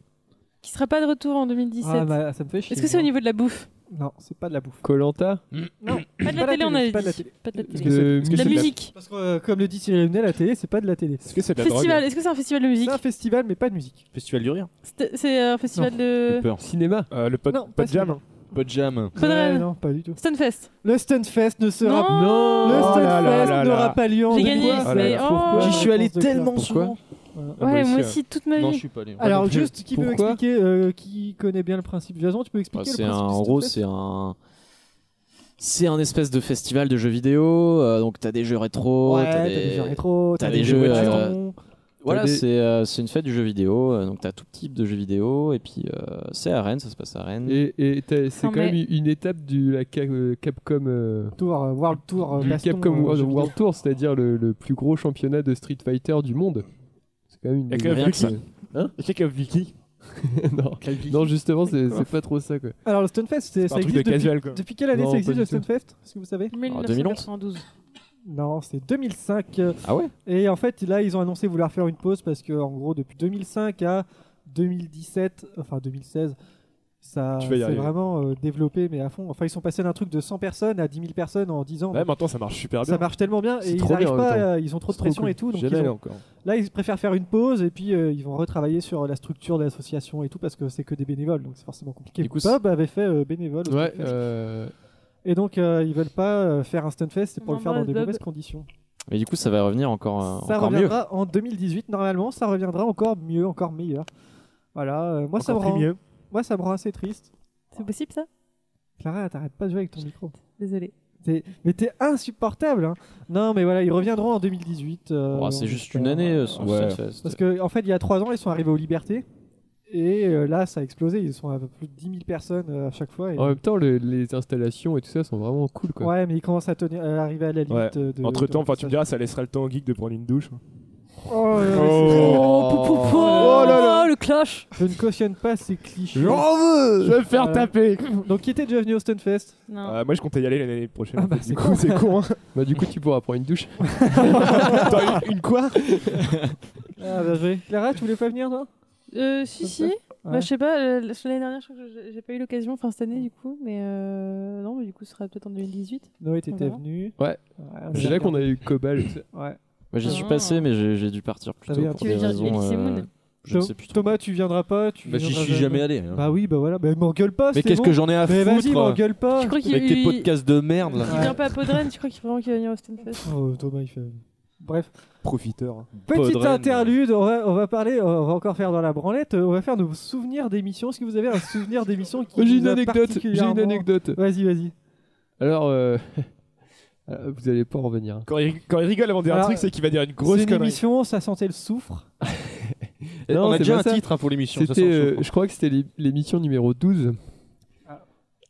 E: Qui sera pas de retour en 2017.
C: Ah, bah, ça me fait chier.
E: Est-ce que c'est au niveau de la bouffe
C: Non, c'est pas de la bouffe.
B: Colanta
E: Non, pas de la télé, on a dit.
C: Pas de la télé.
E: Pas de la télé.
C: Est-ce que c'est- est-ce que
E: De la
C: c'est
E: musique.
C: Parce que, euh, comme le dit Cyril Hanouna, la télé, c'est pas de la télé. Est-ce
G: que c'est
E: de la drogue Festival, est-ce que c'est un festival de musique
C: C'est un festival, mais pas de musique.
D: Festival du rire.
E: C'est- C'est euh, un festival de.
B: Cinéma.
G: le pot,
E: Non,
G: pot
E: pas
G: Euh, jam.
E: cinéma.
D: Pot jam.
E: Pas de rêve.
C: non, pas du tout.
E: Stunfest.
C: Le Stunfest ne sera
E: Non.
C: non. Le
E: Oh là là
C: Stunfest
E: là
C: n'aura
E: là.
C: pas lieu en
E: J'ai gagné,
C: 2017.
E: Ah là là. mais
C: Pourquoi
E: oh. J'y suis allé
C: Réponse de Claire.
E: tellement
C: Pourquoi
E: souvent.
C: Voilà.
E: Ah, Ouais, moi moi aussi, aussi, ouais. toute ma
D: Non,
E: vie.
D: je suis pas allé.
C: Alors
D: Moi non plus.
C: juste, qui peut
D: Pourquoi
C: expliquer, euh, qui connaît bien le principe Jason, tu peux
D: Bah,
C: expliquer
D: c'est
C: le
D: un,
C: principe du
D: en gros,
C: Stunfest
D: c'est un. C'est un espèce de festival de jeux vidéo. euh, donc, t'as des jeux rétro.
C: Ouais,
D: t'as des...
C: jeux rétro,
D: T'as
C: t'as
D: des,
C: des
D: jeux.
C: voitures,
D: euh,
C: t'as
D: Voilà,
C: des-
D: c'est euh, c'est une fête du jeu vidéo. euh, donc, t'as tout type de jeux vidéo. Et puis, euh, c'est à Rennes, ça se passe à Rennes.
B: Et, et t'as- c'est
D: Non,
B: quand même
D: mais-
B: une étape du la Ca- euh, Capcom. euh,
C: Tour, euh, World Tour, euh,
B: du
C: baston,
B: Capcom
C: euh,
B: World,
C: jeux vidéo.
B: World Tour, c'est-à-dire le, le plus gros championnat de Street Fighter du monde. C'est quand même une.
G: Y'a que Vicky.
B: Hein
G: Y'a que Vicky.
B: non. non, justement, c'est c'est pas trop ça quoi.
C: Alors le Stunfest, c'est-
B: pas
C: ça
B: un truc
C: existe
B: de
C: depuis,
B: casual, quoi.
C: depuis quelle année
B: Non,
C: ça existe
B: pas
C: le
B: du tout.
C: Stunfest Est-ce que vous savez
E: 1992.
C: Non, c'est 2005. euh,
D: Ah ouais
C: Et en fait, là, ils ont annoncé vouloir faire une pause parce que, en gros, depuis 2005 à 2017, enfin 2016, ça
G: Tu vas y
C: s'est
G: arriver.
C: vraiment euh, développé, mais à fond. Enfin, ils sont passés d'un truc de 100 personnes à 10 000 personnes en 10 ans.
G: Ouais,
C: Donc,
G: maintenant, ça marche super bien.
C: Ça marche tellement bien
G: C'est
C: et ils
G: trop bien,
C: n'arrivent
G: en même
C: pas,
G: temps.
C: euh, ils ont trop de
G: C'est trop
C: pression
G: cool.
C: et tout. Donc
G: J'allais
C: ils
G: aller
C: ont-
G: encore.
C: Là, ils préfèrent faire une pause et puis euh, ils vont retravailler sur la structure de l'association et tout parce que c'est que des bénévoles, donc c'est forcément compliqué.
B: Du coup,
C: Bob avait fait euh, bénévole. au
B: Ouais,
C: Stunfest.
B: euh,
C: Et donc, euh, ils veulent pas euh, faire un Stunfest c'est
E: On
C: pour le faire dans
E: embrasse
C: des
E: Bob.
C: mauvaises conditions.
D: Mais du coup, ça va revenir encore, euh,
C: Ça
D: encore mieux.
C: reviendra en 2018 normalement, ça reviendra encore mieux, encore meilleur. Voilà, euh, moi ça me
G: Encore
C: rend
G: plus mieux.
C: moi ça me rend assez triste.
E: C'est possible ça
C: Clara, t'arrêtes pas de jouer avec ton micro.
E: Désolé.
C: T'es- Mais t'es insupportable. hein. Non, mais voilà, ils reviendront en 2018. euh,
D: Oh, c'est
C: on
D: juste
C: espère.
D: une année, euh, sans
G: Ouais.
D: Stunfest.
C: Parce que en fait, il y a 3 ans, ils sont arrivés aux Libertés et euh, là, ça a explosé. Ils sont à plus de 10 000 personnes euh, à chaque fois. et-
B: En même temps, le- les installations et tout ça sont vraiment cool quoi.
C: Ouais, mais ils commencent à, tenir, à arriver à la limite
G: Ouais.
C: euh, de.
G: Entre temps,
C: de-
G: enfin, tu me diras, ça laissera le temps au geek de prendre une douche. hein.
C: Oh, là
G: Oh.
C: là, c'est-
G: Oh, pou, pou, pou.
C: Oh là là.
E: le clash
C: Je ne cautionne pas ces clichés.
G: J'en veux Je vais me faire
C: Euh,
G: taper
C: Donc, qui était déjà venu au Stunfest
E: Non.
G: Euh, Moi, je comptais y aller l'année prochaine. en fait.
C: Ah bah, c'est
G: du coup, c'est con. hein.
B: Bah, du coup, tu pourras prendre une douche.
G: Attends, une, une quoi
C: Ah, bah, joué. Clara, tu voulais pas venir, toi
E: Euh, si, si. Bah,
C: Ouais.
E: je sais pas, euh, l'année dernière, je crois que j'ai- j'ai pas eu l'occasion, enfin cette année du coup, mais euh, non, mais du coup, ce sera peut-être en 2018.
C: Noé,
E: On
C: t'étais
E: verra.
C: venu.
B: Ouais.
C: on
B: C'est
C: a
B: là
C: regardé.
B: qu'on a eu Cobal et tout ça.
C: Ah, Ouais.
D: Moi, Bah, j'y suis
E: Ah.
D: passé, mais j'ai j'ai dû partir plus
C: T'avais
D: tôt
C: un
D: pour
C: petit
D: des
C: délire
D: raisons. euh,
E: Elysée Moon.
D: je ne
C: Tho-
D: sais plus trop.
C: Thomas, tu viendras pas tu
F: Bah, j'y
C: viendras
F: suis jamais allé, hein.
C: Bah oui, bah voilà, bah m'engueule pas.
F: Mais
C: c'est
F: qu'est-ce
C: bon.
F: que j'en ai à
C: Mais
F: foutre hein.
C: vas-y, m'engueule pas.
E: Tu crois qu'il
F: Avec tes
E: il-
F: podcasts de merde,
E: Il
F: là.
E: vient pas à Podren, tu crois qu'il vraiment qu'il va venir au Stunfest
C: Oh, Thomas, il fait. Bref,
G: Profiteur.
B: hein.
C: petite
F: Podren.
C: interlude, on va, on va parler, on va encore faire dans la branlette, euh, on va faire nos souvenirs d'émissions. Est-ce que vous avez un souvenir d'émission qui.
B: J'ai une
C: vous a
B: anecdote. J'ai une
C: particulièrement-
B: anecdote.
C: Vas-y, vas-y.
B: Alors, euh, euh, vous allez pas en revenir.
G: Quand il, quand il rigole avant de dire un
C: Alors,
G: truc, c'est qu'il va dire une grosse
C: C'est une
G: connerie.
C: émission, ça sentait le soufre.
F: Eh, on a
B: c'est
F: déjà
B: pas
F: un
B: ça.
F: titre, hein, pour l'émission, ça
B: C'était,
F: sent le
B: euh,
F: chaud, quoi.
B: je crois que c'était l'é- l'émission numéro 12.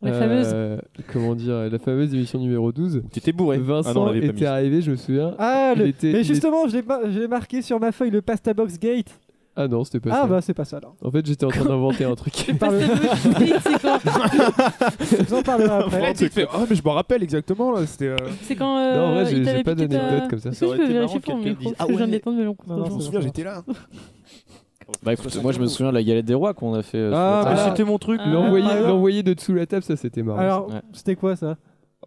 E: La
B: Euh, Comment dire La fameuse émission numéro 12.
F: Tu étais bourré.
B: Vincent
F: Ah non, on l'avait pas
B: était
F: mis.
B: arrivé, je me souviens.
C: Ah,
B: Il
C: le-
B: était- il
C: mais
B: est-
C: justement, je l'ai mar- je l'ai marqué sur ma feuille, le Pasta Box Gate.
B: Ah non, c'était pas
C: Ah,
B: ça.
C: bah c'est pas ça alors.
B: En fait, j'étais en train d'inventer un truc.
C: Par le-
E: c'est quoi
C: Je vous en parlerai après.
G: Après, tu te fais, ah, mais je me rappelle exactement, là, c'était. euh,
E: C'est quand. Euh,
B: Non, en vrai,
E: il
B: j'ai-
E: t'avait
B: j'ai pas
E: piqué ta-
B: d'anecdote comme ça.
E: Est-ce
B: Ça
E: que
B: aurait
E: tu peux
B: été marrant
E: vérifier pour
B: que
E: mon
B: quelqu'un
E: micro
B: dise,
E: Parce que
B: ah
E: je viens de
B: ouais.
E: détendre, mais non,
C: Non, non,
G: Je me souviens, j'étais là. hein.
D: Bah, écoute, moi, je me souviens de la galette des rois qu'on a fait. euh,
G: Ah,
D: sur-
G: mais
B: Ah.
G: c'était
F: mon truc.
B: L'envoyer,
C: Ah.
B: l'envoyer de dessous la table, ça c'était marrant.
C: Alors,
F: Ouais.
C: c'était quoi ça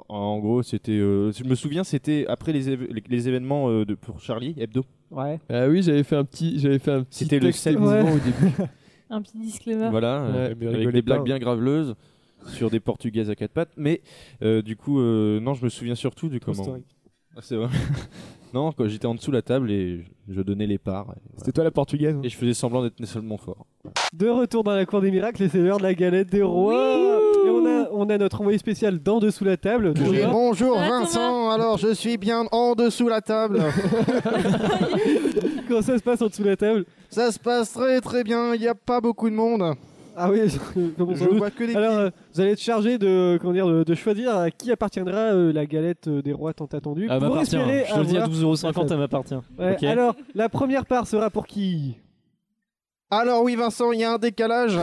F: En gros, c'était. euh, je me souviens, c'était après les, éve- les- les événements euh, de, pour Charlie Hebdo.
C: Ouais.
B: Ah oui, j'avais fait un petit, j'avais fait un petit
F: C'était le
B: texte et
F: sept.
B: mouvement
C: Ouais.
B: au début.
E: Un petit disclaimer.
F: Voilà, euh,
B: Ouais,
G: mais
F: avec des
G: rigolez pas,
F: blagues
G: hein.
F: bien graveleuses sur des portugaises à quatre pattes. Mais euh, du coup, euh, non, je me souviens surtout du
G: True
F: comment.
G: story.
F: Ah, c'est vrai. non, quoi, j'étais en dessous de la table et je- je donnais les parts. Et, voilà.
G: C'était toi la portugaise. hein.
F: Et je faisais semblant d'être seulement fort.
C: De retour dans la cour des miracles, et c'est l'heure de la galette des rois. Et on a, on a notre envoyé spécial d'en dessous la table. Thomas.
T: Oui, bonjour
E: Ça va,
T: Vincent, alors je suis bien en dessous la table.
C: Comment ça se passe en dessous la table
T: Ça se passe très très bien, il n'y a pas beaucoup de monde.
C: Ah oui, comment
T: Je
C: sans doute.
T: vois que des
C: Alors, euh, vous allez être chargé de, comment dire, de, de choisir à qui appartiendra euh, la galette euh, des rois tant attendue.
D: Elle
C: pour
D: m'appartient,
C: espérer
D: hein. Je te le dis, à
C: avoir
D: 12,50,
C: la fête.
D: elle m'appartient.
C: Ouais,
D: Ok.
C: Alors, la première part sera pour qui
T: Alors oui Vincent, il y a un décalage.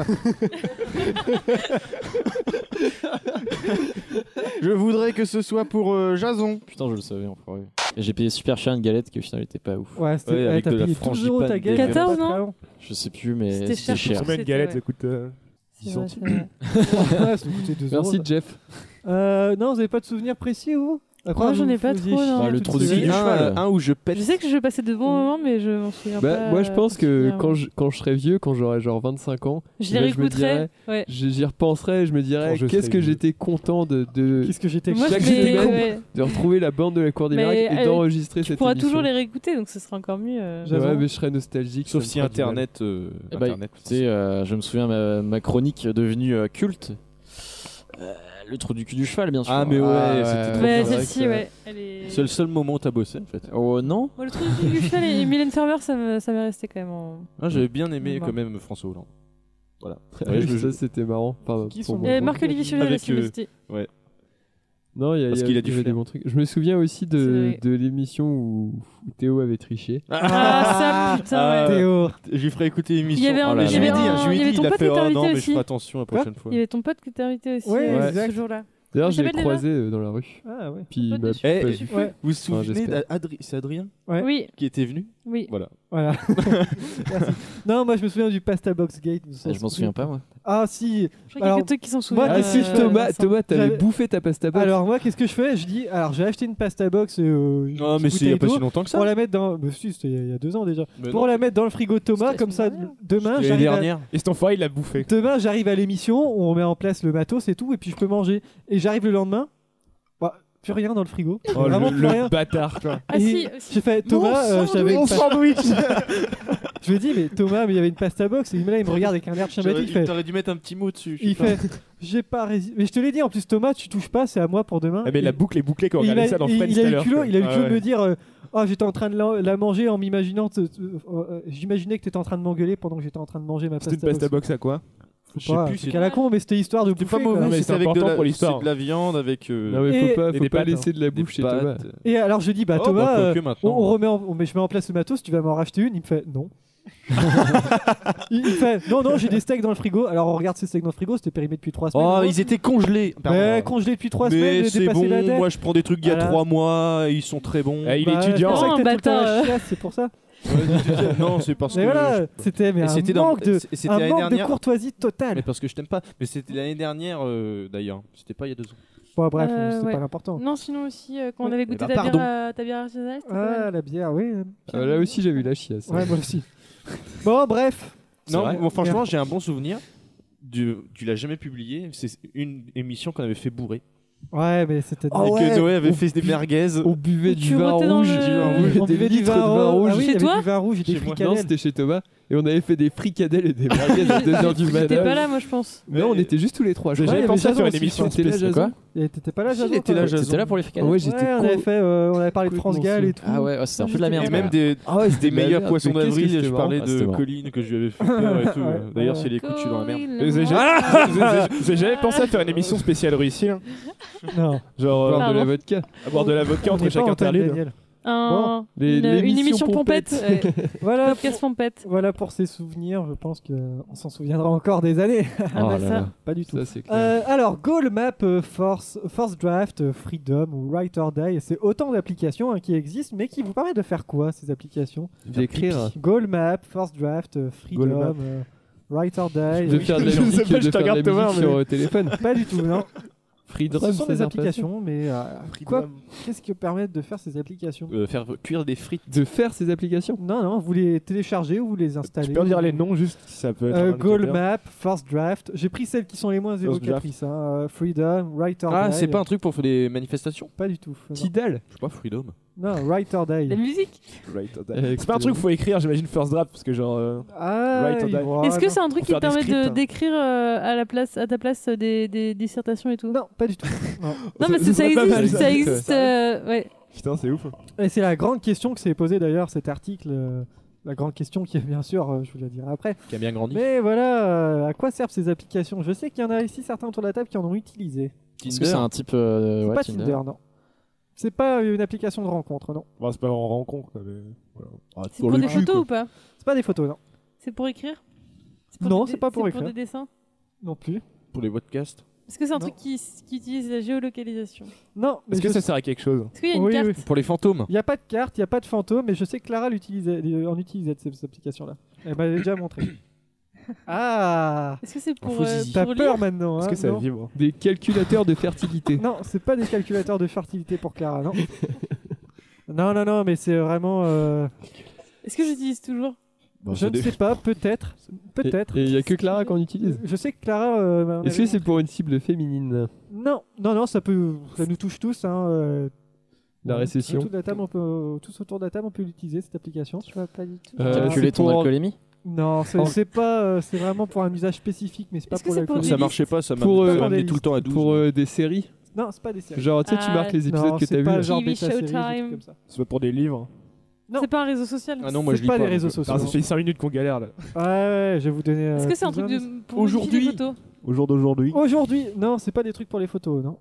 T: je voudrais que ce soit pour euh, Jason.
D: Putain, je le savais, enfoiré. Et J'ai payé super cher une galette qui au final était pas ouf.
C: Ouais, c'était- Ouais,
D: avec
C: t'as
D: de la
C: payé 12
D: frangipane
C: euros ta galette,
D: dégueulasse.
C: 14, non
D: Je sais plus, mais
C: C'était
D: c'était cher.
C: cher pour ce que Combien de c'était, galettes, ouais. ça coûte,
G: euh,
C: C'est vrai,
D: centimes.
C: c'est vrai. Ouais, Ah, ça nous coûtait deux
D: Merci,
C: euros, ça.
D: Jeff.
C: Euh, non, vous avez pas de souvenirs précis ou
E: Moi, j'en ai pas trop, non. Ah, le
D: Bah, trou du cul du cheval.
G: un où je
E: Je sais que je passais de bons moments, mais je m'en souviens
B: Bah,
E: pas. euh,
B: moi, je pense que
E: particulièrement.
B: quand je, quand je serai vieux, quand j'aurai genre 25 ans,
E: Je
B: là,
E: les
B: me
E: réécouterai,
B: dirai-
E: ouais.
B: je- j'y repenserai et je me dirais
G: Quand je
B: qu'est-ce
G: serai
B: que
G: vieux.
B: j'étais content de, de
C: qu'est-ce que j'étais
E: Moi,
B: chaque
E: je vais-
B: semaine
E: ouais.
B: de retrouver la bande de la cour des
E: Mais,
B: miracles
E: euh,
B: et d'enregistrer
E: Tu
B: cette
E: pourras
B: émission.
E: toujours les réécouter, donc ce sera encore mieux. euh.
B: Ouais, mais je serais nostalgique.
F: Sauf
B: ça me
F: si
B: fera du mal.
F: Internet, euh,
D: Eh bah,
F: Internet,
D: écoutez, euh, je me souviens ma, ma chronique devenue euh, culte. Euh, le trou du cul du cheval, bien sûr.
F: Ah, mais ouais, Ah, ouais. c'était trop
E: Ouais, bien. celle-ci, ouais, elle est-
D: C'est le seul moment où t'as bossé, en fait. Oh non
E: Moi, le truc du Michel et Mylène Farmer, ça me- ça m'est resté quand même en.
F: Ah, J'avais bien aimé
E: Bon.
F: quand même François Hollande. Voilà.
B: Ah oui, ça, c'était marrant. Pardon, pour moi.
E: Il y avait Marc Olivier Chevalier
F: Avec,
E: aussi, mais
F: euh,
E: c'était-
F: Ouais.
B: Non, il y a,
F: Parce
B: il y a-
F: qu'il a du
B: il y a des
F: flair.
B: bons trucs. Je me souviens aussi de,
F: vrai.
B: de l'émission où, où Théo avait triché.
E: Ah, ça, putain, ouais.
C: Théo.
F: Je lui ferai écouter l'émission.
E: Il y avait un-
F: Oh là
E: il y
F: là. Je
E: avait
F: lui ai dit,
E: un-
F: hein, je lui ai
E: il y avait
F: dit,
E: ton
F: il a
E: pote qui
F: fait
E: était
F: oh, non,
E: invité
F: mais je ferai
E: aussi.
F: attention la
E: Quoi
F: prochaine fois.
E: Il y avait ton pote qui était invité aussi
C: Ouais,
E: euh,
C: exact.
E: ce jour-là.
B: D'ailleurs, je l'ai
E: s'appelle déjà
B: croisé euh, dans la rue.
C: Ah ouais.
B: Puis il m'a
F: Eh,
B: pas-
F: vous vous
B: Enfin,
F: souvenez
B: j'espère.
F: d'Adrien C'est Adrien
C: Ouais.
E: Oui.
F: Qui était venu
E: Oui.
F: Voilà.
C: Voilà. Merci. Non, moi je me souviens du Pasta Box Gate. vous vous
D: Ah, je m'en souviens pas, moi.
C: Ah si.
E: qu'il y a quelqu'un qui s'en souvient,
C: moi,
E: Ah,
C: qu'est-ce que
E: si,
C: je fais,
E: Thomas-
C: Vincent
B: Thomas, t'avais
C: Euh, J'avais-
B: bouffé ta pasta box.
C: Alors moi, qu'est-ce que je fais Je dis, alors j'ai acheté une pasta box. Euh, une
F: Non,
C: petite
F: mais c'est il y a
C: bouteille
F: pas si
C: d'eau
F: longtemps que ça.
C: Pour la mettre dans, bah, si, c'était il y a- il y a deux ans déjà.
F: Mais
C: pour
F: non.
C: la mettre dans le frigo de Thomas, comme ça, demain,
G: L'année
C: j'arrive à-
G: dernière. Et cet enfoiré, il l'a bouffé.
C: Demain, j'arrive à l'émission, on met en place le matos et tout, et puis je peux manger. Et j'arrive le lendemain, bah, plus rien dans le frigo.
G: Oh, le-
C: Vraiment plus
G: le
C: rien.
G: bâtard, toi.
C: Et
G: Ah, si,
C: J'ai fait, Thomas,
G: Mon
C: euh, j'avais une pasta-
G: sandwich, mon
C: Je lui ai dit, mais Thomas, mais il y avait une pasta box, et il me là, il me regarde avec un air
F: J'aurais-
C: chamatique, il fait,
F: T'aurais dû mettre un petit mot dessus.
C: il
F: putain.
C: fait, j'ai pas rési- Mais je te l'ai dit, en plus, Thomas, tu touches pas, c'est à moi pour demain.
G: Ah, mais la boucle est bouclée quand on
C: Et il
G: regardait
C: a,
G: ça dans
C: il-
G: Friends
C: il
G: tout
C: a
G: à
C: eu le
G: l'heure,
C: culot,
G: quoi.
C: il a eu le
G: Ah
C: culot de
G: ouais.
C: me dire euh, Oh, j'étais en train de la, la manger en m'imaginant. te- te- euh, euh, J'imaginais que t'étais en train de m'engueuler pendant que j'étais en train de manger ma pasta.
G: C'était une pasta box à quoi
C: Je sais plus. C'est qu'à la con, mais c'était histoire de bouffer.
F: pas
C: quoi.
F: mauvais, c'était avec de la,
G: pour l'histoire.
F: c'est de la viande, avec. euh,
B: Non, mais
C: Et-
B: faut pas,
F: et
B: faut
F: des
B: pas
F: pâtes,
B: laisser de la
F: hein. Des
B: bouffe chez
F: pâtes.
B: Thomas.
C: Et alors je dis bah
F: Oh,
C: Thomas,
F: bah, quoique
C: euh, on,
F: maintenant.
C: on remet, en- on met- je mets en place le matos, tu vas m'en racheter une. Il me fait non. il, il fait non non j'ai des steaks dans le frigo. Alors on regarde ces steaks dans le frigo, c'était périmé depuis 3 semaines.
F: Oh,
C: en gros.
F: ils étaient congelés. Pardon.
C: Mais congelés depuis 3
F: Mais
C: semaines. j'ai
F: c'est
C: dépassé
F: bon,
C: la date.
F: moi je prends des trucs d'il y a
C: Voilà.
F: 3 mois, et ils sont très bons.
B: Ah,
C: Bah, c'est pour ça que t'as tout le temps la
E: euh.
C: chiasse, C'est pour ça.
F: non, c'est parce
C: Mais
F: que.
C: voilà, c'était mais
F: Et
C: un
F: c'était dans-
C: manque de
F: et c'était
C: un
F: l'année
C: manque de
F: dernière.
C: courtoisie totale.
F: Mais parce que je t'aime pas. Mais c'était l'année dernière euh, d'ailleurs. C'était pas il y a deux ans.
C: Bon bref,
E: Euh,
C: c'est
E: ouais.
C: pas l'important.
E: Non, sinon aussi, euh, quand on
C: Ouais.
E: avait
C: Eh
E: goûté
C: ben,
E: ta,
C: pardon.
E: bière, euh, ta bière artisanale, c'était pas
C: Ah
E: mal.
C: la bière, oui. euh,
B: Ah, là aussi, j'ai eu la chiasse.
C: Ouais, moi aussi. Bon bref.
F: Non,
C: C'est vrai.
F: bon, franchement, j'ai un bon souvenir. Du, tu l'as jamais publié. C'est une émission qu'on avait fait bourrer.
C: Ouais, mais c'était.
B: Ah
F: et que Noé avait fait des merguez.
B: On buvait
F: Tu
B: du vin
F: rotais dans
B: rouge,
F: le-
B: du vin
F: On
B: rouge, des
F: buvait du
B: litres de
F: vin
B: vin
F: rouge.
B: rouge.
F: Ah oui, Chez il y avait toi
C: du vin rouge et des
B: Chez moi.
C: fricadelles.
B: Non, c'était chez Thomas. Et on avait fait des fricadelles et des merguez à 2h du matin.
E: J'étais pas là, moi, je pense.
B: Mais on était juste tous les trois. je
G: J'avais
B: crois.
G: pensé à
B: Jason
G: faire une
B: aussi.
G: émission
B: T'étais là,
G: spéciale,
B: Jason
C: Et T'étais pas là,
B: Si,
C: Jason
B: il était là,
C: toi
B: Jason.
D: T'étais là pour les fricadelles
B: Ah ouais, j'étais
C: Ouais, on avait
B: con-
C: fait, euh, on avait parlé de France
B: complètement
C: Gall et
B: saoul.
C: tout.
D: Ah ouais, ouais, c'était un peu de la merde.
F: Et même des,
B: Ah ouais, c'était
F: des
B: de la
F: meilleurs
B: merde,
F: poissons
B: mais qu'est-ce que
F: d'avril.
B: c'était
F: Je
B: marrant.
F: parlais
B: Ah,
F: de
B: c'était marrant.
F: Colline que je lui avais fait peur et tout.
C: Ouais, Ah
F: D'ailleurs,
C: ouais.
F: si elle écoute, je suis dans la merde.
G: Vous avez jamais- vous avez- vous avez jamais pensé à faire une émission spéciale réussie là
C: Non.
G: Genre. euh,
E: Boire de la
B: vodka.
G: À boire de la vodka
C: On
G: entre
C: n'est pas
G: chaque
C: en
G: interlude.
C: tête, Daniel.
E: Un-
C: Bon.
E: une, une émission pompette. ouais.
C: voilà,
E: Podcast pompette.
C: voilà pour ces souvenirs, je pense qu'on s'en souviendra encore des années.
B: Ah bah là ça, là.
C: pas du tout.
B: Ça, c'est clair.
C: Euh, alors, Goal Map, euh, Force, Force Draft, euh, Freedom ou Write or Die, c'est autant d'applications hein, qui existent, mais qui vous permettent de faire quoi ces applications
B: D'écrire.
C: Goal Map, Force Draft, euh,
B: Goal
C: Freedom,
B: Map.
C: euh, Write or Die.
B: De faire de la
C: Je sais
B: musique,
C: pas, je
B: de faire
C: te
B: de la
C: regarde, Thomas,
B: musique
C: mais-
B: sur euh, téléphone.
C: Pas du tout, non.
B: Free
C: Ce
B: drum,
C: sont
B: ça
C: des
B: sert pas.
C: applications, mais euh, quoi Qu'est-ce que permettent de faire ces applications
F: Euh, faire cuire des frites.
B: De faire ces applications
C: Non, non, vous les téléchargez ou vous les installez.
G: Tu peux dire les noms juste si ça peut être. un
C: Euh,
G: indicateur.
C: Goal Map, Force Draft. J'ai pris celles qui sont les moins
G: Force
C: évocatrices. hein, euh, Freedom, Right or
F: Ah,
C: Die.
F: c'est pas un truc pour faire des manifestations
C: Pas du tout. non.
B: Tidal
F: Je sais pas, Freedom.
C: Non, Right or Die.
E: La musique.
G: Right or die.
B: Euh,
G: C'est pas un truc qu'il faut écrire, j'imagine, first draft, parce que genre. euh,
C: Ah,
G: Right or
C: il
G: die.
C: voit,
E: Est-ce que
C: non.
E: c'est un truc
G: Pour
E: qui
G: faire
E: te
G: des
E: permet de-
G: scripts. hein.
E: d'écrire euh, à, la place- à ta place euh, des, des dissertations et tout
C: Non, pas du tout. Non,
E: Non, mais
G: Ça-
E: c'est-
G: ça
E: ça
G: serait pas mal,
E: existe.
G: ça.
E: Ça existe. euh, Ouais.
G: Putain, c'est ouf.
C: Et c'est la grande question que s'est posée d'ailleurs cet article euh, la grande question qui est bien sûr, euh, je vous la dirai après.
F: Qui a bien grandi.
C: Mais voilà, euh, à quoi servent ces applications Je sais qu'il y en a ici certains autour de la table qui en ont utilisé.
D: Est-ce que c'est un type. euh,
C: C'est
D: ouais,
C: pas Tinder, non. C'est pas une application de rencontre, non.
G: Bah, c'est pas en rencontre, quoi, mais. voilà. Ah,
E: C'est pour
G: le
E: des
G: cul,
E: photos
G: quoi.
E: ou pas
C: C'est pas des photos, non.
E: C'est pour écrire C'est pour
C: Non,
E: des-
C: c'est pas pour
E: c'est
C: écrire.
E: pour des dessins
C: Non plus.
G: Pour les podcasts.
E: Est-ce que c'est un truc qui, qui utilise la géolocalisation
C: Non.
G: Est-ce que ça sert à quelque chose
E: Est-ce qu'il y a une Oui, carte
G: Pour les fantômes.
C: Il n'y a pas de carte, il n'y a pas de fantôme, mais je sais que Clara l'utilisait, euh, en utilisait ces, ces applications-là. Elle m'a déjà montré. ah
E: Est-ce que c'est
C: pour, euh,
B: Zizi.
C: T'as
B: pour
C: peur
B: lire
C: maintenant
B: Est-ce
C: hein,
B: que ça
C: non.
B: vibre Des calculateurs de fertilité.
C: Non, c'est pas des calculateurs de fertilité pour Clara, non. non, non, non, mais c'est vraiment. euh,
E: Est-ce que j'utilise toujours
C: je ne sais pas, peut-être. Peut-être.
B: Et il y a que Clara qu'on utilise.
C: Je sais que Clara. euh, m'en
B: Est-ce
C: avait
B: que c'est pour une cible féminine
C: Non, non, non, ça peut, ça nous touche tous. Hein, euh,
B: La
C: on-
B: récession.
C: autour de la table, on peut- tous autour de la table, on peut l'utiliser cette application. Je vois pas du tout.
D: Euh, Calculer ton alcoolémie
C: Non, c'est
D: Oh.
C: c'est pas, euh, c'est vraiment pour un usage spécifique, mais c'est pas pour l'alcool.
F: Ça marchait pas, ça m'a
B: Pour, euh,
F: ça m'a amené tout le temps à 12.
B: Pour euh, des séries
C: Non, c'est pas des séries.
B: Genre, tu sais, tu
E: Ah,
B: marques les épisodes
C: non,
B: que
C: c'est
B: t'as
C: pas
B: vus.
C: genre
E: TV
C: bêta séries, des trucs
E: Showtime.
C: comme ça.
G: C'est pas pour des livres.
E: C'est pas un réseau social
B: Ah
C: C'est pas les
B: euh,
C: réseaux sociaux.
G: Ah, ça fait 5 minutes qu'on galère là.
C: Ouais, ouais, je vais vous donner. euh,
E: Est-ce que c'est un
C: tous
E: truc
C: indices.
E: de pour modifier des photos
G: Au jour d'aujourd'hui.
C: Aujourd'hui, non, c'est pas des trucs pour les photos, non.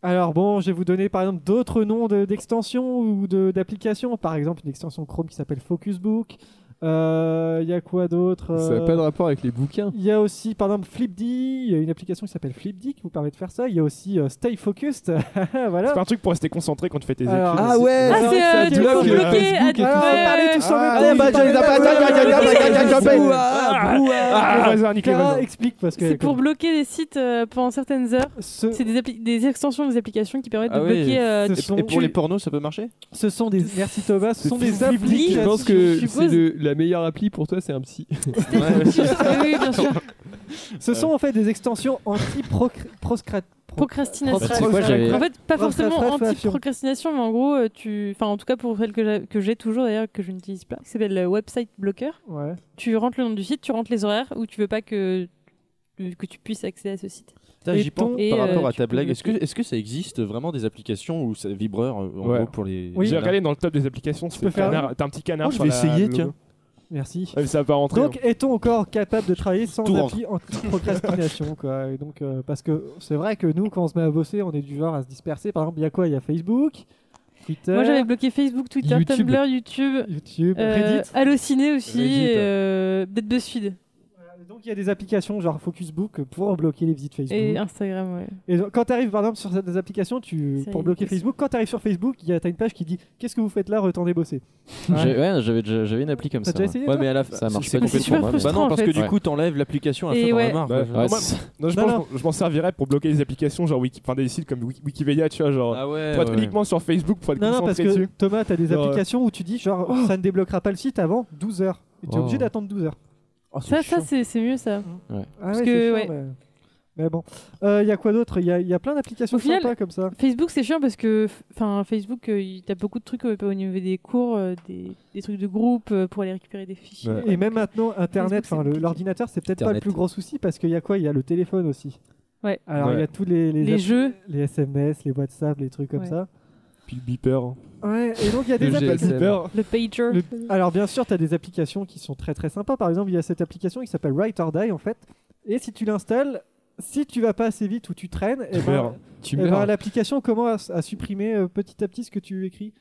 C: Alors bon, je vais vous donner par exemple d'autres noms de- d'extensions ou de- d'applications. Par exemple, une extension Chrome qui s'appelle Focusbook. Euh, Il y a quoi d'autre
B: Ça n'a
C: Euh,
B: pas de rapport avec les bouquins.
C: Il y a aussi, par exemple, Flipd, il y a une application qui s'appelle Flipd qui vous permet de faire ça. Il y a aussi euh, Stay Focused. voilà.
G: C'est pas un truc pour rester concentré quand tu fais tes études.
C: Alors, Ah ouais,
E: Ah, c'est, euh,
G: tu
E: tu peux
P: Ah,
E: bloquer à des-
C: Alors,
E: Ouais.
C: parlez tous en
E: Ah,
C: même temps.
E: bah, j'en ai pas- j'en ai pas- j'en ai pas- j'en ai pas-
C: bah,
E: j'en ai pas-
C: Brouhaha, brouhaha.
G: Ah, vas-y, Nicolas,
C: Clara,
G: vas-y.
C: bah, explique parce que
E: C'est pour bloquer les sites euh, pendant certaines heures.
C: C'est
E: des, appli- des extensions des applications qui permettent
F: Ah
E: de
F: ouais,
E: bloquer. euh,
F: et-
E: tu-
F: et pour
E: tu-
F: les pornos, ça peut marcher
C: ce sont des merci Thomas, ce sont des applis.
B: Je pense que c'est le- la meilleure appli pour toi, c'est un psy.
E: oui, bien sûr.
C: Ce sont en fait des extensions anti-procrastination.
E: Procrastination.
F: Bah,
E: en fait, pas forcément anti-procrastination, mais en gros, euh, tu, enfin, en tout cas pour celle que j'a- que j'ai toujours d'ailleurs que je n'utilise pas, qui s'appelle euh, Website Blocker.
C: Ouais.
E: Tu rentres le nom du site, tu rentres les horaires où tu veux pas que euh, que tu puisses accéder à ce site.
F: Putain, j'y pense
E: Et,
F: par
E: euh,
F: rapport à
E: tu
F: ta
E: peux
F: blague. Est-ce que,
E: bloquer.
F: est que ça existe vraiment des applications où ça vibreur euh, en
G: Ouais.
F: gros pour les.
G: J'ai regardé dans le top des applications. Tu
C: peux faire-
G: T'as un petit canard.
F: Oh, je
G: sur
F: vais
G: la-
F: essayer,
G: le
F: tiens.
G: logo.
C: Merci.
G: Ouais, mais ça va pas rentrer.
C: Donc,
G: hein.
C: est-on encore capable de travailler sans
G: Tout
C: appli anti-procrastination quoi Et donc, euh, Parce que c'est vrai que nous, quand on se met à bosser, on est du genre à se disperser. Par exemple, il y a quoi Il y a Facebook, Twitter.
E: Moi, j'avais bloqué Facebook, Twitter,
C: YouTube.
E: Tumblr, YouTube,
C: YouTube,
E: euh,
C: Reddit.
E: Allociné aussi,
C: Reddit.
E: et, euh, peut-être BuzzFeed
C: Donc, il y a des applications genre Focusbook pour bloquer les visites Facebook.
E: et Instagram. Ouais.
C: Et donc, quand tu arrives par exemple sur des applications tu,
E: Ça y
C: pour
E: est,
C: bloquer
E: qu'est-ce-
C: Facebook, quand tu arrives sur Facebook, il y a t'as une page qui dit Qu'est-ce que vous faites là Retendez bosser.
D: J'ai- Ouais, j'avais déjà- j'avais une appli comme
C: T'as
D: ça.
C: déjà essayé,
D: ouais,
C: toi
D: mais à la
F: Ça
D: ça marche
F: c'est
D: pas
F: super
D: complètement.
F: frustrant, Bah non, parce en que fait. du coup,
D: Ouais.
F: t'enlèves l'application à la Et fin, t'en as ouais. marre, quoi.
G: Bah,
F: Ouais,
G: moi,
F: c'est-
G: non, je
F: Non,
G: pense-
F: non.
G: je m'en servirais pour bloquer les applications, genre Wiki- enfin, des sites comme Wiki- Wikipédia, tu vois, genre.
F: Ah ouais,
G: pour être
F: ouais.
G: uniquement sur Facebook, pour être
C: Non, non, parce
G: concentré
C: que
G: dessus.
C: Thomas, t'as des
G: Genre, euh,
C: applications où tu dis genre ça ne débloquera pas le site avant 12h. Et t'es
G: Oh.
C: obligé d'attendre 12h.
E: ça, ça c'est c'est mieux ça.
D: Ouais.
C: Ah
E: Parce
C: ouais,
E: que,
C: c'est chiant,
E: ouais.
C: mais- mais bon. Euh, Il y a quoi d'autre Il y, a- il y a plein d'applications
E: Au final,
C: sympas comme ça.
E: Facebook, c'est chiant parce que enfin Facebook, euh, il- t'as beaucoup de trucs euh, au niveau des cours, euh, des, des trucs de groupe euh, pour aller récupérer des fichiers.
C: Et même maintenant, Internet, enfin, le- l'ordinateur, c'est peut-être pas le
E: Internet.
C: plus gros souci parce qu'il y a quoi Il y a le téléphone aussi.
E: Ouais.
C: Alors, il y
E: Ouais.
C: a tous les,
E: Les
C: app-
E: jeux.
C: les SMS, les WhatsApp, les trucs comme
E: Ouais.
C: ça.
G: Puis le beeper. hein.
C: Ouais, et donc il y a des
G: Le GSM.
C: applications.
E: Le pager.
C: Alors bien sûr, tu as des applications qui sont très très sympas. Par exemple, il y a cette application qui s'appelle Write or Die en fait. Et si tu l'installes, si tu vas pas assez vite ou tu traînes, eh
G: Tu
C: ben,
G: meurs. Tu
C: eh ben,
G: meurs.
C: l'application commence à, à supprimer euh, petit à petit ce que tu écris.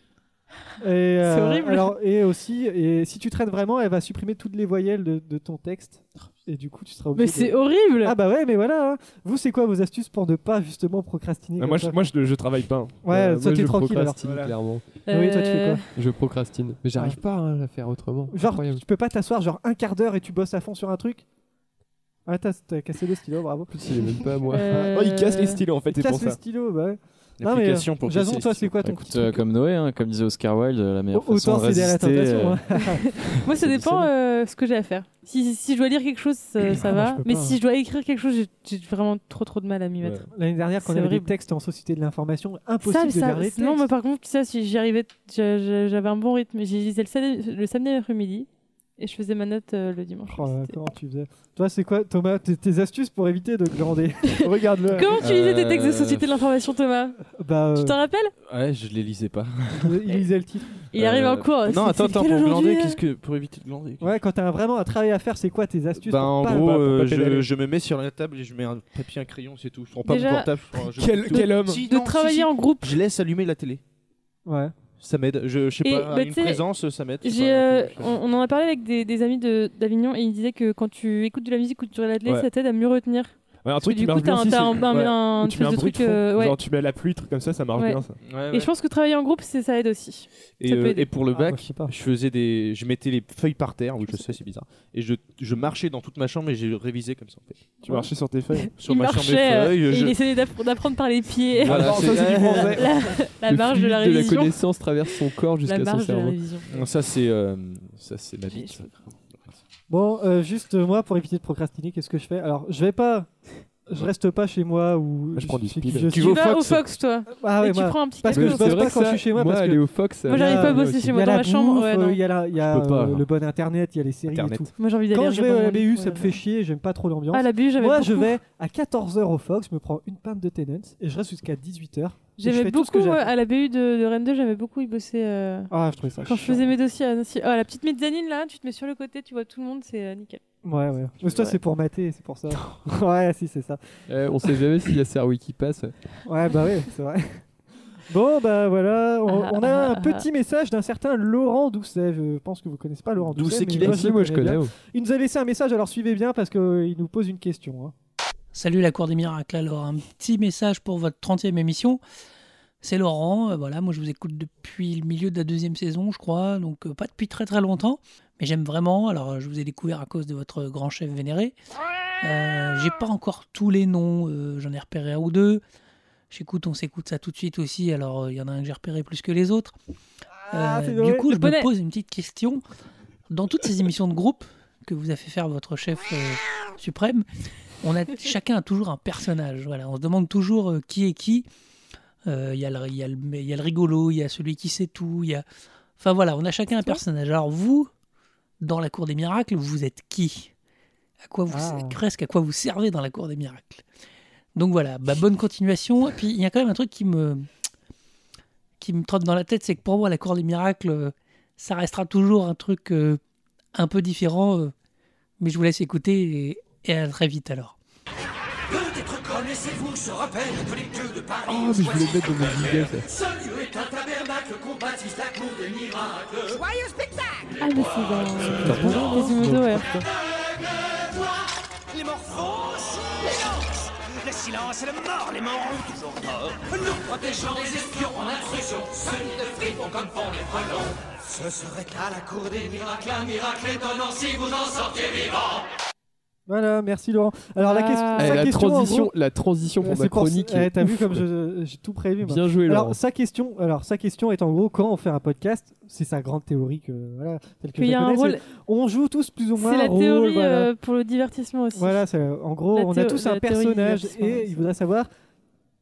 C: Et, euh,
E: horrible.
C: Alors, et aussi, et si tu traînes vraiment, elle va supprimer toutes les voyelles de, de ton texte. Et du coup, tu seras
E: Oh,
C: obligé.
E: Mais
C: de-
E: c'est horrible.
C: Ah bah ouais, mais voilà. hein. Vous, c'est quoi vos astuces pour ne pas justement procrastiner
G: Ah,
C: comme
G: moi,
C: ça
G: je, moi je, je travaille pas. hein.
C: Ouais,
B: Euh,
C: toi,
B: moi,
C: t'es
B: je
C: tranquille, alors.
B: procrastine,
C: Voilà.
B: clairement.
C: Noé, toi, tu fais quoi Euh,
B: Je procrastine. Mais j'arrive pas hein, à faire autrement.
C: Genre, tu peux pas t'asseoir genre un quart d'heure et tu bosses à fond sur un truc Ah, t'as t'as cassé le stylo, bravo.
B: Plus, il est même pas à moi.
C: Euh,
G: Oh, il casse les stylos en fait,
C: il
G: c'est
C: casse
G: pour
C: les
G: ça.
C: stylos, bah ouais. Non, mais,
D: L'application
C: euh, Jason, toi, c'est quoi ton
D: Écoute, euh, comme Noé, hein, comme disait Oscar Wilde, la meilleure
C: Autant
D: façon de
C: céder à la
D: résister.
C: tentation,
D: euh,
E: Moi, ça dépend euh, ce que j'ai à faire. Si, si, si je dois lire quelque chose, ça, ça
C: Ah, moi,
E: va.
C: je peux
E: mais
C: pas.
E: si je dois écrire quelque chose, j'ai- j'ai vraiment trop trop de mal à m'y mettre.
C: L'année dernière, quand on
E: C'est
C: avait
E: horrible.
C: des textes en société de l'information,
E: Ça,
C: impossible de
E: ça,
C: lire les textes.
E: non, mais par contre, ça, si j'y arrivais, j'a- j'a- j'avais un bon rythme. J'y lisais le samedi, le samedi après-midi Et je faisais ma note euh, le dimanche.
C: Oh là là, comment tu faisais Toi, c'est quoi, Thomas, tes, tes astuces pour éviter de glander Regarde-le.
E: Comment tu lisais tes textes de
D: Euh,
E: Société de l'information, Thomas
C: Bah,
E: Tu
C: euh,
E: t'en rappelles
D: Ouais, je les lisais pas.
C: Il lisait le titre.
E: Il arrive en cours.
D: Euh, Non,
E: C'est-
D: attends,
E: c'est
D: attends,
E: lequel
D: pour glander,
E: aujourd'hui,
D: qu'est-ce que. Ben, Pour éviter de glander.
C: Ouais, quand t'as vraiment un travail à faire, c'est quoi tes astuces
F: Bah,
C: pour
F: en
C: pas-
F: gros,
C: pas- pour
F: euh,
C: pas
F: je,
C: pédaler
F: je me mets sur la table et je mets un papier, un crayon, c'est tout. Je prends pas
E: Déjà,
F: mon portable. je prends- je-
E: quel-
F: tout.
E: quel homme De travailler en groupe.
F: Je laisse allumer la télé.
C: Ouais.
F: Ça m'aide. Je, je sais
E: Et,
F: pas,
E: bah,
F: une
E: tu sais,
F: présence, ça m'aide. je sais
E: j'ai,
F: pas, un
E: euh,
F: truc.
E: on, on en a parlé avec des, des amis de- d'Avignon et ils disaient que quand tu écoutes de la musique ou tu regardes la télé,
G: Ouais.
E: ça t'aide à mieux retenir.
G: Ouais, un
E: Parce
G: truc
E: que
G: qui
E: du coup,
G: marche bien
E: t'as un,
G: aussi,
E: t'as un,
G: c'est-
E: un-
G: ouais.
E: un
G: Ou tu mets
E: espèce de
G: bruit
E: truc.
G: de fond,
E: euh, ouais.
G: genre tu mets la pluie, truc comme ça, ça marche
E: Ouais.
G: bien ça.
E: Et je pense que travailler en groupe, c'est- ça aide aussi.
F: Et,
E: Ça peut
F: euh,
E: aider. Ah,
F: et pour le bac,
C: je,
F: faisais des, je mettais les feuilles par terre. Oui, je sais, c'est bizarre. Et je, je marchais dans toute ma chambre et j'ai révisé comme ça. En fait.
G: Tu marchais sur tes feuilles
F: Sur
E: il
F: ma
E: marchait,
F: chambre et
E: euh,
F: feuilles.
E: et
F: je-
E: il essayait d'app- d'apprendre par les pieds.
F: Voilà, Alors, ça, c'est- c'est du français.
E: La, la
F: Le
E: marge
B: fluide
E: de la
B: de la
E: révision.
B: connaissance traverse son corps jusqu'à
E: La
B: son
E: marge de la
B: cerveau.
E: révision.
F: Non, ça c'est, euh, ça c'est ma bite. ça.
C: Bon, euh, juste euh, moi, pour éviter de procrastiner, qu'est-ce que je fais Alors, je vais pas. Je reste pas chez moi ou.
B: Je prends du
C: sais
B: speed.
C: qui je
B: Tu
C: suis.
B: vas au
E: Tu vas au Fox, toi.
C: Ah ouais,
E: et tu
C: moi,
E: prends un petit
C: Parce que
E: café
C: je
E: au
C: bosse
E: Fox.
C: pas quand je suis chez moi.
B: moi,
C: parce que-
B: aller au Fox, euh, ça
E: Moi, j'arrive pas à bosser chez moi
C: Il y a
E: dans
C: la
E: ma chambre.
C: bouffe,
E: ouais,
C: euh,
E: non.
C: Il y a, la- il y a,
B: Je peux pas,
C: euh,
B: hein.
C: le bon internet, il y a les séries
B: Internet.
C: et tout.
E: Moi, j'ai envie d'aller
C: Quand
E: regarder
C: je vais à
E: dans
C: la
E: mon lit
C: BU,
E: pour
C: ça me fait chier, j'aime pas trop l'ambiance.
E: Ah, la BU, j'aimais
C: Moi, je
E: beaucoup.
C: vais à 14h au Fox, je me prends une pinte de Tenants et je reste jusqu'à 18h.
E: J'aimais beaucoup euh, à la BU de, de Rennes 2, j'aimais beaucoup y bosser. euh,
C: Ah, je trouvais ça
E: Quand je
C: chiant.
E: faisais mes dossiers à Nancy. Ah, la petite mezzanine là, tu te mets sur le côté, tu vois tout le monde, c'est euh, nickel.
C: Ouais, ouais. Mais toi,
B: Ouais.
C: c'est pour mater, c'est pour ça. ouais, si, c'est ça.
B: Euh, on sait jamais s'il y a Serwi qui passe.
C: Ouais, bah oui, c'est vrai. Bon, bah voilà, on,
E: Ah,
C: on a un petit message d'un certain Laurent Doucet. Je pense que vous connaissez pas Laurent Doucet.
B: Doucet
C: mais
B: qu'il est.
C: moi,
B: Si, moi, je connais,
C: bien.
B: ouais.
C: Il nous a laissé un message, alors suivez bien parce qu'il nous pose une question. hein.
U: Salut la Cour des Miracles. Alors, un petit message pour votre 30e émission. C'est Laurent. euh, voilà, moi je vous écoute depuis le milieu de la deuxième saison, je crois. Donc, euh, pas depuis très très longtemps. Mais j'aime vraiment. Alors, euh, je vous ai découvert à cause de votre grand chef vénéré. Euh, J'ai pas encore tous les noms. euh, J'en ai repéré un ou deux. J'écoute, on s'écoute ça tout de suite aussi. Alors, euh, il y en a un que j'ai repéré plus que les autres.
E: Ah,
U: Euh,
E: c'est
U: du
E: vrai.
U: coup, je
E: Le
U: me
E: bonnet.
U: pose une petite question. Dans toutes ces émissions de groupe que vous a fait faire votre chef euh, suprême, on a, chacun a toujours un personnage. Voilà. On se demande toujours euh, qui est qui. Euh, Il y, a le- il y a le mais il y a le rigolo, il y a celui qui sait tout. il Y a... Enfin voilà, on a chacun un personnage. Alors vous, dans la Cour des Miracles, vous êtes qui à quoi vous,
V: Ah.
U: Presque à quoi vous servez dans la Cour des Miracles. Donc voilà, bah, bonne continuation. Et puis il y a quand même un truc qui me, qui me trotte dans la tête, c'est que pour moi, la Cour des Miracles, euh, ça restera toujours un truc euh, un peu différent. euh, mais je vous laisse écouter et, et à très vite alors.
O: Peut-être connaissez-vous ce repère religieux de Paris.
U: Ah, mais je voulais le mettre dans mon jingle,
O: Ce lieu est un tabernacle qu'on baptise la cour des miracles. Joyeux spectacle
E: Ah, mais c'est dans.
O: putain, bon.
E: Quasimodo, ouais.
O: Les morphons, silence Le silence est le mort, les morts ont toujours tort. Nous protégeons les espions en intrusion, celui de fripons comme font les frelons. Ce serait à la cour des miracles, un miracle étonnant si vous en sortiez vivant.
C: Voilà, merci Laurent. Alors la,
B: Ah.
C: question,
B: Eh,
C: sa
B: la
C: question, en
B: transition-
C: gros-
B: la transition pour
C: Ouais,
B: ma
C: c'est
B: chronique
C: ça. Eh,
B: est
C: T'as vu
B: ouf,
C: comme
B: ouais.
C: je- j'ai tout prévu. moi.
B: Bien joué, Laurent.
C: Alors sa question, alors sa question est en gros quand on fait un podcast, c'est sa grande théorie que voilà, telle que
E: Qu'il
C: je
E: y a
C: la
E: un
C: connais,
E: rôle-
C: c'est- On joue tous plus ou moins.
E: C'est la
C: un rôle,
E: théorie
C: voilà.
E: euh, pour le divertissement aussi.
C: Voilà, c'est- en gros,
E: La
C: on a
E: théo-
C: tous
E: la
C: un
E: théorie du
C: personnage
E: divertissement,
C: et il voudrait savoir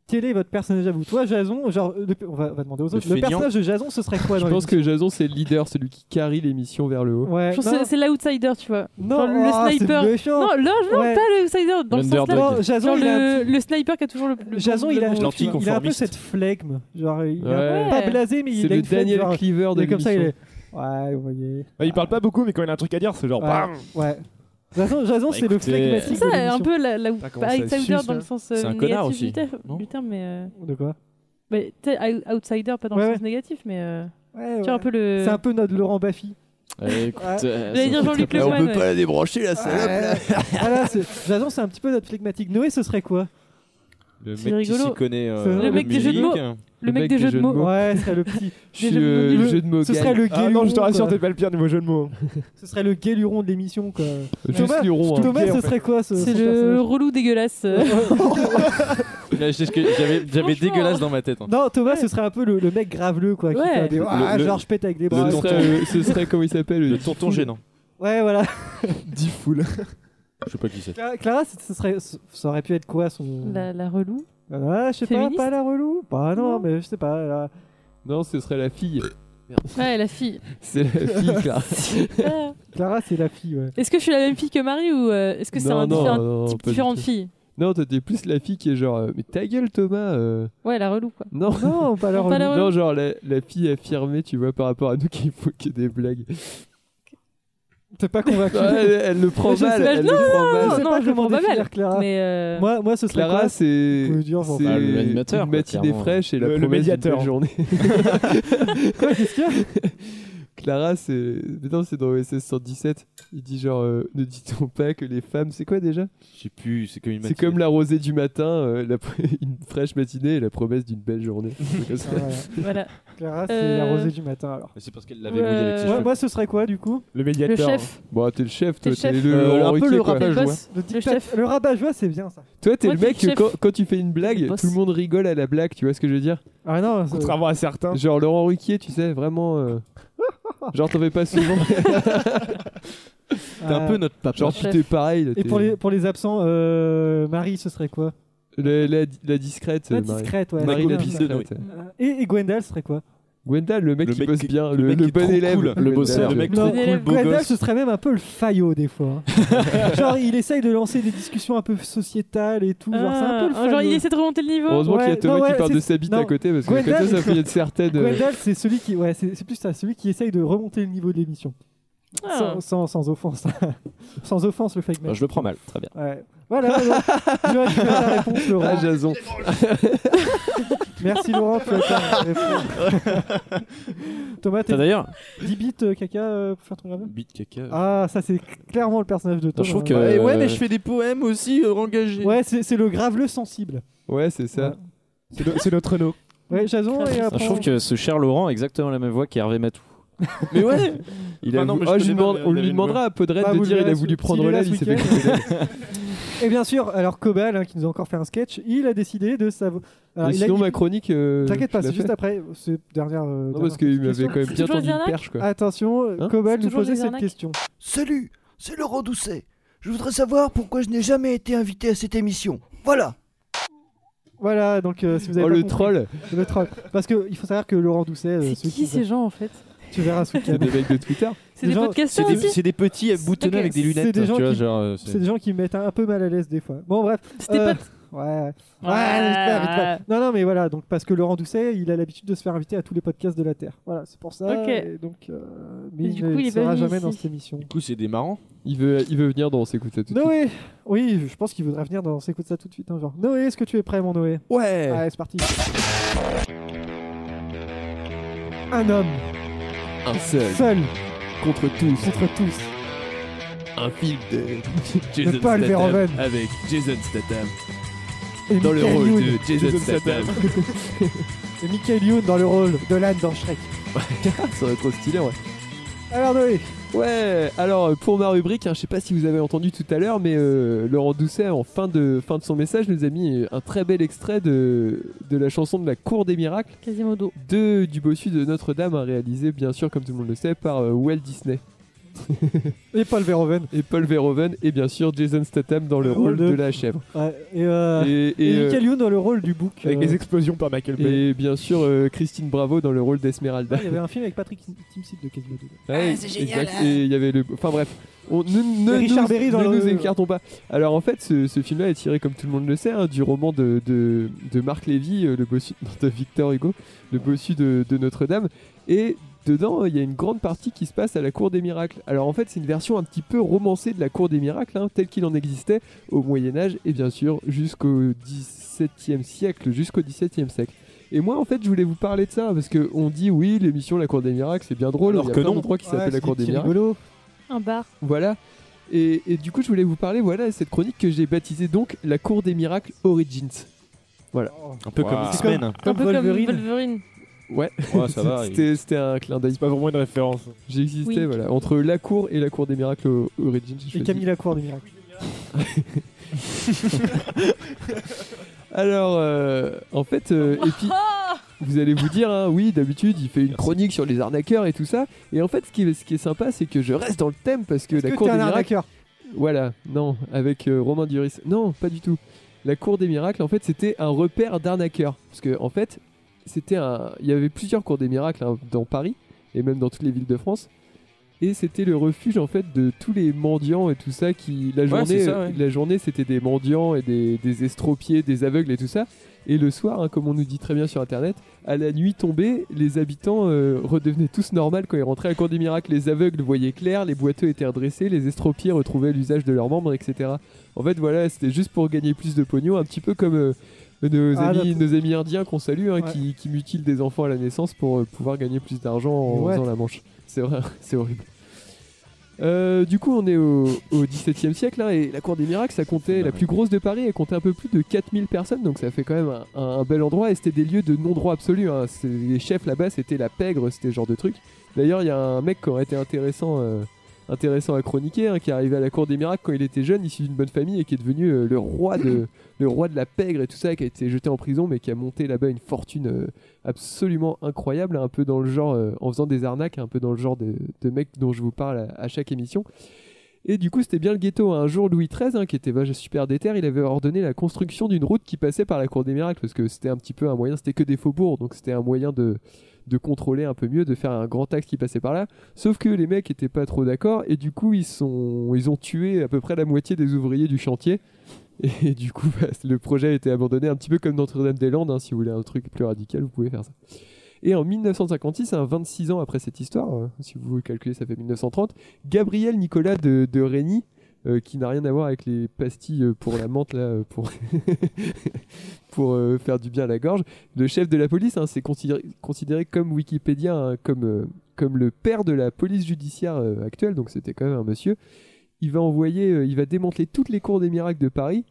C: quel est votre personnage à vous. Toi, Jason, genre, le- on, va, on va demander aux
B: Le
C: autres. Le,
B: feignant.
C: personnage de Jason, ce serait quoi
B: Je
C: dans
B: pense
C: l'émission
B: que Jason, c'est le leader, celui qui carrie l'émission vers le haut.
C: Ouais,
E: Je pense que c'est- c'est l'outsider, tu vois.
C: Non,
E: Genre le
C: ah, c'est
E: sniper.
C: méchant.
E: Non, non, non,
C: Ouais.
E: pas l'outsider. Dans le sens
C: L'underdog.
E: là,
C: Non, Jason,
E: genre
C: il a un
E: le, le sniper qui a toujours le plus.
C: Jason, il a, il a un peu
E: L'anticonformiste.
C: cette flegme. Genre, il est un
E: Ouais.
C: peu pas blasé, mais il
G: C'est
C: a
G: le
C: une flegme,
G: Daniel
C: genre,
G: Cleaver de
C: il est comme ça, il est.
G: l'émission.
C: Ouais, vous voyez.
G: Ouais, il parle pas beaucoup, mais quand il a un truc à dire, c'est genre.
C: Ouais.
G: bam
C: Ouais. Jason, Jason
G: Bah,
C: c'est le
G: écoutez,
E: C'est
C: flegmatique. de
E: ça, un
C: l'émission.
E: peu la, la-
G: Putain, comment
E: pas
G: ça
E: outsider
G: suce,
E: dans le
G: là.
E: sens
G: C'est
E: euh,
G: un
E: négatif
G: connard aussi,
E: du, ter- du terme, mais. euh,
C: De quoi
E: mais, tu sais, out- outsider, pas dans
C: Ouais,
E: le
C: ouais.
E: sens négatif, mais. euh, tu
C: Ouais, ouais.
E: vois, un peu le.
C: C'est un peu notre Laurent Baffy.
D: Eh, écoute,
C: Ouais.
D: euh,
E: J'allais
D: ça
E: dire
D: fait
E: Jean-Luc
D: très peur.
E: Lemoine, ouais.
C: Ouais. voilà, c'est- Jason, c'est un petit peu notre flegmatique. Noé, ce serait quoi
F: Le
C: C'est
F: mec
C: rigolo.
F: qui s'y connaît. euh,
C: C'est vrai.
F: en
C: Le mec des jeux de
F: musique.
C: mots. Le mec des jeux de mots. Ouais, ce serait le petit.
G: Je
C: Des
G: suis,
C: jeux de
G: euh,
C: mots.
G: le jeu de mots
C: Ce
G: gay.
C: serait le
G: Ah non, je te
C: guéluron,
G: rassure,
C: quoi.
G: t'es pas le pire niveau jeu de mots. hein.
C: Ce serait le guéluron de l'émission, quoi.
G: Juste
C: Thomas,
G: luron, hein.
C: Thomas,
G: Gay, en
C: ce
G: fait.
C: serait quoi ce,
E: C'est
C: son
E: le
C: personnage
E: relou dégueulasse. euh.
D: Là, c'est ce que J'avais j'avais dégueulasse dans ma tête. hein.
C: Non, Thomas, ce serait un peu le, le mec graveleux, quoi. Qui
E: Ouais.
C: fait des...
D: Le-
C: Ah,
D: le-
C: genre, je pète avec des
D: le
C: bras.
B: Ce serait, euh, ce serait, comment il s'appelle
F: Le tonton gênant.
C: Ouais, voilà.
B: Dix foules.
F: Je sais pas qui c'est.
C: Cla- Clara, c- ce serait, ce- ça aurait pu être quoi son.
E: La, la relou.
C: Ah, je sais pas,
E: Féministe
C: pas la relou. Bah non, mais je sais pas. la-
B: Non, ce serait la fille.
E: Ouais, la fille.
B: C'est la fille, Clara.
E: Ah.
C: Clara, c'est la fille, ouais.
E: Est-ce que je suis la même fille que Marie ou euh, est-ce que c'est
B: Non,
E: un
B: non,
E: différent
B: non,
E: type
B: pas du
E: différent de
B: tout.
E: fille
B: Non, t'étais plus la fille qui est genre, euh, mais ta gueule, Thomas. euh.
E: Ouais, la relou, quoi.
B: Non,
C: non, pas
E: la Pas la relou. relou.
B: Non, genre la, la fille affirmée, tu vois, par rapport à nous qui faut que des blagues.
C: T'es pas convaincu
B: Ah, elle, elle le prend
C: Je sais
B: mal,
C: pas,
B: elle
C: non,
B: le prend mal.
C: je sais pas
E: je le
C: comment
E: prends pas
C: définir
E: mal,
C: Clara.
E: mais, euh,
C: moi, moi, ce serait
B: Clara,
C: quoi
B: c'est
C: Vous dire, j'en
B: c'est
C: sais rien.
D: Bah, le l'animateur,
B: une
D: quoi,
B: matinée
D: clairement.
B: fraîche et la
D: Le- le
B: promesse d'une
D: médiateur.
B: belle journée.
C: Quoi, qu'est-ce qu'il y a
B: Clara, c'est mais non, c'est dans OSS 117. Il dit genre, euh, ne dit-on pas que les femmes, c'est quoi déjà
F: Je sais plus, c'est comme une
B: C'est comme la rosée du matin, euh, la pr- une fraîche matinée et la promesse d'une belle journée. C'est comme ça.
E: Voilà.
C: Clara, c'est
E: Euh,
C: la rosée du matin alors.
F: C'est parce qu'elle
E: l'avait mouillée avec ses
C: Ouais,
E: cheveux.
C: Moi, ce serait quoi du coup
B: Le hein.
E: médiateur. Le chef.
B: Bon, t'es le chef, toi.
E: T'es
B: T'es
E: le
B: le,
E: chef.
C: Euh,
B: Laurent
C: un peu
B: Ruquier,
C: le
B: quoi.
C: rabat-joie.
E: boss.
C: Le,
E: Le
C: dictat-
E: chef.
C: le rabat-joie, c'est bien ça.
B: Toi, t'es
C: Moi,
B: le
C: t'es
B: mec
C: le
B: que
C: chef.
B: quand, quand tu fais une blague, tout le monde rigole à la blague, tu vois ce que je veux dire
C: Ah non, ça-
B: Contrairement à certains. Genre Laurent Ruquier, tu sais, vraiment. euh, Genre, t'en fais pas souvent.
C: T'es un peu notre papa.
B: Euh, Genre, tu t'es pareil. là,
C: Ah. Et
B: t'es-
C: pour les, pour les absents, euh, Marie, ce serait quoi
B: La, la- la discrète.
C: La
B: euh, Marie.
C: discrète, ouais.
B: Marie ah la
C: Marie
B: discrète.
C: Noé. Et, et Gwendal serait quoi
B: Gwendal, le mec qui bosse bien, le,
F: mec
B: le
F: qui est
B: bon
F: trop
B: élève,
F: cool, le
B: Gwendal.
F: bosseur. Le mec trop cool, beau
C: Gwendal,
F: gosse.
C: ce serait même un peu le faillot des fois. hein. genre, il essaye de lancer des discussions un peu sociétales et tout. genre, c'est un peu le
E: Ah, genre, il
C: faillot.
E: essaie de remonter le niveau.
B: Heureusement qu'il y a
C: Ouais,
B: Thomas
C: non, ouais,
B: qui parle
C: c'est-
B: de sa bite
C: non.
B: à côté parce que comme
C: Gwendal,
B: ça, ça
C: il-
B: fait une certaine. euh,
C: Gwendal, c'est celui qui, ouais, c'est c'est plus ça, celui qui essaye de remonter le niveau de l'émission.
E: Ah.
C: Sans, sans, sans offense, hein. sans offense, le fake man.
D: Bah, je le prends mal, très bien.
C: Ouais. Voilà, voilà. Johan, tu as ta réponse, Laurent.
B: Ah, Jason.
C: Merci Laurent, tu as ta réponse. Thomas, t'es
D: T'as d'ailleurs
C: 10 bits euh, caca euh, pour faire ton gravel
F: Bit caca.
C: Ah, ça c'est clairement le personnage de Thomas.
D: trouve que-
T: Ouais, ouais, mais
D: Euh,
T: je fais des poèmes aussi euh, engagés.
C: Ouais, c'est c'est le graveleux sensible.
B: Ouais, c'est ça.
G: C'est no- c'est notre no.
C: Ouais, Jason, et
D: Ah,
C: après.
D: je trouve que ce cher Laurent a exactement la même voix qu'Hervé Matou.
G: Mais ouais
B: Il a
G: Ah non,
B: vou-
G: mais je
B: Ah, je
G: connais
B: demande-
G: pas, mais
B: on
G: il avait
B: lui
G: une
B: demandera
G: voix.
B: à Podred
C: Ah,
B: de
C: vous
B: dire il
C: le
B: a
C: verrez
B: voulu
C: ce-
B: prendre
C: s'il est là
B: relève,
C: ce
B: il s'est fait
C: week-end.
B: couper.
C: Et bien sûr, alors Cobal, hein, qui nous a encore fait un sketch, il a décidé de savoir.
B: Mais Sinon, ma chronique. euh,
C: T'inquiète pas,
B: je la
C: c'est juste
B: fais.
C: après cette dernière. euh,
B: Non, parce
C: dernière
B: qu'il m'avait
C: question.
B: quand même bien
C: toujours
B: tendu
C: des
B: une
C: arnaques
B: perche, quoi. Hein
C: Attention, Cobal nous
R: toujours
C: posait
R: des
C: cette
R: arnaques
C: question.
R: Salut, c'est Laurent Doucet. Je voudrais savoir pourquoi je n'ai jamais été invité à cette émission. Voilà.
C: Voilà, donc euh, si vous avez.
B: Oh,
C: pas
B: le
C: compris-
B: troll.
C: Le troll Parce qu'il faut savoir que Laurent Doucet. euh,
E: C'est
C: celui
E: qui ces gens en fait
C: Tu verras ce
B: C'est
C: week-end.
B: des mecs de Twitter.
E: C'est des
C: gens-
E: podcasteurs
F: C'est des-
E: aussi
F: c'est des petits boutonneux
E: Ok.
F: avec des
C: C'est
F: lunettes.
C: des, gens
F: tu vois,
C: qui...
F: genre, euh, c'est-
C: c'est des gens qui me mettent un peu mal à l'aise des fois. Bon, bref.
E: C'était
C: euh,
E: potes.
C: Ouais, ouais.
E: Ouais.
C: Ouais, vite fait, vite fait. Non, non, mais voilà, donc parce que Laurent Doucet, il a l'habitude de se faire inviter à tous les podcasts de la Terre. Voilà, c'est pour ça.
E: Ok.
C: et donc, euh, mais
E: Et du
C: il
E: coup, il
C: ne
E: est pas
C: sera
E: venu
C: jamais
E: ici.
C: dans cette émission.
F: Du coup, c'est des marrants.
B: Il veut, il veut venir dans On s'écoute ça tout de suite.
C: Noé Oui, je pense qu'il voudrait venir dans On s'écoute ça tout de suite. hein, genre. Noé, est-ce que tu es prêt, mon Noé
B: Ouais
C: Allez, c'est parti. Un homme,
B: Un seul.
C: seul,
B: Contre tous.
C: contre tous.
G: Un film de
C: De Paul Statham Verhoeven.
G: avec Jason Statham.
C: Et
G: Dans le
C: Michael
G: rôle de
C: Youn.
G: Jason Statham.
C: Et Michael Youn dans le rôle de l'âne dans Shrek.
B: Ça aurait trop stylé, ouais.
C: Alors, Noé
B: Ouais, alors euh, pour ma rubrique, hein, je sais pas si vous avez entendu tout à l'heure, mais euh, Laurent Doucet, en fin de, fin de son message, nous a mis euh, un très bel extrait de, de la chanson de la Cour des Miracles
E: Quasimodo.
B: de, du bossu de Notre-Dame, hein, réalisé bien sûr, comme tout le monde le sait, par euh, Walt Disney.
C: Et Paul Verhoeven.
B: Et Paul Verhoeven, et bien sûr Jason Statham dans le rôle de la chèvre.
C: Ouais, et, euh,
B: Et- et,
C: et
B: euh,
C: Michael Youn dans le rôle du bouc.
G: Avec
C: euh,
G: les explosions par Michael Bay.
B: Et bien sûr euh, Christine Bravo dans le rôle
C: ah,
B: d'Esmeralda.
C: Il y avait un film avec Patrick Timsit de Quasimodo.
B: Bah. Ouais,
C: Ah, c'est
B: exact. Et il y avait le. Enfin bref. On, ne, ne-
C: Et Richard
B: nous,
C: Berry dans
B: ne
C: le-
B: nous écartons pas. Alors en fait, ce, ce film-là est tiré, comme tout le monde le sait, hein, du roman de, de, de Marc Lévy, euh, le bossu de Victor Hugo, le bossu de, de Notre-Dame. Et dedans, euh, il y a une grande partie qui se passe à la Cour des Miracles. Alors en fait, c'est une version un petit peu romancée de la Cour des Miracles, hein, telle qu'il en existait au Moyen-Âge et bien sûr jusqu'au XVIIe siècle, jusqu'au XVIIe siècle. Et moi, en fait, je voulais vous parler de ça parce que on dit oui, l'émission La Cour des Miracles, c'est bien drôle.
F: Alors
B: il y a
F: que
B: plein
F: non.
B: d'endroits qui
F: Ouais,
B: s'appellent
F: c'est
B: La Cour
F: des
B: des
F: petits
B: Miracles.
C: rigolo.
E: Un bar.
B: Voilà. Et, et du coup, je voulais vous parler voilà de cette chronique que j'ai baptisée donc la Cour des Miracles Origins. Voilà.
F: Un peu comme
B: C'est
F: X-Men.
E: Un peu
C: Wolverine.
E: comme Wolverine.
B: Ouais.
F: Ouais, ça va,
B: C'était c'était un clin d'œil. C'est
G: pas vraiment une référence.
B: J'existais
E: Oui.
B: voilà entre la Cour et la Cour des Miracles o- Origins. j'ai
C: Et
B: choisi.
C: Camille Lacour des Miracles.
B: Alors, euh, en fait, euh, et puis, vous allez vous dire, hein, oui, d'habitude, il fait une chronique sur les arnaqueurs et tout ça. Et en fait, ce qui est, ce qui est sympa, c'est que je reste dans le thème parce que la
C: que
B: Cour
C: t'es
B: des
C: un
B: Miracles.
C: arnaqueur
B: Voilà, non, avec euh, Romain Duris. Non, pas du tout. La Cour des Miracles, en fait, c'était un repère d'arnaqueurs. Parce que, en fait, c'était un. Il y avait plusieurs Cours des Miracles hein, dans Paris. et même dans toutes les villes de France. Et c'était le refuge en fait de tous les mendiants et tout ça qui la
D: Ouais,
B: journée,
D: c'est ça, ouais.
B: la journée c'était des mendiants et des, des estropiés, des aveugles et tout ça. Et le soir, hein, comme on nous dit très bien sur internet, à la nuit tombée, les habitants euh, redevenaient tous normaux quand ils rentraient à la cour des miracles. Les aveugles voyaient clair, les boiteux étaient redressés, les estropiés retrouvaient l'usage de leurs membres, etc. En fait, voilà, c'était juste pour gagner plus de pognon, un petit peu comme euh, nos,
C: Ah,
B: amis,
C: notre-
B: nos amis indiens qu'on salue, hein,
C: Ouais.
B: qui, qui mutilent des enfants à la naissance pour euh, pouvoir gagner plus d'argent en
C: Ouais.
B: faisant la manche. C'est vrai, c'est horrible. Euh, du coup, on est au, au 17e siècle hein, et la Cour des Miracles, ça comptait la plus grosse de Paris, elle comptait un peu plus de 4000 personnes, donc ça fait quand même un, un bel endroit et c'était des lieux de non-droit absolu. hein. C'est- Les chefs là-bas, c'était la pègre, c'était ce genre de truc. D'ailleurs, il y a un mec qui aurait été intéressant, euh, intéressant à chroniquer, hein, qui est arrivé à la Cour des Miracles quand il était jeune, issu d'une bonne famille et qui est devenu euh, le, roi de, le roi de la pègre et tout ça, qui a été jeté en prison mais qui a monté là-bas une fortune euh, absolument incroyable, un peu dans le genre, euh, en faisant des arnaques, un peu dans le genre de, de mec dont je vous parle à- à chaque émission. Et du coup, c'était bien le ghetto. hein. Un jour, Louis XIII, hein, qui était vachement super déter, il avait ordonné la construction d'une route qui passait par la Cour des Miracles, parce que c'était un petit peu un moyen, c'était que des faubourgs, donc c'était un moyen de, de contrôler un peu mieux, de faire un grand axe qui passait par là. Sauf que les mecs étaient pas trop d'accord, et du coup, ils, sont, ils ont tué à peu près la moitié des ouvriers du chantier. Et du coup, bah, le projet a été abandonné, un petit peu comme Notre-Dame-des-Landes, hein, si vous voulez un truc plus radical, vous pouvez faire ça. Et en 1956, hein, 26 ans après cette histoire, euh, si vous calculez, ça fait 1930, Gabriel Nicolas de, de Régny, euh, qui n'a rien à voir avec les pastilles euh, pour la menthe, là, euh, pour, pour euh, faire du bien à la gorge, le chef de la police, hein, c'est considéré, considéré comme Wikipédia, hein, comme, euh, comme le père de la police judiciaire euh, actuelle, donc c'était quand même un monsieur. Il va envoyer, euh, il va démanteler toutes les cours des miracles de Paris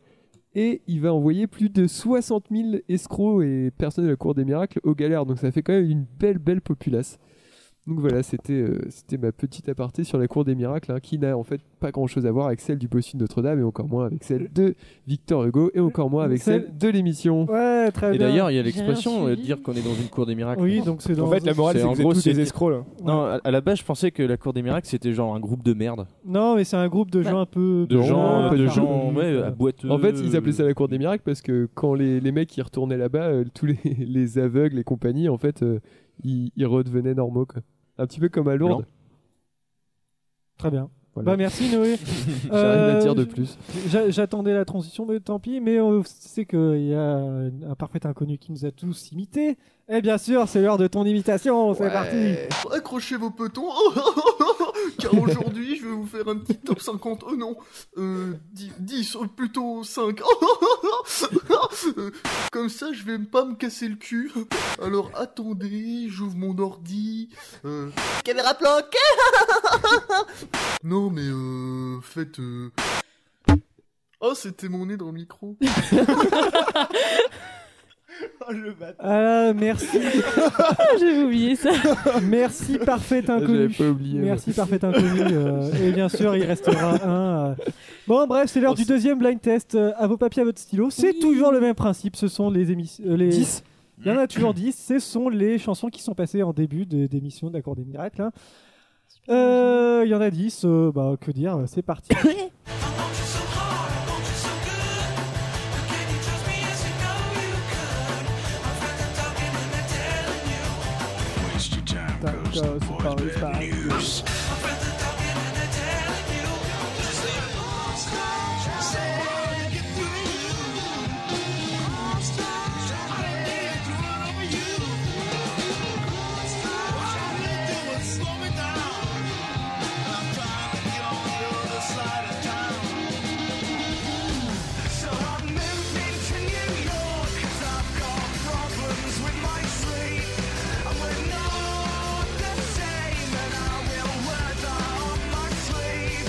B: et il va envoyer plus de 60 000 escrocs et personnes de la Cour des Miracles aux galères. Donc ça fait quand même une belle, belle populace. Donc voilà, c'était euh, c'était ma petite aparté sur la Cour des Miracles, hein, qui n'a en fait pas grand-chose à voir avec celle du bossu de Notre-Dame, et encore moins avec celle de Victor Hugo, et encore moins avec
C: Celle-
B: celle de l'émission.
C: Ouais, très
F: Et d'ailleurs, il y a l'expression euh, de dire qu'on est dans une cour des miracles.
C: Oui, donc c'est dans-
F: en gros,
G: tous des
F: c'était-
G: escrocs, là.
F: Non, à, à la base, je pensais que la cour des miracles c'était genre un groupe de merde.
C: Non, mais c'est un groupe de gens un peu.
F: De gens,
C: bizarres,
F: de
C: enfin,
F: gens, ouais, euh, boiteux.
B: En fait, ils appelaient ça la cour des miracles parce que quand les, les mecs ils retournaient là-bas, euh, tous les, les aveugles et compagnie, en fait, euh, ils, ils redevenaient normaux. Quoi. Un petit peu comme à Lourdes.
C: Très bien.
B: Voilà.
C: Bah merci Noé.
B: J'ai
C: Euh,
B: rien à dire de plus.
C: j'a- J'attendais la transition, mais tant pis. Mais on sait qu'il y a un parfait inconnu qui nous a tous imités. Et bien sûr, c'est l'heure de ton imitation. C'est parti.
M: Accrochez vos petons, car aujourd'hui je vais vous faire un petit top 50, oh non, euh, 10, 10, euh, plutôt 5. Euh, Comme ça je vais pas me casser le cul. Alors attendez, j'ouvre mon ordi. Euh,
P: Caméra planquée
M: non mais euh, faites... euh, Oh c'était mon nez dans le micro.
P: Oh le bâtard
C: Ah, merci.
E: Ah, J'avais oublié ça.
C: Merci parfait inconnu.
B: pas oublié, moi.
C: Merci parfait inconnu. euh, et bien sûr, il restera un. euh. Bon, bref, c'est l'heure du deuxième blind test. euh, à vos papiers, à votre stylo. C'est toujours le même principe. Ce sont les émissions. les... 10 Il y en a toujours 10. Ce sont les chansons qui sont passées en début de- d'émission d'Accord des Miracles. hein. Euh, Il y en a 10. euh, bah, que dire C'est parti.
P: Waste your time goes the boys bad news Slow me down. I'm trying to get on the other side of town. So I've moved into New York 'cause I've got problems with my sleep. And we're not the same, and I will wear that on my sleeve.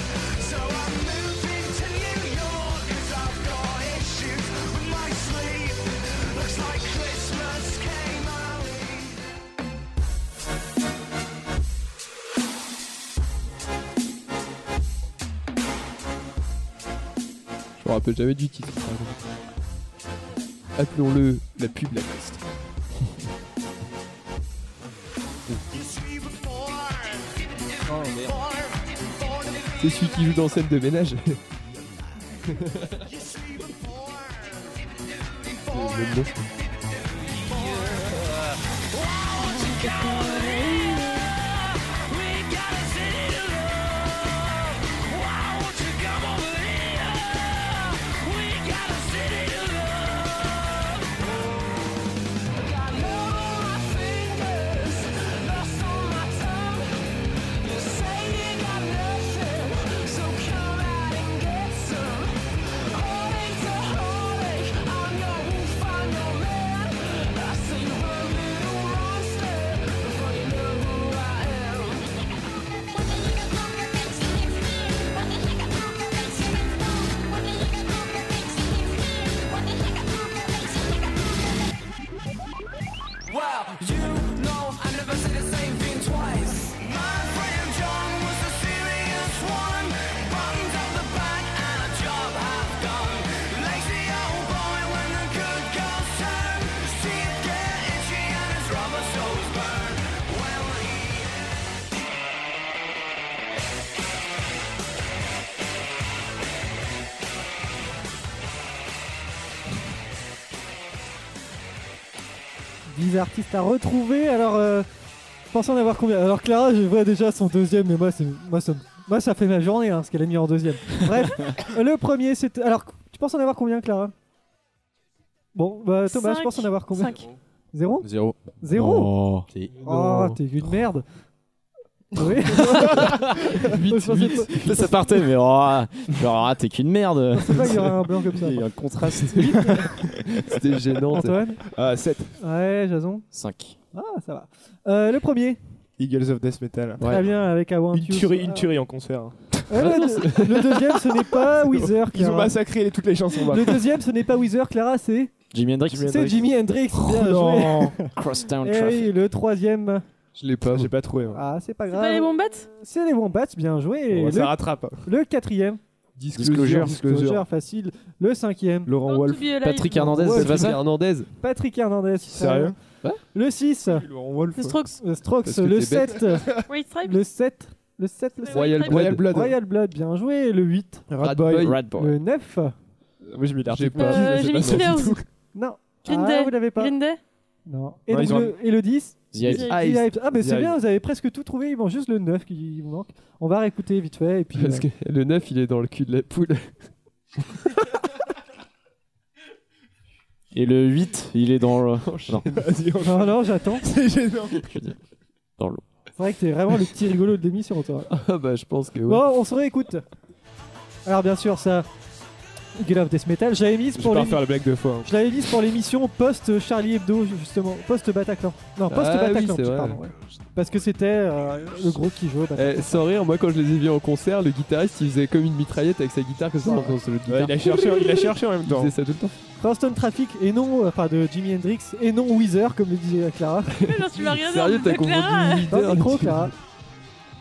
P: So I'm moving to New York 'cause I've got issues with my sleep. Looks like Christmas came early.
B: Je me rappelle jamais du titre. par contre. Appelons-le la pub la peste. C'est celui qui joue dans scène de ménage.
P: Wow, what you got?
C: 10 artistes à retrouver. Alors, euh, je pensais en avoir combien Alors, Clara, je vois déjà son deuxième, mais moi, c'est- moi, ça, me- moi, ça fait ma journée, hein, ce qu'elle a mis en deuxième. Bref, le premier, c'était. Alors, tu penses en avoir combien, Clara Bon, bah, Thomas, je
E: Cinq.
C: pense en avoir combien
E: Cinq.
C: Zéro
F: Zéro.
C: Zéro
F: Oh. Si.
C: Oh,
F: Non.
C: t'es une merde Oui
D: Huit,
C: Je pensais
D: huit.
C: pas-
D: Là, ça partait, mais oh, genre, ah, t'es qu'une merde.
C: pensais pas qu'il y aurait un blanc comme ça.
D: Il y a eu un contraste.
B: C'était gênant.
C: Antoine
G: Ah, 7.
C: Ouais, Jason
D: 5.
C: Ah, ça va. Euh, le premier,
G: Eagles of Death Metal.
C: très bien, avec Awan
G: Une tuerie, une tuerie en concert.
C: le deuxième, ce n'est pas Weezer.
G: Ils ont
C: Clara.
G: massacré les- toutes les chansons.
C: Le deuxième, ce n'est pas Weezer, Clara, c'est.
D: Jimi Hendrix.
C: C'est Jimi Hendrix.
G: Oh
C: Bien joué.
D: Crosstown
C: Et
D: Traffic.
C: oui, le troisième.
B: Je l'ai pas.
G: J'ai pas trouvé. hein.
C: Ah, c'est pas
E: C'est
C: grave.
E: pas les Wombats
C: C'est les Wombats, bien joué. Et
G: Bon, bah, ça
C: le-
G: rattrape.
C: Le quatrième.
G: Disclosure.
C: Disclosure,
G: Disclosure.
C: facile. Le cinquième.
G: Laurent Wolf.
E: be alive.
D: Patrick Hernandez,
C: Wolf.
D: c'est pas ça
B: Hernandez.
C: Patrick Hernandez.
D: Sérieux
B: Ouais.
C: Le 6.
G: Laurent Wolf.
E: The Strokes.
C: Le Strokes.
B: Parce que
C: Le
B: t'es bête.
C: 7.
E: White Stripes
C: Le 7. Le 7. Le
B: Royal
C: sept.
B: Blood. Royal Blood.
C: Royal Blood, bien joué. Le 8.
B: Boy.
C: Le 9.
G: Moi j'ai mis l'article.
B: pas.
G: Je sais
E: Euh,
G: pas
E: J'ai mis
G: si on dit
E: Killers.
G: tout.
C: Non.
E: Green
C: Ah,
E: Day.
C: vous l'avez pas.
E: Green Day
C: Non. Et,
G: Non,
C: donc
G: ils ont-
C: le, et le 10
D: The Ives.
C: The
D: Ives.
C: Ives. Ah, mais
D: The
C: c'est bien,
D: Ives.
C: vous avez presque tout trouvé. Il manque juste le 9 qui vous manque. On va réécouter vite fait. Et puis, euh,
B: Parce que le 9, il est dans le cul de la poule.
D: Et le 8, il est dans
B: Oh,
D: le. Non,
C: euh, Non, non, j'attends.
G: C'est gênant.
D: je veux dire, Dans l'eau.
C: C'est vrai que t'es vraiment le petit rigolo de l'émission, toi.
B: Ah bah, je pense que oui.
C: Bon, on se réécoute. Alors, bien sûr, ça. Girl of Death Metal, j'avais mise
G: Je
C: pour
G: vais pas
C: les.
G: refaire la blague deux fois. hein.
C: Je l'avais mise pour l'émission post Charlie Hebdo justement, post Bataclan. Non, post
B: Ah oui,
C: Bataclan,
B: c'est vrai.
C: pardon. ouais. Parce que c'était euh, le groupe qui jouait au Bataclan.
B: Eh, sans rire, moi quand je les ai vus en concert, le guitariste il faisait comme une mitraillette avec sa guitare comme ça
C: Ouais.
B: dans son jeu de
G: Ouais,
B: guitare.
G: il a cherché, il a cherché en même
B: Il
G: temps.
B: faisait ça tout le temps.
C: Boston Traffic et non, euh, enfin de Jimi Hendrix et non Weezer comme le disait Clara.
E: Ouais, genre, tu m'as regardé en
B: Sérieux,
E: mode
B: t'as
E: bah, Clara,
B: confondu
C: Dans le micro,
B: Weezer
C: Clara.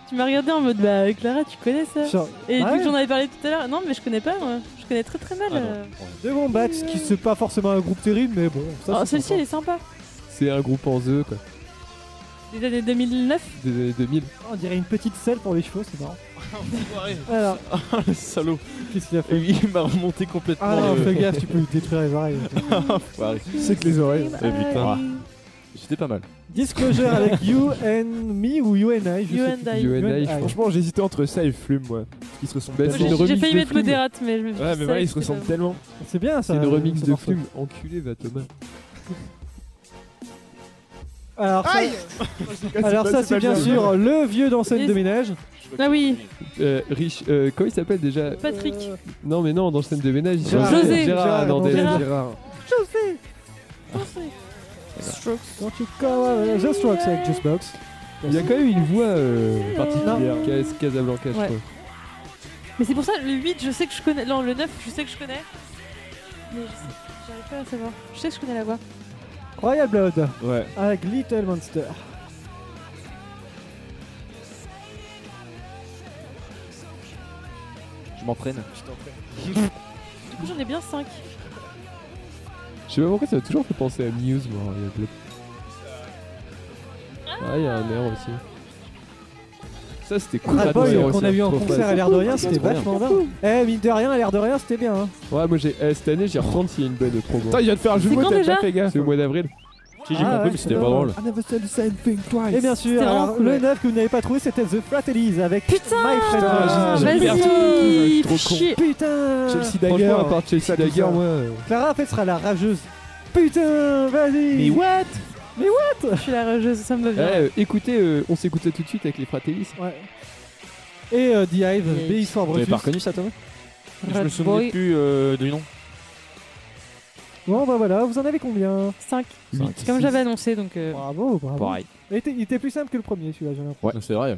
E: tu m'as regardé en mode bah Clara, tu connais ça
C: Genre,
E: Et
C: Bah ouais.
E: vu que j'en avais parlé tout à l'heure, non mais je connais pas moi, je connais très très mal.
B: Ah
E: euh.
C: De bon batch qui c'est pas forcément un groupe terrible mais bon. Ça,
E: Oh,
C: c'est
E: Celle-ci elle est sympa,
B: C'est un groupe en The quoi,
E: des années 2009.
B: des années 2000.
C: sympa. On dirait une petite selle pour les cheveux, c'est marrant. Alors,
F: Ah, le salaud.
C: qu'est-ce qu'il a fait
F: Il m'a remonté complètement.
C: Ah non,
F: le-
C: fais gaffe, tu peux lui détruire les oreilles.
F: Ouais,
G: C'est que les oreilles.
F: Eh, putain. C'était pas mal.
C: Disclosure avec You and Me ou You and I. Je
E: You
C: sais
E: and
C: plus.
E: I.
B: You and I, je pense.
G: Franchement, j'hésitais entre ça et Flume, moi. Ils se ressemblent
B: Bah,
E: J'ai-
B: c'est une
G: tellement.
E: J'ai
B: remise
E: failli
B: de
E: mettre
B: Flume.
E: modérate mais je me suis
G: Ouais,
E: dit,
G: mais voilà,
E: ça,
G: ils se
E: c'est
G: ressemblent
E: pas-
G: tellement.
C: C'est bien ça.
B: C'est une remix
C: ce
B: de
C: morceau.
B: Flume. Enculé, va Thomas.
C: Alors ça, alors ça c'est bien sûr le vieux dans scène de ménage.
E: Ah oui,
B: Euh, Rich, euh, comment il s'appelle déjà Euh,
E: Patrick.
B: Non, mais non, dans le scène de ménage, il
C: Gérard.
B: s'appelle
E: José.
B: Gérard Hernandez.
C: Gérard.
B: Gérard.
C: Chaussée Strokes. Don't you come
B: euh,
C: out, The Strokes Euh, avec Juicebox.
B: Il y a quand même une voix euh, particulière.
C: Non.
B: Cas- Casablanca, je
E: Ouais.
B: crois.
E: Mais c'est pour ça, le 8, je sais que je connais. Non, le 9, je sais que je connais. Mais je sais- j'arrive pas à savoir. Je sais que je connais la voix.
C: Royal Blood
G: Ouais.
C: avec Little Monster.
D: Je m'entraîne.
E: Du coup, j'en ai bien 5.
B: Je sais pas pourquoi ça m'a toujours fait penser à Muse, moi. Il y a plein- Ah, il y a un air aussi. Ça, c'était cool.
C: Rat Boy
B: Atmosphère
C: euh,
B: aussi,
C: qu'on a vu en
B: trop
C: concert
B: fun.
C: à l'air de rien, c'était
D: trop bien.
C: vachement dingue. Eh, mine de rien, à l'air de rien, c'était bien. hein.
B: Ouais, moi, j'ai, eh, cette année, j'ai reprendre s'il y a une bonne de promo.
G: Attends, il vient de faire un jeu de
E: C'est
G: mots,
E: quand
G: t'as
E: déjà
G: pas fait gaffe.
B: C'est au mois d'avril.
F: Si, j'ai
C: Ah ouais,
F: compris, mais
C: c'est
F: c'était pas
C: drôle.
F: drôle.
G: I never said the same thing twice.
C: Et bien
E: Ah, C'était
C: sûr,
E: vraiment
C: alors,
E: cool,
C: le
E: ouais.
C: 9 que vous n'avez pas trouvé, c'était The Fratellis avec Putain My Friend.
G: Ah, j'ai- j'ai perdu
E: Vas-y,
G: tout, je
E: fais
G: suis trop con.
E: chier.
C: Putain
G: Chelsea Dagger.
B: Franchement, à part Chelsea
G: Ça, tout
B: Dagger,
G: ça.
B: moi. euh,
C: Clara, en fait, sera la rageuse. Putain, vas-y
G: Mais what
E: Je suis la rageuse, ça me va
B: Eh,
E: bien.
B: euh, écoutez, euh, on s'écoute ça tout de suite avec les Fratellis.
C: Ouais. Et euh, The Hive,
E: Yeah.
C: B.I. for
D: Vous l'avez pas
C: Brutus.
D: reconnu ça, Thomas
F: Je me souviens plus euh, du nom.
C: Bon, bah voilà, vous en avez combien
E: 5.
D: Huit.
E: Comme j'avais annoncé, donc. euh,
C: Bravo, bravo.
D: Pareil.
C: Il était, il était plus simple que le premier, celui-là, j'ai l'impression.
F: C'est vrai.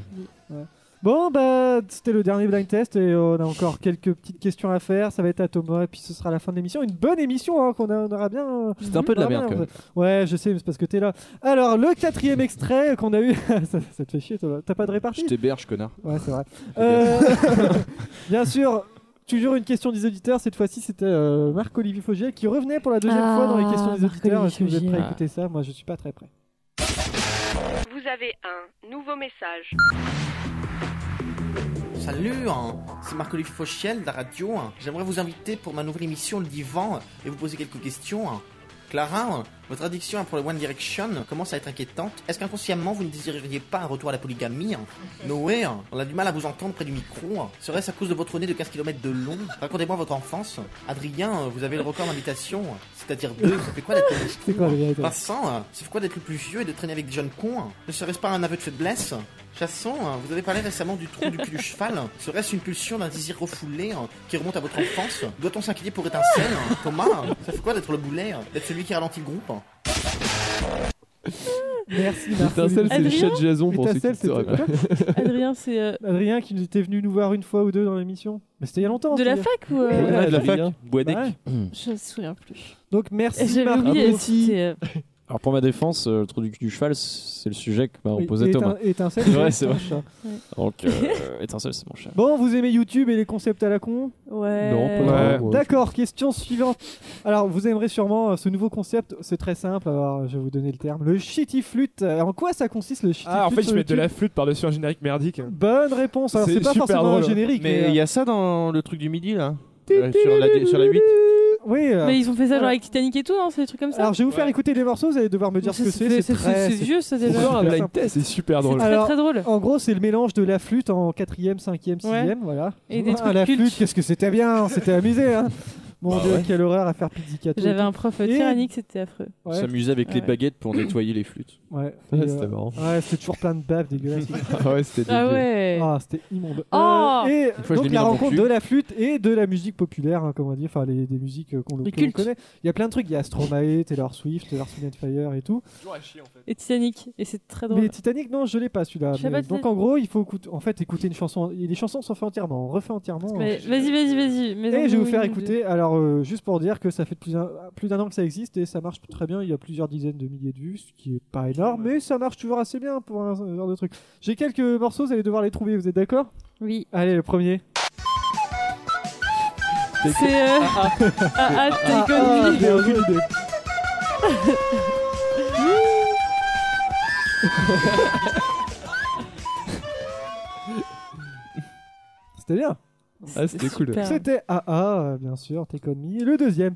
C: Bon, bah, c'était le dernier blind test et euh, on a encore quelques petites questions à faire. Ça va être à Thomas et puis ce sera la fin de l'émission. Une bonne émission hein, qu'on a- on aura bien. euh,
D: C'était un peu de la
C: on aura
D: merde,
C: bien,
D: quand même.
C: on- Ouais, je sais, mais c'est parce que t'es là. Alors, le quatrième extrait qu'on a eu. ça, ça te fait chier, Thomas. T'as pas de répartie
F: Je t'héberge, connard.
C: Ouais, c'est vrai. Euh, bien sûr, toujours une question des auditeurs. Cette fois-ci, c'était euh, Marc-Olivier Fogiel qui revenait pour la deuxième
E: Ah,
C: fois dans les questions des auditeurs. Est-ce que vous êtes
E: Marc-Olivier
C: prêts à
D: Fogiel.
C: écouter ça Moi, je suis pas très prêt.
A: Vous avez un nouveau message.
I: Salut, hein. c'est Marc-Olivier Fauchiel de la radio. hein. J'aimerais vous inviter pour ma nouvelle émission Le Divan euh, et vous poser quelques questions. hein. Clara, hein,
Q: Votre addiction pour le One Direction commence à être inquiétante. Est-ce qu'inconsciemment vous ne désireriez pas un retour à la polygamie hein? Noé, hein, on a du mal à vous entendre près du micro. hein. Serait-ce à cause de votre nez de 15 km de long Racontez-moi votre enfance. Adrien, hein, vous avez le record d'invitation, hein. c'est-à-dire deux. Ça fait quoi d'être le plus
C: C'est quoi,
Q: con
C: Adrien, toi
Q: Vincent, ça fait quoi d'être le plus vieux et de traîner avec des jeunes cons Ne serait-ce pas un aveu de faiblesse Chasson, vous avez parlé récemment du trou du cul du cheval. Serait-ce une pulsion d'un désir refoulé euh, qui remonte à votre enfance Doit-on s'inquiéter pour étincelle hein, Thomas, ça fait quoi d'être le boulet hein, D'être celui qui ralentit le groupe hein
C: Merci,
B: Étincelle, c'est le chat de Jason pour ceux qui ne
C: Étincelle,
B: sauraient
C: c'était
B: pas.
C: quoi
E: Adrien, c'est. euh,
C: Adrien qui nous était venu nous voir une fois ou deux dans l'émission. Mais c'était il y a longtemps.
E: De la
C: c'est-
E: fac ou, euh, Ouais, de la
C: Adrien.
E: fac,
F: Boinec.
C: Bah ouais.
E: Je me souviens plus.
C: Donc merci,
E: J'avais
C: Marc.
E: oublié,
C: Ah bon
E: c'était, euh,
D: Alors pour ma défense, euh, le trou du cul du cheval, c'est le sujet que m'a
C: Oui,
D: proposé
C: et
D: Thomas.
C: étein- étincelle,
D: c'est vrai, c'est
C: c'est ton
D: vrai.
C: chat. Ouais.
D: Donc euh, étincelle, c'est mon chat.
C: Bon, vous aimez YouTube et les concepts à la con
E: Ouais.
D: Non, pas Ouais. trop, moi.
C: D'accord, question suivante. Alors, vous aimerez sûrement euh, ce nouveau concept. C'est très simple, alors je vais vous donner le terme. Le shitty flûte. Euh, En quoi ça consiste le shitty flûte
G: Ah, en fait,
C: sur
G: je mets de
C: YouTube
G: la flûte par-dessus un générique merdique.
C: Bonne réponse. Alors,
G: C'est
C: Bah, c'est pas
G: super
C: forcément
G: drôle,
C: un
G: hein.
C: générique.
F: Mais il
C: euh,
F: y a ça dans le truc du midi là Euh, sur, la, sur la 8
C: Oui. euh,
E: Mais ils ont fait ça genre
C: voilà.
E: avec Titanic et tout, non C'est des trucs comme ça
C: Alors, je vais vous faire écouter des morceaux, vous allez devoir me dire ce que c'est.
E: c'est-
C: très-
E: c'est vieux, ça, déjà.
C: c'est
E: Encore un
C: super
E: blind
C: simple.
G: C'est super drôle.
E: très, très drôle.
C: En gros, c'est le mélange de la flûte en quatrième, cinquième,
E: Ouais.
C: sixième, voilà.
E: Et des
C: Ah,
E: trucs
C: la
E: cultes.
C: flûte, qu'est-ce que c'était bien, on s'était amusé. Hein. Mon
F: Bah
C: dieu,
F: ouais.
C: quelle horreur à faire pizzicato.
E: J'avais un prof
C: Et-
E: tyrannique, c'était affreux.
C: Ouais.
F: S'amuser avec les
E: Ouais.
F: baguettes pour nettoyer les flûtes.
C: Ouais,
B: Ouais,
C: et, euh,
B: c'était marrant.
C: Ouais, Ah, c'était toujours plein de baves dégueulasses.
B: Ah ouais, c'était
E: Ah
B: dégueu.
E: ouais.
C: Ah, c'était immonde.
E: Oh
C: Euh,
B: Une fois,
C: et
B: je l'ai
C: donc
B: mis
C: la
B: dans mon
C: rencontre
B: cul.
C: de la flûte et de la musique populaire, hein, comment dire, enfin les, des musiques euh, qu'on que l'on
E: cultes.
C: connaît. Il y a plein de trucs, il y a Stromae, Taylor Swift, Taylor Swift Fire et tout.
E: Et Titanic, et c'est très
C: Mais
E: drôle.
C: Titanic, non, je l'ai pas celui-là.
E: Je sais
C: Mais-
E: pas,
C: Donc
E: Titanic.
C: en gros, il faut écouter, en fait écouter une chanson. Les chansons sont faites entièrement, on refait entièrement.
E: Mais Vas-y, vas-y, vas-y. mais
C: Et je
E: non,
C: vais vous faire
E: oui, oui,
C: écouter, alors euh, juste pour dire que ça fait plus d'un plus d'un an que ça existe et ça marche très bien, il y a plusieurs dizaines de milliers de vues, ce qui est pas énorme, mais ça marche toujours assez bien pour un ce genre de truc. J'ai quelques morceaux, vous allez devoir les trouver, vous êtes d'accord
E: Oui.
C: Allez, le premier.
E: C'est. euh, Ah ah,
C: Ah,
E: t'es
C: ah,
E: connu.
C: bien joué. C'était bien.
B: Ah, c'était cool.
E: Super.
C: C'était AA, euh, bien sûr, Take On Me. Le deuxième.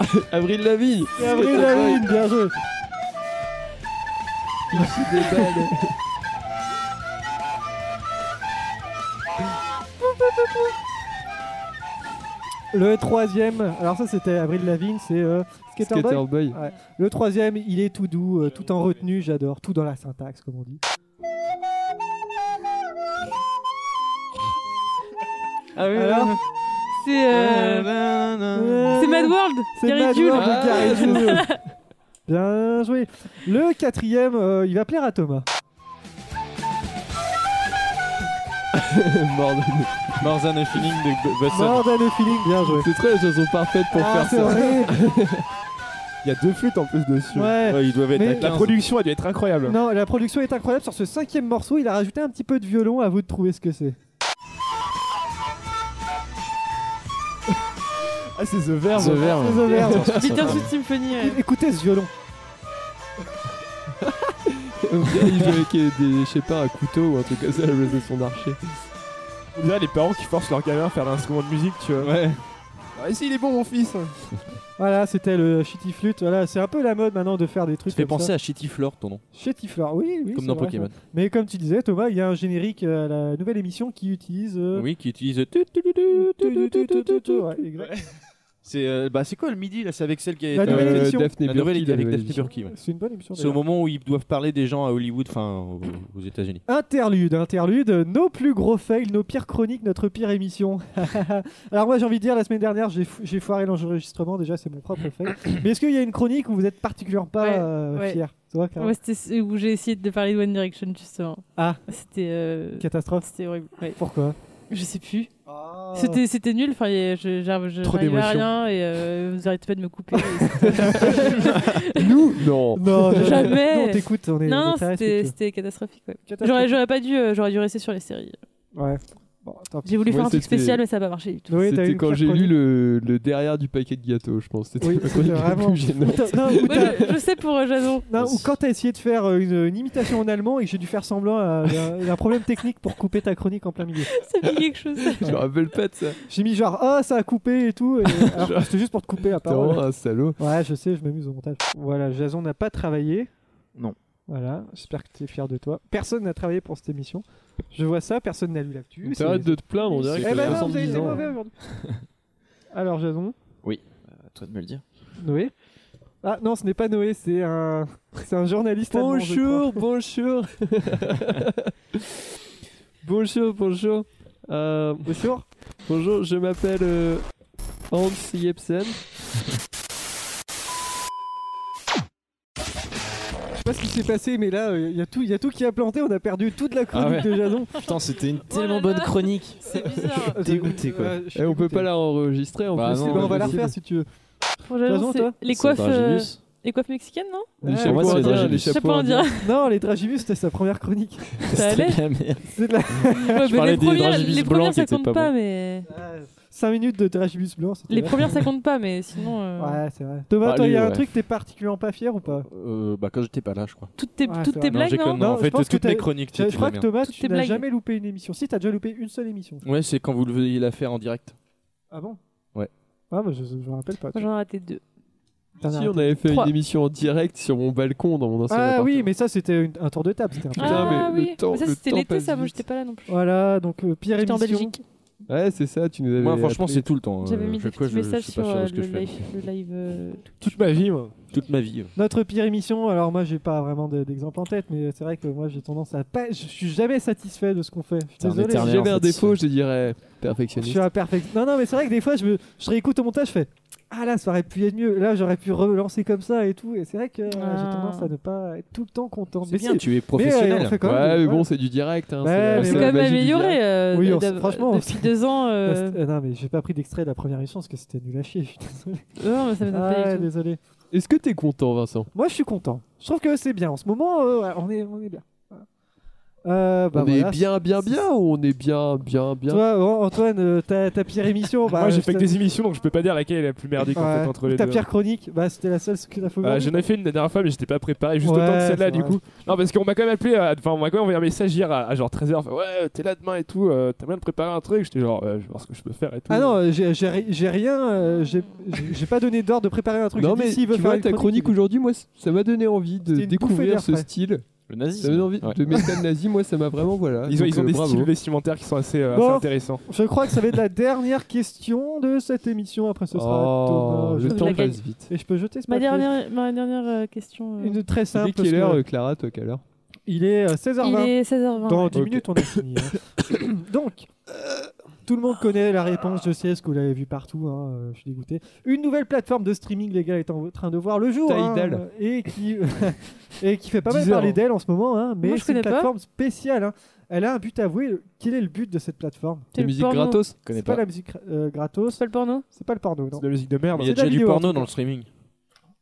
B: Avril Lavigne
C: C'est Avril Lavigne, bien joué. Le troisième, alors ça c'était Avril Lavigne, c'est euh, Skater,
B: Skater
C: Boy.
B: Boy.
C: Ouais. Le troisième, il est tout doux, euh, tout en retenue, j'adore, tout dans la syntaxe comme on dit.
D: Ah oui,
C: Alors
E: C'est. euh, C'est Mad World
C: C'est
E: Gary
C: Mad
E: Jules.
C: World de Gary Jules. Bien joué. Le quatrième, euh, il va plaire à Thomas.
B: Mort
F: Marzan et Feeling de Boston.
C: Mordant le feeling, bien joué.
B: C'est très la chanson parfaite pour
C: Ah, c'est
B: faire ça.
C: vrai.
G: Il y a deux flûtes en plus dessus.
C: Ouais.
F: ils doivent être
C: Mais-
F: à 15.
G: La production a dû être incroyable.
C: Non, la production est incroyable. Sur ce cinquième morceau, il a rajouté un petit peu de violon. À vous de trouver ce que c'est.
G: Ah, c'est The Verve.
D: The Verve.
C: C'est The Verve.
E: Peter Sweet Symphony. ouais.
C: Écoutez ce violon.
B: On dirait qu'il joue avec euh, des, je sais pas, un couteau ou un truc comme ça à la place de son archer.
G: On dirait les parents qui forcent leur gamin à faire l'instrument de musique, tu vois. Ouais. Ah, si, il est bon, mon fils.
C: Voilà, c'était le shitty flute. Voilà, c'est un peu la mode maintenant de faire des trucs.
F: Ça fait
C: comme
F: penser
C: ça.
F: à Shitty Floor, ton nom.
C: Shitty fleur, oui, oui.
F: Comme
C: c'est
F: dans
C: vrai,
F: Pokémon.
C: ça. Mais comme tu disais, Thomas, il y a un générique à la nouvelle émission qui utilise. euh,
F: Oui, qui utilise. le tut, tut, tut, tut, tut, tut, tut, tut.
C: Ouais, exact.
F: C'est euh, bah, c'est quoi le midi là C'est avec celle qui est
C: La nouvelle
F: euh,
C: émission.
F: Daphné
B: La
F: Burki,
B: nouvelle
F: avec
B: émission.
F: Daphné Burki, ouais.
C: C'est une bonne émission.
F: C'est au
C: d'ailleurs.
F: moment où ils doivent parler des gens à Hollywood, enfin aux, aux États-Unis.
C: Interlude, interlude, nos plus gros fails, nos pires chroniques, notre pire émission. Alors moi j'ai envie de dire, la semaine dernière j'ai fou- j'ai foiré l'enregistrement, déjà c'est mon propre fail. Mais est-ce qu'il y a une chronique où vous êtes particulièrement pas
E: Ouais,
C: euh,
E: ouais.
C: fier C'est vrai, Clara
E: Ouais, c'était ce- où j'ai essayé de parler de One Direction justement.
C: Ah.
E: C'était. euh,
C: Catastrophe.
E: C'était horrible. ouais.
C: Pourquoi
E: Je sais plus. C'était c'était nul. Enfin, et je, je, je
C: Trop
E: n'arrivais à
C: d'émotions.
E: rien et euh, vous arrêtez pas de me couper. et
B: Nous Non
C: Non,
E: c'était- Jamais.
C: Non, t'écoutes, on est
E: Non,
C: on est
E: non,
C: très
E: c'était
C: respectueux.
E: c'était catastrophique. ouais.
C: Catastrophique.
E: J'aurais j'aurais pas dû. euh, J'aurais dû rester sur les séries.
C: Ouais.
E: J'ai voulu
B: Moi,
E: faire un truc
B: c'était-
E: spécial, mais ça n'a pas marché du tout.
B: C'était quand j'ai lu le, le derrière du paquet de gâteaux, je pense. C'était
C: Oui,
B: la
C: c'était
B: chronique la
C: vraiment.
B: plus gênante.
C: Non, ou
E: Ouais, je, je sais pour euh, Jason.
C: Non, ou quand t'as essayé de faire euh, une, une imitation en allemand et que j'ai dû faire semblant à- à- à un problème technique pour couper ta chronique en plein milieu.
E: Ça me dit quelque chose.
B: Je me rappelle pas de Ah, ça.
C: J'ai mis genre ah ça a coupé et tout. et- alors que c'était juste pour te couper la
B: T'es vraiment
C: parole.
B: un oh, salaud.
C: Ouais, je sais, je m'amuse au montage. Voilà, Jason n'a pas travaillé.
D: Non.
C: Voilà, j'espère que t'es fier de toi. Personne n'a travaillé pour cette émission. Je vois ça, personne n'a lu l'actu. c'est-
B: T'arrêtes de te plaindre, on dirait que
C: Eh ben
B: t'as
C: non, vous avez
B: 70
C: été
B: ans.
C: mauvais aujourd'hui. Alors Jason,
D: Oui, à toi de me le dire.
C: Noé. Ah non, ce n'est pas Noé, c'est un, c'est un journaliste. allemand, je
H: Bonjour,
C: crois.
H: bonjour. bonjour, bonjour. Euh,
C: bonjour.
H: Bonjour, je m'appelle euh, Hans Jebsen.
C: Je sais pas ce qui s'est passé, mais là, euh, il y, a tout- y a tout qui a planté. On a perdu toute la chronique
B: Ah
D: ouais.
C: de Jason.
D: Putain, c'était une tellement bonne chronique. Oh C'est bizarre. Je suis dégoûté quoi.
C: Ouais, je suis
B: Ah, Eh, on peut pas la enregistrer en
D: Bah
B: plus.
D: non,
B: c'est
D: bah
B: pas
D: on va la
B: possible.
C: refaire si tu veux.
E: Pour Jason,
C: Jason,
E: c'est
C: toi
E: les
D: C'est
E: coiffes,
D: un dragibus.
E: euh, les coiffes mexicaines, non
B: Les chapeaux
D: moi, c'est les
B: indiens,
D: dragibus.
B: les
D: Chapeaux
B: chapeaux
E: indiens.
B: indiens.
C: Non, les dragibus, c'était sa première chronique.
E: Ça allait
D: la merde.
C: C'est de la-
E: Ouais, mais les premières,
D: dragibus
E: les
D: blancs
E: premières,
D: qui
E: ça
D: étaient
E: compte
D: pas
E: pas,
D: bons.
E: mais
C: 5 minutes de dragibus blanc. c'était
E: les
C: bien.
E: premières, ça compte pas, mais sinon. euh,
C: Ouais, c'est vrai. Thomas,
F: Bah,
C: toi, il y a
F: lui,
C: un
F: ouais.
C: truc, t'es particulièrement pas fier ou pas
F: Euh, bah, quand j'étais pas là, je crois.
E: Toutes tes,
C: Ouais,
E: toutes
C: c'est
E: tes
C: vrai.
E: blagues, non,
F: Non, en fait,
C: je pense que
F: toutes les
C: t'as-
F: chroniques,
C: Je
F: tu
C: crois
F: dis la
C: que Thomas,
F: merde.
E: Toutes
C: tu
E: tes
C: n'as
E: blagues.
C: jamais loupé une émission. Si, t'as déjà loupé une seule émission.
F: Ouais, c'est quand vous le vouliez la faire en direct.
C: Ah bon
F: Ouais.
C: Ah, bah, je je me rappelle pas.
E: Moi, j'en ai raté deux.
C: T'en as
B: Si, on
C: raté.
B: avait fait
C: Trois.
B: une émission en direct sur mon balcon dans mon ancien
C: Ah
B: appart.
C: oui, mais ça, c'était une- un tour de table. c'était un tour de
B: Putain,
C: table.
B: mais
E: Ah
B: le
E: oui,
B: temps-
E: mais ça
B: le
E: c'était
B: temps
E: l'été,
B: passe
E: ça, moi
B: vite.
E: j'étais pas là non plus.
C: Voilà, donc euh, pire
E: J'étais en
C: émission.
E: Belgique.
B: Ouais, c'est ça, tu nous avais.
F: Moi, franchement,
B: appelé.
F: c'est tout le temps.
C: euh,
E: J'avais mis
F: je-
E: des
F: quoi,
E: petits
F: je- je suis
E: messages
F: pas
E: sur
F: sûr de
E: euh,
F: ce que
E: le
F: je fais.
E: live. le live, euh,
C: Toute ma vie, euh. moi.
F: Toute ma vie.
C: Notre pire émission, alors moi j'ai pas vraiment de- d'exemple en tête, mais c'est vrai que moi j'ai tendance à pas. Je suis jamais satisfait de ce qu'on fait. Je suis
B: T'es un
C: désolé.
B: éternel, Si j'avais un défaut, je dirais
C: Je
B: perfectionniste.
C: suis imperfect. Non, non, mais c'est vrai que des fois, je, me, je réécoute au montage, je fais Ah là, ça aurait pu être mieux. Là, j'aurais pu relancer comme ça et tout. Et c'est vrai que euh, j'ai
E: Ah.
C: tendance à ne pas être tout le temps content.
B: C'est
C: Mais
B: bien,
C: si,
B: tu es
C: mais, euh,
B: professionnel.
C: on fait quand même
B: Ouais,
C: des-
B: mais bon,
C: voilà.
B: c'est du direct, hein,
C: Ouais,
B: c'est la-
C: mais
B: c'est
E: quand
C: voilà.
E: même amélioré euh,
C: Oui, on-
E: d'av-
C: franchement.
E: depuis deux ans.
C: Ouais,
E: euh,
C: c'est- euh, non, mais j'ai pas pris d'extrait de la première émission parce que c'était nul à chier. Je suis désolé.
E: Non, mais ça m'étonne pas du
C: Ah,
E: tout.
C: désolé.
B: Est-ce que t'es content, Vincent
C: Moi, je suis content. Je trouve que c'est bien. En ce moment, euh, ouais, on, est, on est bien. Voilà. Euh, bah,
B: On est
C: voilà.
B: bien, bien, bien ou on est bien, bien, bien
C: Toi, An- Antoine, euh, ta, ta pire émission. bah,
G: Moi, j'ai
C: je
G: fait que
C: te-
G: des émissions, donc je peux pas dire laquelle est la plus merdique en
C: Ouais.
G: fait, entre les
C: ta
G: deux.
C: pire chronique, bah, c'était la seule que la faut
G: Euh, J'en ai fait une la dernière fois, mais j'étais pas préparé juste
C: Ouais,
G: autant que celle-là,
C: c'est
G: du
C: vrai.
G: coup. Non, parce qu'on m'a quand même appelé, à- enfin, on m'a quand même envoyé un message hier à, à genre 13h. Ouais, t'es là demain et tout, euh, t'as bien préparé un truc. J'étais genre, Ouais, je vais voir ce que je peux faire et tout.
C: Ah non, euh, j'ai- j'ai ri- j'ai rien, euh, j'ai j'ai- j'ai pas donné d'ordre de préparer un truc.
B: Non,
C: J'ai dit,
B: mais
C: s'il veut
B: tu
C: faire
B: vois,
C: une
B: ta chronique aujourd'hui, moi, c- ça m'a donné envie
C: C'était
B: de
C: une bouffée
B: découvrir
C: d'air
B: ce
C: frais.
B: style.
D: Le
B: Ça m'a donné envie de métal nazi, moi, ça m'a vraiment. Voilà.
G: Ils ont,
B: Donc,
G: ils ont
B: euh,
G: des
B: bravo.
G: styles vestimentaires qui sont assez, euh,
C: Bon.
G: assez intéressants.
C: Je crois que ça va être la dernière question de cette émission. Après, ce sera
B: Oh,
C: Thomas.
B: le
C: Je-
B: temps
C: laquelle-
B: passe vite.
C: Et je peux jeter ce
E: Ma
C: papier
E: dernière, ma dernière euh, question. euh,
C: Une très
B: Il est
C: simple. parce
B: quelle heure,
C: que
B: euh, Clara, toi, quelle heure
C: Il est euh, 16h20.
E: Il est 16h20,
C: Dans
E: ouais.
C: 10
E: Ok.
C: minutes, on a fini. hein. Donc, tout le monde connaît la réponse. Je sais ce que vous l'avez vu partout. hein, euh, je suis dégoûté. Une nouvelle plateforme de streaming, les gars, est en train de voir le jour. hein,
B: Tidal.
C: euh, et, qui, et qui fait pas mal
B: 10 heures,
C: parler
B: hein.
C: d'elle en ce moment. hein, mais
B: Moi, je
C: c'est une
B: connais pas.
C: plateforme spéciale. hein. Elle a un but avoué. Quel est le but de cette plateforme
B: C'est La le musique porno. gratos Connais
C: C'est pas
B: pas.
C: la musique euh, gratos. C'est
E: pas le porno
C: C'est pas le porno, non.
G: C'est de la musique de merde.
F: Il y a
C: C'est de la
F: déjà du
C: vidéo, en
F: porno
C: tout
F: dans
C: cas.
F: le streaming.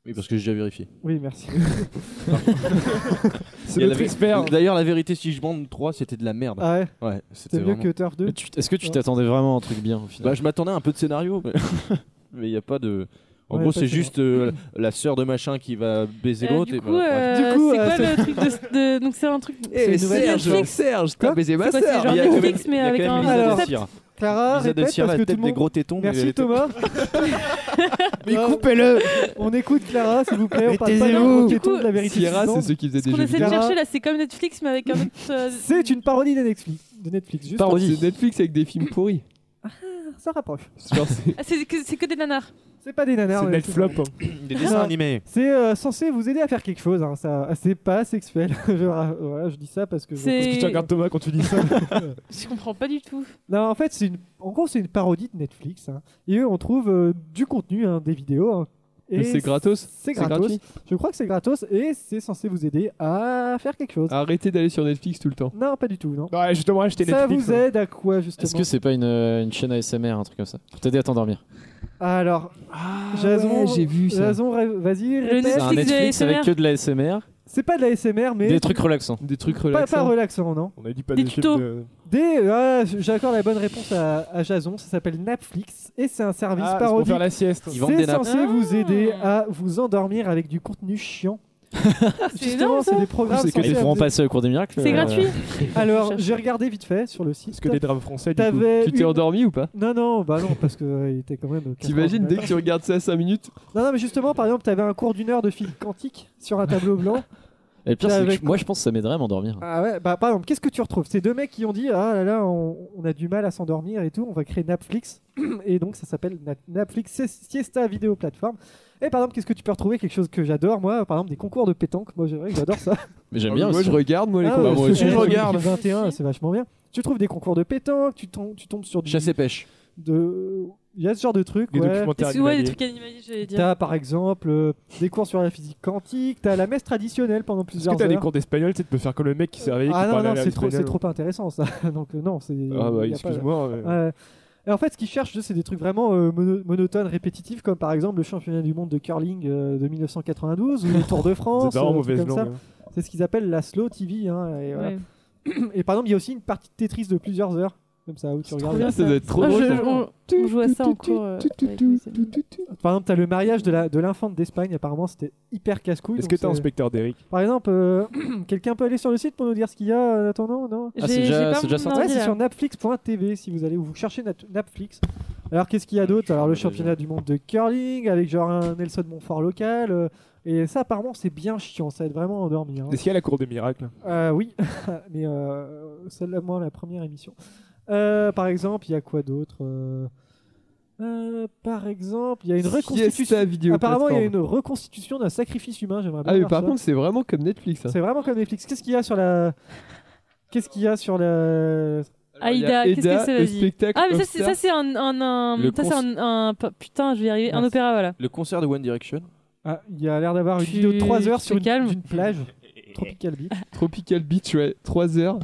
F: Oui, parce que j'ai déjà vérifié.
C: Oui, merci.
F: Il y a la vé- D'ailleurs, la vérité, si je bande 3, c'était de la merde.
C: Ah ouais
F: Ouais,
C: C'était mieux que Turf 2.
F: Mais tu- Est-ce que tu
C: Ouais.
F: t'attendais vraiment à un truc bien au
D: final
F: Bah, je m'attendais à un peu de scénario, mais il n'y a pas de. En
D: Ouais,
F: gros,
D: pas
F: c'est
D: de
F: juste euh, la sœur de machin qui va baiser
E: Euh,
F: l'autre.
E: du
F: et bah,
E: coup,
F: voilà.
E: euh,
F: Ouais.
E: c'est quoi le truc de, de- donc c'est un truc
B: Eh,
E: c'est
B: Serge,
E: Netflix
B: Serge, t'as
E: Quoi
B: baisé ma
E: C'est quoi, c'est
B: sœur.
E: genre
B: Il y a quand même-
E: Netflix
B: il y
E: mais
B: a
E: avec
B: quand même
E: un
B: Lisa de
E: concept.
B: Cire.
C: Clara,
B: Lisa de
C: répète
B: Sierra, la
C: parce que tout
B: tête
C: le
B: des
C: monde-
B: gros tétons, mais elle
C: Merci
B: était-
C: Thomas. mais
B: coupez-le.
C: On écoute Clara, s'il vous plaît. On parle pas des
B: Taisez-vous.
C: gros tétons, de la vérité.
B: Sierra,
C: suivante.
B: c'est ceux qui faisaient des
E: On
B: jeux
E: essaie de
B: vidéo.
E: chercher là, c'est comme Netflix mais avec un autre. euh,
C: C'est une parodie de Netflix. De Netflix juste
B: C'est Netflix avec des films pourris.
C: Ça rapproche.
B: Genre, c'est-
E: Ah, c'est que, c'est que des nanars.
C: C'est pas des nanars. ouais, c'est-
F: Des
C: Non,
F: dessins animés.
C: C'est euh, censé vous aider à faire quelque chose. hein, ça, c'est pas sexuel. je, ra- voilà, je dis ça parce que. je-
E: C'est- Parce que tu regardes
G: Thomas quand tu dis ça.
E: Je comprends pas du tout.
C: non, en fait, c'est une. En gros, c'est une parodie de Netflix. hein. Et eux, on trouve euh, du contenu, hein, des vidéos. hein.
B: Mais
C: Et
B: c'est gratos C'est
C: C'est gratos.
B: gratuit
C: Je crois que c'est gratos et c'est censé vous aider à faire quelque chose.
B: Arrêtez d'aller sur Netflix tout le temps.
C: Non, pas du tout, non.
D: Bah,
G: Ouais, justement, acheter
C: Ça
G: Netflix.
C: vous aide à quoi
D: hein.
C: justement
D: Est-ce que c'est pas une, euh, une chaîne ASMR, un truc comme ça Pour t'aider à t'endormir.
C: Alors, Jason,
D: Ah, ouais, j'ai vu ça.
C: Jason, ré- vas-y, répète.
D: C'est un Netflix avec que de l'ASMR.
C: C'est pas de la SMR, mais
D: Des trucs relaxants.
B: Des trucs
C: Pas, pas relaxant, non
G: On a dit pas
C: Des
G: des, films
C: tutos.
G: de-
C: D, euh, ah, j'accorde la bonne réponse à, à Jason, ça s'appelle Napflix et c'est un service
G: Ah, c'est pour
C: parodique.
G: faire la sieste. Ils vendent
C: C'est
G: des nappes.
C: censé vous aider
D: Ah.
C: à vous endormir avec du contenu chiant. Justement,
D: énorme, ça.
C: c'est des programmes
D: C'est que
C: censés
D: des francs
C: vous-
D: passés au cours des miracles, C'est euh, gratuit.
C: Alors, j'ai regardé vite fait sur le site. Parce
G: que les drames français,
B: du coup, tu t'es endormi ou pas
C: Non, non, bah non, parce que euh, il était quand même. 4 heures
B: T'imagines
C: du
B: dès
C: matin.
B: que tu regardes ça 5 minutes
C: Non, non, mais justement, par exemple, t'avais un cours d'une heure de film quantique sur un tableau blanc.
D: Et le pire, c'est que
C: Avec-
D: je- moi, je pense que ça m'aiderait à m'endormir.
C: Ah ouais, bah par exemple, qu'est-ce que tu retrouves Ces deux mecs qui ont dit Ah là là, on, on a du mal à s'endormir et tout, on va créer Netflix. et donc ça s'appelle Na- Netflix Si- Siesta Vidéo Platform. Et par exemple, qu'est-ce que tu peux retrouver Quelque chose que j'adore, moi, par exemple, des concours de pétanque. Moi, c'est vrai que j'adore ça.
D: Mais j'aime
B: Ah
D: bien
B: oui, moi,
D: aussi. Bah,
B: je regarde, moi, les
C: Ah
B: concours.
C: ouais,
B: Moi aussi,
C: c'est-
B: je regarde.
C: 21, c'est vachement bien. Tu trouves des concours de pétanque, tu tombes, tu tombes sur du.
D: Chasse et pêche.
C: De... Il y a ce genre de trucs.
D: Des
C: ouais.
D: documentaires
E: Parce que, ouais, des trucs animaliers, j'allais dire.
C: T'as par exemple euh, des cours sur la physique quantique, t'as la messe traditionnelle pendant
G: Est-ce
C: plusieurs
G: que t'as des
C: heures.
G: cours d'espagnol, tu sais, tu peux faire comme le mec qui s'est réveillé.
C: Ah
G: qui
C: non,
G: parlait
C: non,
G: à
C: c'est trop, c'est
G: l'espagnol.
C: trop intéressant ça. Donc euh, non, c'est.
G: Ah bah,
C: y a pas-
G: excuse-moi, mais-
C: Ouais. Et en fait, ce qu'ils cherchent, eux, c'est des trucs vraiment euh, mono- monotones, répétitifs, comme par exemple le championnat du monde de curling euh, de 1992 ou le Tour de France.
G: C'est vraiment
C: euh,
G: mauvaise
C: trucs comme ça.
G: langue, hein.
C: C'est ce qu'ils appellent la slow TV. hein, et, voilà.
E: Ouais.
C: Et par exemple, il y a aussi une partie de Tetris de plusieurs heures, comme ça, où tu regardes.
E: bien, ça. Ah, je- on- on joue à ça en cours, euh, avec mes amis.
C: Par exemple, t'as le mariage de la de l'infante d'Espagne. Apparemment, c'était hyper casse-couille.
G: Est-ce
C: donc
G: que t'as un
C: c'est-
G: specteur d'Eric
C: Par exemple, euh, quelqu'un peut aller sur le site pour nous dire ce qu'il y a euh, en attendant Non
G: Ah, c'est J'ai- déjà- j'ai pas c'est déjà mon sorti,
C: Ouais, c'est
G: là.
C: sur napflix.tv si vous allez ou vous cherchez Nat- Napflix. Alors qu'est-ce qu'il y a d'autre Alors le championnat du monde de curling avec genre un Nelson Montfort local euh, et ça apparemment c'est bien chiant, ça aide vraiment à endormir. hein.
G: Est-ce qu'il y a la cour des miracles
C: Euh, oui, mais euh, celle-là, moi, la première émission. Euh, par exemple, il y a quoi d'autre Euh, euh, Par exemple, il y a une
B: Siesta
C: reconstitution.
B: vidéo
C: Apparemment, il y a une
B: plateforme.
C: reconstitution d'un sacrifice humain. J'aimerais bien
B: Ah, mais
C: voir
B: par
C: ça.
B: contre, c'est vraiment comme Netflix. hein.
C: c'est vraiment comme Netflix. Qu'est-ce qu'il y a sur la Qu'est-ce qu'il y a sur la
B: il y a
E: Aïda, qu'est-ce que
B: Aida,
E: ça
B: le
E: veut dire
B: spectacle
E: Ah, mais ça,
B: Upstart.
E: c'est- ça, c'est un. un, un-
D: Le
E: ça, c'est
D: cons-
E: un, un- pa- Putain, je vais y arriver. Un
D: Merci.
E: opéra, voilà.
D: Le concert de One Direction.
C: Ah, il y a l'air d'avoir une
E: Tu-
C: vidéo de 3 heures
E: tu
C: sur
E: te
C: une,
E: calmes
C: d'une plage. Tropical Beach.
B: Tropical Beach, ouais, 3 heures.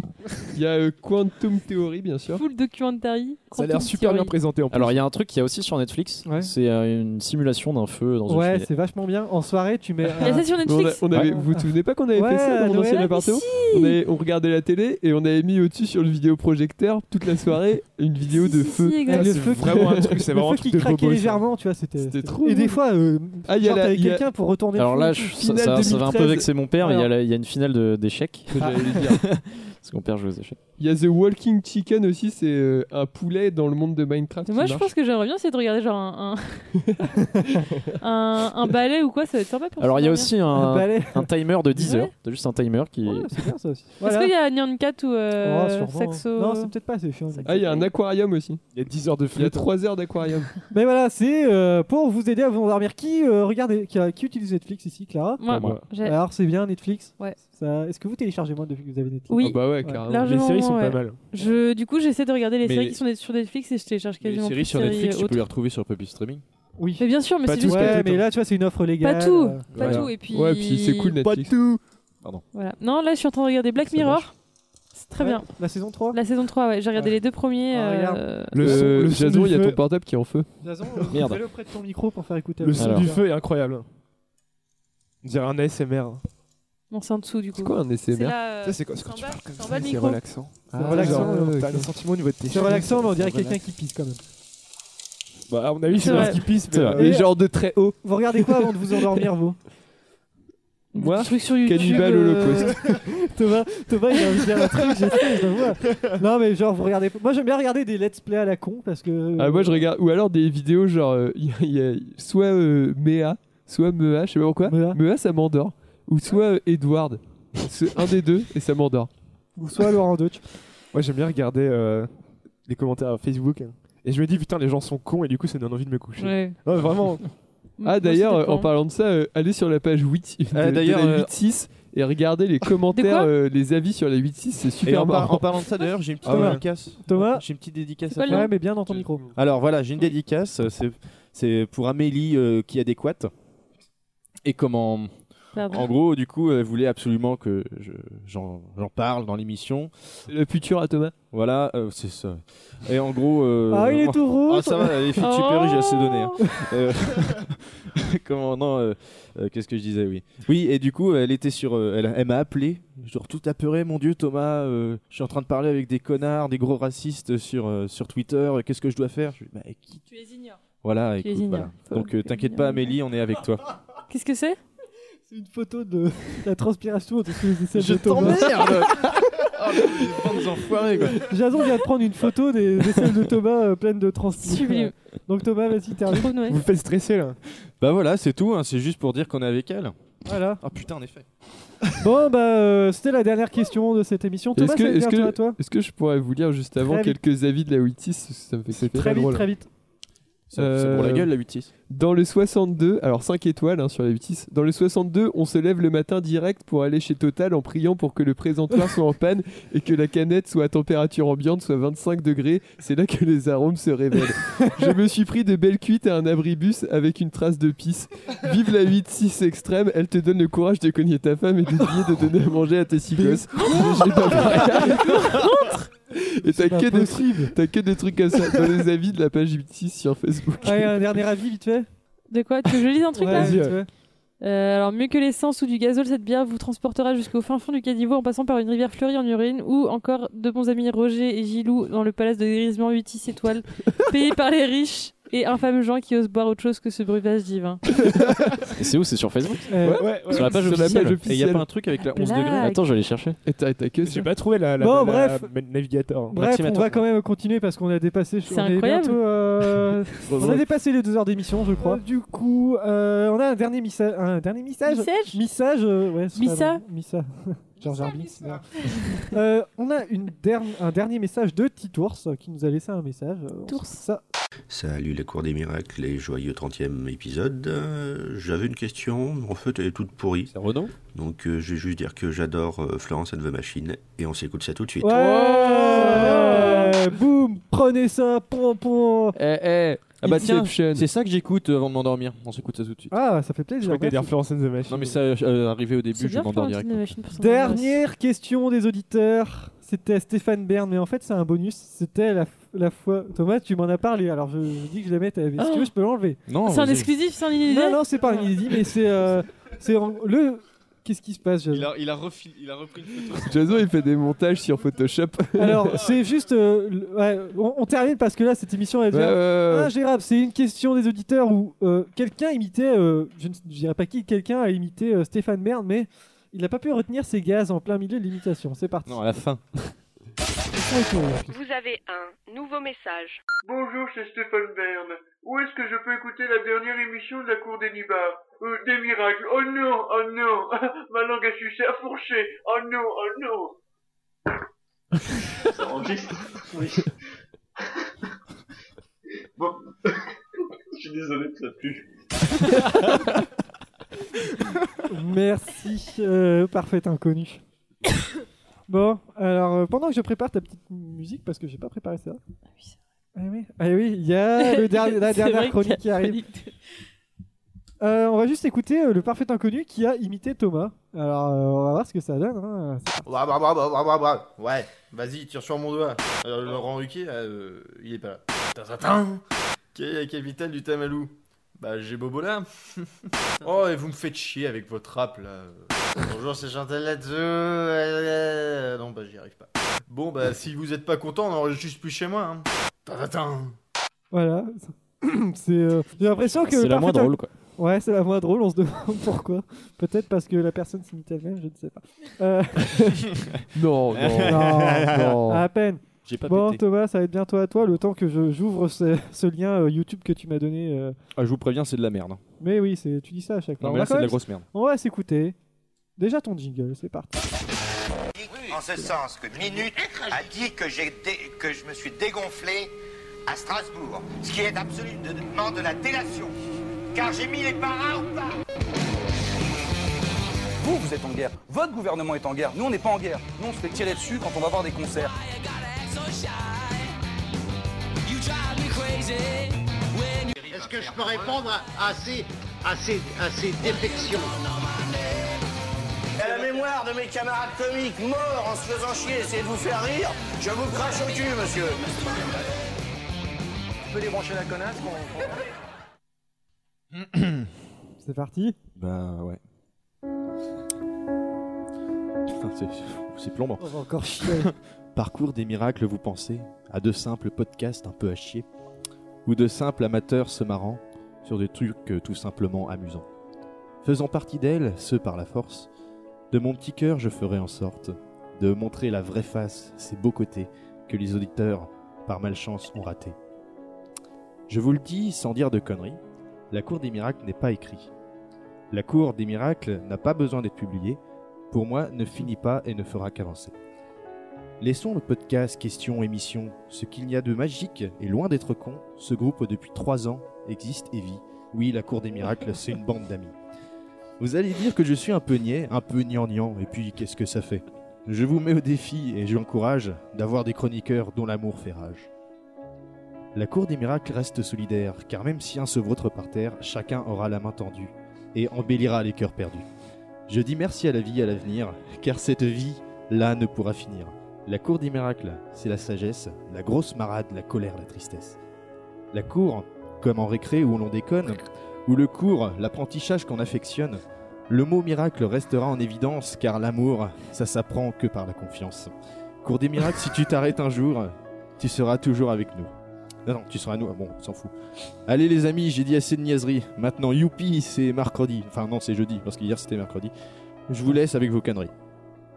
B: Il y a euh, Quantum Theory, bien sûr.
E: Full documentary. Quantum Theory.
B: présenté en
D: Alors, il y a un truc qu'il y a aussi sur Netflix. C'est euh, une simulation d'un feu dans une
C: Ouais,
D: cheminée.
C: c'est vachement bien. En soirée, tu mets.
E: Il y a ça sur Netflix
B: on a- on avait-
C: Ouais.
B: Vous vous souvenez pas qu'on avait
C: Ouais,
B: fait ça
C: à
B: dans mon
C: Noël.
B: ancien
C: Ah, mais
B: appartement
C: si
B: on, avait- on regardait la télé et on avait mis au-dessus sur le vidéoprojecteur toute la soirée une vidéo de feu.
C: Ah, le feu qui- le feu qui craquait légèrement, tu vois, c'était.
B: hein. C'était
C: c'était-
B: trop
C: Et des
B: bon.
C: fois, euh,
B: Ah, il y a
C: genre,
B: la-
C: t'avais
B: il y a-
C: quelqu'un pour retourner. le
D: Alors là,
C: feu,
D: je-
C: une
D: ça,
C: finale
D: ça- ça va un peu
C: 2013.
D: vexer mon père, mais il y a
C: Alors,
D: la- il y, a une finale de- d'échecs.
B: que j'allais dire.
D: Parce que mon père joue aux échecs.
B: Il y a The Walking Chicken aussi, c'est euh, un poulet dans le monde de Minecraft.
E: Moi, je pense que j'aimerais bien essayer de regarder genre un. Un, un, un ballet ou quoi, ça va être sympa pour
D: Alors, il y a
E: s'endormir.
D: aussi un,
C: Un balai.
D: un timer de 10 heures. T'as juste un timer qui.
C: C'est bien ça aussi.
E: Est-ce qu'il y a Nyan Cat ou euh,
C: Oh, sûrement.
E: Saxo
C: Non, c'est peut-être pas assez chiant.
B: Ah, il y a un aquarium aussi.
G: Il y a 10 heures de
B: Il y a 3 heures d'aquarium.
C: Mais voilà, c'est euh, pour vous aider à vous endormir. Qui, euh, regardez, qui, a- qui utilise Netflix ici, Clara
E: Moi. Moi. J'ai-
C: Alors, c'est bien Netflix
E: Ouais.
C: Ça- Est-ce que vous téléchargez moins depuis que vous avez Netflix
B: Ah bah,
E: Oui.
D: Bah
C: Les
E: Largement,
C: séries sont
E: ouais.
C: pas mal.
E: Je, du coup, j'essaie de regarder les
F: Mais
E: séries
F: les-
E: qui sont sur Netflix et je télécharge
F: Les
E: quasiment
F: séries
E: plus
F: sur
E: de séries
F: Netflix, tu
E: autres.
F: peux les retrouver sur Puppy Streaming.
C: Oui.
E: Mais bien sûr, mais
F: Pas
E: c'est
F: tout,
E: juste
F: pas
E: que-
F: tout,
C: Mais là, tu vois, c'est une offre légale.
E: Pas tout,
C: euh,
E: pas
C: voilà.
E: tout. Et puis.
B: Ouais, puis c'est cool Netflix.
F: tout.
E: Voilà. Non, là, je suis en train de regarder Black Mirror. C'est très
C: Ouais.
E: bien.
C: La saison 3
E: La saison 3, ouais. J'ai regardé les deux premiers.
C: Ah, regarde.
E: euh,
B: Le,
G: son- le son
B: Jason,
G: du
B: il y a
G: feu.
B: ton portable qui est en feu.
C: Jason,
G: Merde.
C: fais-le près de ton micro pour faire écouter.
G: Le
C: à-
G: son
C: Alors.
G: du feu est incroyable. On dirait un ASMR.
E: Bon, c'est en dessous du coup. C'est euh,
B: quoi un ASMR
G: Ça, c'est quoi C'est quand tu parles comme ça, c'est relaxant.
C: C'est relaxant,
G: genre,
C: ouais.
G: T'as le sentiment au niveau de tes
C: C'est
G: cheveux,
C: relaxant, mais on
G: ça
C: dirait
G: relaxe.
C: quelqu'un qui pisse quand même.
G: Bah, à mon avis,
C: C'est
G: c'est parce
C: vrai.
G: qu'il pisse,
C: C'est
G: mais. euh,
C: vrai. Et genre
B: de très haut.
C: euh, Vous regardez quoi avant de vous endormir, vous
B: Moi,
E: truc sur YouTube,
B: Cannibal
E: euh,
B: Holocaust.
C: Thomas, Thomas, il a envie de dire un truc, je sais, je le vois. Non, mais genre, vous regardez. Moi, j'aime bien regarder des let's play à la con parce que.
B: Ah, moi je regarde. Ou alors des vidéos genre. euh, Il y a, il y a soit euh, Méa, soit Mea, je sais pas pourquoi. Mea, ça m'endort. Ou soit euh, Edward. C'est un des deux et ça m'endort.
C: Ou soit Laurent Deutsch.
G: Moi, j'aime bien regarder euh, les commentaires Facebook. hein. Et je me dis, putain, les gens sont cons, et du coup, ça me donne envie de me coucher.
E: Ouais.
G: Non, vraiment.
B: Ah d'ailleurs, euh, en parlant de ça, euh, allez sur la page 8 de,
G: Ah,
B: de
G: d'ailleurs,
B: la
G: euh,
B: 8.6 et regardez les commentaires, euh, les avis sur la 8.6, c'est
F: Et
B: super
F: en, par-
B: marrant.
F: en parlant de ça d'ailleurs, j'ai une petite
B: Ah ouais.
F: dédicace.
C: Thomas
F: J'ai une petite dédicace
C: C'est
F: à
C: pas
F: faire.
C: le nom, mais bien dans ton micro.
F: Alors voilà, j'ai une dédicace. euh, C'est, c'est pour Amélie euh, qui est adéquate. Et comment.
E: Pardon.
F: En gros, du coup, elle voulait absolument que je- j'en, j'en parle dans l'émission.
B: Le futur à Thomas.
F: Voilà, euh, c'est ça. Et en gros. euh,
C: Ah, il est tout rouge.
F: Ah, ça va, les filles de
C: Oh.
F: Super U, j'ai assez donné. hein. Euh, Comment non euh, euh, Qu'est-ce que je disais Oui. Oui. Et du coup, elle était sur. euh, elle elle m'a appelé, genre tout apeuré. Mon Dieu, Thomas, euh, je suis en train de parler avec des connards, des gros racistes sur euh, sur Twitter. Qu'est-ce que je dois faire Je lui dis, Bah, qui
E: Tu les ignores.
F: Voilà.
E: Tu
F: écoute,
E: les ignores.
F: voilà. Donc euh, t'inquiète pas, Amélie, on est avec toi.
E: Qu'est-ce que c'est
C: C'est une photo de la transpiration au-dessus des aisselles
F: Je
C: de
E: Oh,
C: Thomas.
F: t'emmerde Bandes enfoirées, quoi.
C: Jason vient de prendre une photo des aisselles de Thomas euh, pleines de transpiration.
F: Sublime.
C: Donc Thomas, vas-y, termine.
F: Vous le faites stresser là. Bah voilà, c'est tout. hein, C'est juste pour dire qu'on est avec elle.
C: Voilà.
F: Ah putain, en effet.
C: Bon, bah, euh, c'était la dernière question de cette émission. Thomas,
B: Est-ce que,
C: ça
B: est-ce,
C: vient
B: que,
C: à toi
B: est-ce que je pourrais vous lire juste avant
C: vite.
B: quelques avis de la 8-6 parce que Ça me fait c'est
C: Très vite, très vite.
F: C'est- c'est pour la gueule, la 8-6.
B: Euh, Dans le 62, alors 5 étoiles hein, sur la 8-6. Dans le 62, on se lève le matin direct pour aller chez Total en priant pour que le présentoir soit en panne et que la canette soit à température ambiante, soit 25 degrés. C'est là que les arômes se révèlent. Je me suis pris de belles cuites à un abribus avec une trace de pisse. Vive la 8-6 extrême, elle te donne le courage de cogner ta femme et d'oublier de donner à manger à tes six gosses. J'ai pas et t'as que, des trucs, t'as que des trucs comme ça dans les avis de la page 6 sur Facebook.
C: Allez, un dernier avis, vite fait.
E: De quoi Tu veux que je lise un truc
B: Ouais,
E: là
B: vas-y, ouais.
E: Euh, alors mieux que l'essence ou du gazole, cette bière vous transportera jusqu'au fin fond du caniveau en passant par une rivière fleurie en urine ou encore de bons amis Roger et Gilou dans le palace de grisement 8 6 étoiles, payé par les riches et infâmes gens qui osent boire autre chose que ce breuvage divin.
D: Et c'est où C'est sur Facebook
C: Euh, Ah,
B: ouais, ouais.
D: Sur la page
B: Sur la
D: officielle. Et il
B: page
D: y a
B: officielle.
D: pas un truc avec la 11
E: Blague.
D: degrés Attends, je vais aller chercher.
B: Et t'as, t'as que J'ai
G: pas trouvé la, la, la-
C: Bon, bref.
G: la- le navigateur.
C: Bref, on va quand même continuer parce qu'on a dépassé.
E: C'est
C: on est
E: incroyable.
C: bientôt, euh, on a
G: Heureusement.
C: dépassé les deux heures d'émission, je crois. du coup, euh, on a un dernier message. Un dernier message.
E: Message
C: Message. euh, ouais, c'est
E: Missa
C: pas bon. Missa. George Arbins. merde. Euh, on a une derni- un dernier message de Titours euh, qui nous a laissé un message. Euh, on- Ça,
L: Salut la Cour des Miracles et joyeux 30e épisode. Euh, J'avais une question, en fait elle est toute pourrie. C'est
F: Renaud
L: Donc euh, je vais juste dire que j'adore euh, Florence and the Machine et on s'écoute ça tout de suite.
C: Ouais Boum Prenez ça pom, pom.
F: Eh, eh. Ah bah tiens,
C: Inception.
F: c'est ça que j'écoute euh, avant de m'endormir. On s'écoute ça tout de suite.
C: Ah, ça fait plaisir.
F: Je crois que t'allais dire Florence and the Machine. Non, mais ça, euh, arrivé au début, je m'endors direct.
C: Dernière question des auditeurs. C'était Stéphane Bern, mais en fait, c'est un bonus. C'était la, la fois. Thomas, tu m'en as parlé, alors je, je dis que je la mets. t'as- mais Si tu veux, je peux l'enlever.
F: Oh. Non,
E: C'est un exclusif, c'est un inédit.
C: Non, non, c'est pas un inédit, mais c'est. euh, c'est en- le. Qu'est-ce qui se passe Jason
G: il, a repris une photo.
B: Jason, il fait des montages sur Photoshop.
C: Alors, c'est juste. euh, le- ouais, on, on termine parce que là, cette émission est déjà
B: Ouais, ouais, ouais, ouais.
C: ingérable. C'est une question des auditeurs où euh, quelqu'un imitait. euh, je ne je dirais pas qui, quelqu'un a imité euh, Stéphane Bern, mais il n'a pas pu retenir ses gaz en plein milieu de l'imitation. C'est parti.
F: Non, à la fin.
C: Ils sont étonnés, en plus.
A: Vous avez un nouveau message.
V: Bonjour, c'est Stéphane Bern. Où est-ce que je peux écouter la dernière émission de la cour des Nibars Euh, Des miracles. Oh non, oh non. Ma langue a sucé, a fourché. Oh non, oh non.
W: Ça enregistre Oui. bon. Je suis désolé de ça plus.
C: Merci, euh, parfait inconnu. bon, alors euh, pendant que je prépare ta petite musique, parce que j'ai pas préparé ça. Ah oui, ah oui, il y a le dernier- la
W: C'est vrai
C: dernière
W: qu'il y a
C: chronique qui
W: la
C: arrive. Euh, on va juste écouter euh, le parfait inconnu qui a imité Thomas. Alors euh, on va voir ce que ça donne. hein. C'est-
S: Ouah,
K: Bah,
S: ouah, ouah, ouah, ouah, ouah. Ah, bah, Ouais, vas-y, tire sur mon doigt. Euh, Laurent Ruquier, là, euh, il est pas là. Tintintin. Quelle est la capitale du Tamalou Bah, j'ai Bobola. oh, et vous me faites chier avec votre rap, là. Bonjour, c'est Chantal Latsou. Euh, Non, bah, j'y arrive pas. Bon, bah, si vous êtes pas content, on enregistre plus chez moi. Hein. Tintintin.
C: Voilà. C'est. euh, J'ai l'impression que.
S: C'est
C: le
S: la
C: parfait
S: moins
C: inc-
S: drôle, quoi.
C: Ouais, c'est la moins drôle. On se demande pourquoi. Peut-être parce que la personne s'imite elle-même, je ne sais pas. Euh,
B: Non, non, non.
C: À peine.
B: J'ai pas
C: bon,
B: pété.
C: Thomas, ça va être bientôt à toi le temps que je- j'ouvre ce, ce lien euh, YouTube que tu m'as donné. euh.
F: Ah, je vous préviens, c'est de la merde.
C: Mais oui, c'est- tu dis ça à chaque
F: Non,
C: fois. On
F: mais
C: va
F: là, c'est
C: quand
F: de la
C: même-
F: grosse merde.
C: On va s'écouter. Déjà ton jingle, c'est parti.
X: En ce sens que Minute a dit que, j'ai dé- que je me suis dégonflé à Strasbourg, ce qui est absolument de la délation, car j'ai mis les paras au pas.
Y: Vous, vous êtes en guerre. Votre gouvernement est en guerre. Nous, on n'est pas en guerre. Nous, on se fait tirer dessus quand on va voir des concerts.
X: Est-ce que je peux répondre à, ces, à, ces, à ces défections
Y: À la mémoire de mes camarades comiques morts en se faisant chier, essayez de vous faire rire, je vous crache au cul, monsieur.
X: Je peux débrancher la connasse qu'on- qu'on-
C: C'est parti.
F: Bah ouais. Putain, c'est- C'est plombant.
C: On va encore chier.
F: Parcours des miracles, vous pensez À de simples podcasts un peu à chier Ou de simples amateurs se marrant sur des trucs euh, tout simplement amusants Faisant partie d'elle, ceux par la force, de mon petit cœur je ferai en sorte de montrer la vraie face, ses beaux côtés, que les auditeurs, par malchance, ont ratés. Je vous le dis sans dire de conneries, la Cour des miracles n'est pas écrite. La Cour des miracles n'a pas besoin d'être publiée, pour moi ne finit pas et ne fera qu'avancer. Laissons le podcast, questions, émissions, ce qu'il y a de magique et loin d'être con, ce groupe depuis trois ans existe et vit. Oui, la Cour des miracles, c'est une bande d'amis. Vous allez dire que je suis un peu niais, un peu gnangnan, et puis qu'est-ce que ça fait Je vous mets au défi et je l'encourage d'avoir des chroniqueurs dont l'amour fait rage. La Cour des miracles reste solidaire, car même si un se vautre par terre, chacun aura la main tendue et embellira les cœurs perdus. Je dis merci à la vie et à l'avenir, car cette vie-là ne pourra finir. La Cour des miracles, c'est la sagesse, la grosse marade, la colère, la tristesse. La cour, comme en récré où l'on déconne, ou le cours, l'apprentissage qu'on affectionne, le mot miracle restera en évidence car l'amour, ça s'apprend que par la confiance. Cours des miracles, si tu t'arrêtes un jour, tu seras toujours avec nous. Non, non, tu seras nous, ah bon, on s'en fout. Allez les amis, j'ai dit assez de niaiseries. Maintenant, youpi, c'est mercredi. Enfin non, c'est jeudi, parce qu'hier c'était mercredi. Je vous laisse avec vos conneries.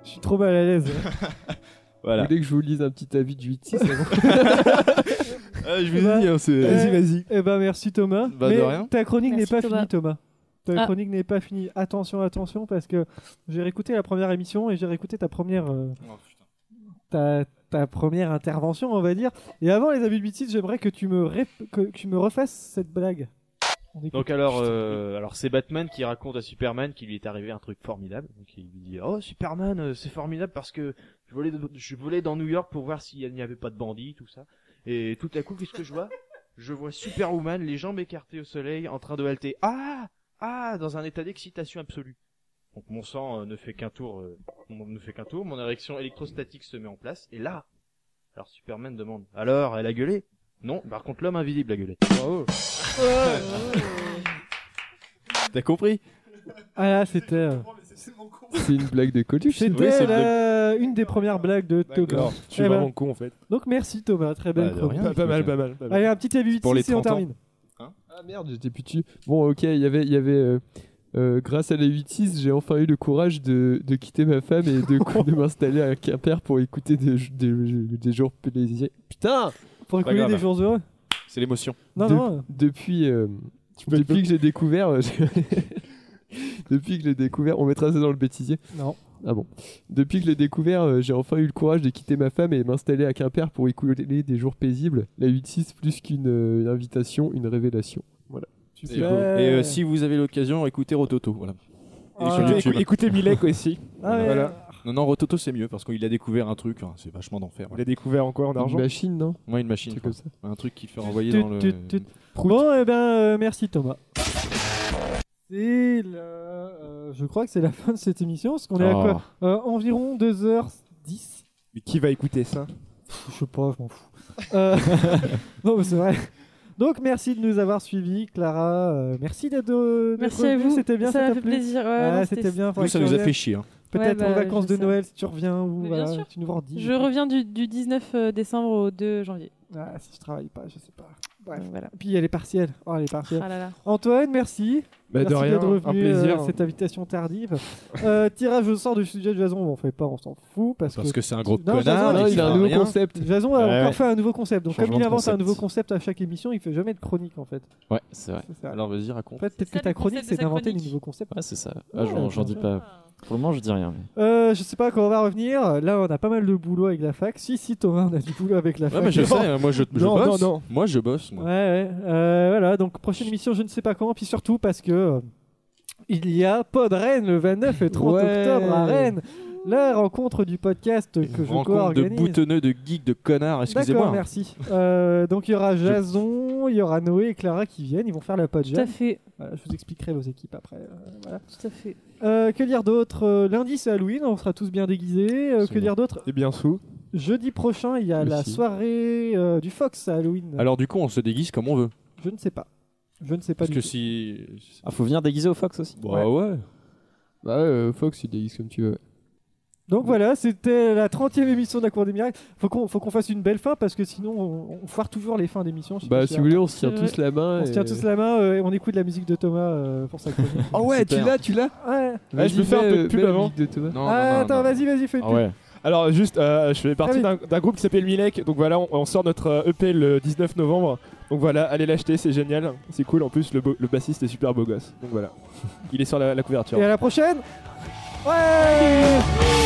C: Je suis trop mal à l'aise.
F: Voilà.
B: Vous voulez que je vous lise un petit avis du 8-6
F: Ah, je vous ai dit, hein, c'est- Vas-y, vas-y.
C: ben, Eh ben, merci Thomas.
F: Bah, de
C: Mais
F: rien.
C: ta chronique n'est
F: Merci,
C: pas
F: Thomas.
C: finie, Thomas. Ta
F: Ah.
C: chronique n'est pas finie. Attention, attention, parce que j'ai réécouté la première émission et j'ai réécouté ta première. euh,
B: Oh,
C: ta, ta première intervention, on va dire. Et avant les avis de 8-6, j'aimerais que tu me rép- que, que tu me refasses cette blague. On écoute.
K: Donc alors, euh, alors c'est Batman qui raconte à Superman qu'il lui est arrivé un truc formidable. Donc il lui dit oh Superman euh, c'est formidable parce que je volais de- je volais dans New York pour voir s'il n'y avait pas de bandits tout ça. Et tout à coup qu'est-ce que je vois Je vois Superwoman les jambes écartées au soleil en train de halter ah ah dans un état d'excitation absolue. Donc mon sang euh, ne fait qu'un tour, euh, mon- ne fait qu'un tour, mon érection électrostatique se met en place et là, alors Superman demande alors elle a gueulé Non, par contre l'homme invisible a gueulé. Bravo.
F: T'as compris
C: Ah là, c'était. euh,
B: C'est une blague de Coluche.
C: C'était la- une des premières blagues de Thomas.
B: D'accord. Je suis
C: Eh ben.
B: vraiment con, en fait.
C: Donc merci Thomas, très belle
B: Bah, de
C: chronique.
B: rien, Pas- pas mal, pas mal, pas mal.
C: Allez, un petit avis
B: Pour les
C: 8-6 et on
B: 30 ans.
C: termine.
F: Hein
B: Ah merde, j'étais putu. Bon, ok, il y avait, il y avait euh, euh, grâce à la 8-6, j'ai enfin eu le courage de, de quitter ma femme et de, de m'installer à Quimper pour écouter des, j- des, des jours plaisir. Putain
C: Pour écouter des jours heureux
F: C'est l'émotion.
C: Non,
B: De-
C: non.
B: Depuis, euh, depuis que j'ai découvert. euh, depuis que j'ai découvert. On mettra ça dans le bêtisier
C: Non.
B: Ah bon. Depuis que je l'ai découvert, euh, j'ai enfin eu le courage de quitter ma femme et m'installer à Quimper pour écouler des jours paisibles. La 8-6, plus qu'une euh, invitation, une révélation. Voilà.
F: Et, et, euh, si vous avez l'occasion, écoutez Rototo. Voilà.
B: Ah, écoutez- écoutez Milek aussi.
C: Ah ouais.
F: Voilà. Non, non, Rototo c'est mieux parce qu'il a découvert un truc, hein, c'est vachement d'enfer.
G: Il a découvert en quoi En argent
B: machine, non
F: Ouais, une machine. je crois. Un truc qui fait envoyer
C: Tut,
F: dans le.
C: tut, tut. Bon, eh ben, euh, merci Thomas. C'est la- euh, je crois que c'est la fin de cette émission, parce qu'on est à
G: Oh.
C: quoi Euh, Environ 2h10.
G: Mais qui va écouter ça
C: Je sais pas, je m'en fous. Euh, non, mais c'est vrai. Donc, merci de nous avoir suivis, Clara. euh, merci d'être euh, d'être
E: Merci à
C: venue,
E: vous.
C: C'était bien,
E: Ça m'a
C: t'a
E: fait
C: plu
E: plaisir, ouais,
C: Ah,
E: non,
C: c'était
E: c'était-
C: bien.
E: Nous,
C: faudrait
F: ça
C: que tu
F: nous a
C: reviennes.
F: fait chier, hein.
C: Peut-être
E: Ouais,
C: en
E: bah,
C: vacances
E: je
C: de
E: sais.
C: Noël, si tu reviens, ou
E: Mais
C: voilà,
E: bien sûr.
C: euh, tu nous redis.
E: Je reviens du, du 19 euh, décembre au 2 janvier.
C: Ah, si je travaille pas, je sais pas. Bref.
E: Voilà.
C: Puis elle est partielle. Oh, elle est partielle.
E: Ah là là.
C: Antoine, merci.
G: Bah, de
C: merci
G: rien,
C: d'être
G: un
C: revenu
G: plaisir.
C: euh, à cette invitation tardive. Euh, tirage au sort du sujet de Jason, on fait pas, on s'en fout. Parce,
F: Parce
C: que,
F: que c'est un gros
C: Non, Jason,
F: connard,
C: non,
F: il
C: il a
F: fait
C: un nouveau
F: rien.
C: concept. Jason a
F: Ouais,
C: encore
F: ouais.
C: fait un nouveau concept. Donc,
F: Changement
C: comme il
F: de
C: invente un
F: concept.
C: nouveau concept à chaque émission, il fait jamais de chronique en fait.
D: Ouais, c'est vrai.
C: ça.
D: Alors vas-y, raconte.
C: En fait, peut-être que ta chronique, c'est d'inventer des nouveaux concepts.
D: Ouais, c'est ça. Ah, j'en j'en dis pas. Pour le moment, je dis rien. mais-
C: Euh, je sais pas quand on va revenir. Là, on a pas mal de boulot avec la fac. Si, si, Thomas, on a du boulot avec la
F: Ouais,
C: fac.
F: mais je sais, hein, moi je, je
C: Non,
F: bosse.
C: non, non.
F: Moi je bosse.
C: Ouais,
F: Moi.
C: ouais. Euh, voilà, donc prochaine émission, je ne sais pas quand. Puis surtout parce que euh, il y a Pod Rennes le 29 et 30
F: Ouais.
C: octobre à Rennes. La rencontre du podcast que je
F: Rencontre de
C: co-organise.
F: boutonneux, de geeks, de connards, excusez-moi. hein.
C: D'accord, merci. Euh, donc il y aura Jason, il y aura Noé et Clara qui viennent, ils vont faire la pod
E: Tout à fait.
C: Voilà, je vous expliquerai vos équipes après. euh, voilà.
E: Tout à fait.
C: Euh, que dire d'autre Euh, Lundi c'est Halloween, on sera tous bien déguisés. Euh, que dire d'autre
F: Eh
G: Et bien sous.
C: Jeudi prochain, il y a la
F: Aussi.
C: soirée euh, du Fox à Halloween.
F: Alors du coup, on se déguise comme on veut.
C: Je ne sais pas. Je ne sais pas
D: Parce
C: du
D: que
C: tout.
D: si. Ah, faut venir déguiser au Fox aussi.
B: Bah ouais. Bah ouais, euh, Fox, il déguise comme tu veux.
C: Donc voilà, c'était la 30e émission de la Cour des Miracles. Faut qu'on faut qu'on fasse une belle fin parce que sinon on, on foire toujours les fins d'émission. je sais
B: Bah,
C: pas
B: si
C: y a-
B: vous voulez, on se tient
C: C'est vrai.
B: tous la main
C: On se tient
B: et-
C: tous la main euh, et on écoute la musique de Thomas euh, pour sa chronique.
B: Oh ouais, tu Super. l'as, tu l'as
C: Ouais.
G: Ouais, Ah, je peux faire un peu de pub avant
C: Ah, attends, vas-y, vas-y, fais une
B: Ah
C: pub.
G: Alors juste, euh, je fais partie
C: vite.
G: d'un d'un groupe qui s'appelle Milek, donc voilà, on, on sort notre euh, EP le 19 novembre, donc voilà, allez l'acheter, c'est génial, c'est cool, en plus le, beau- le bassiste est super beau gosse, donc voilà, il est sur la, la couverture.
C: Et à la prochaine. Ouais.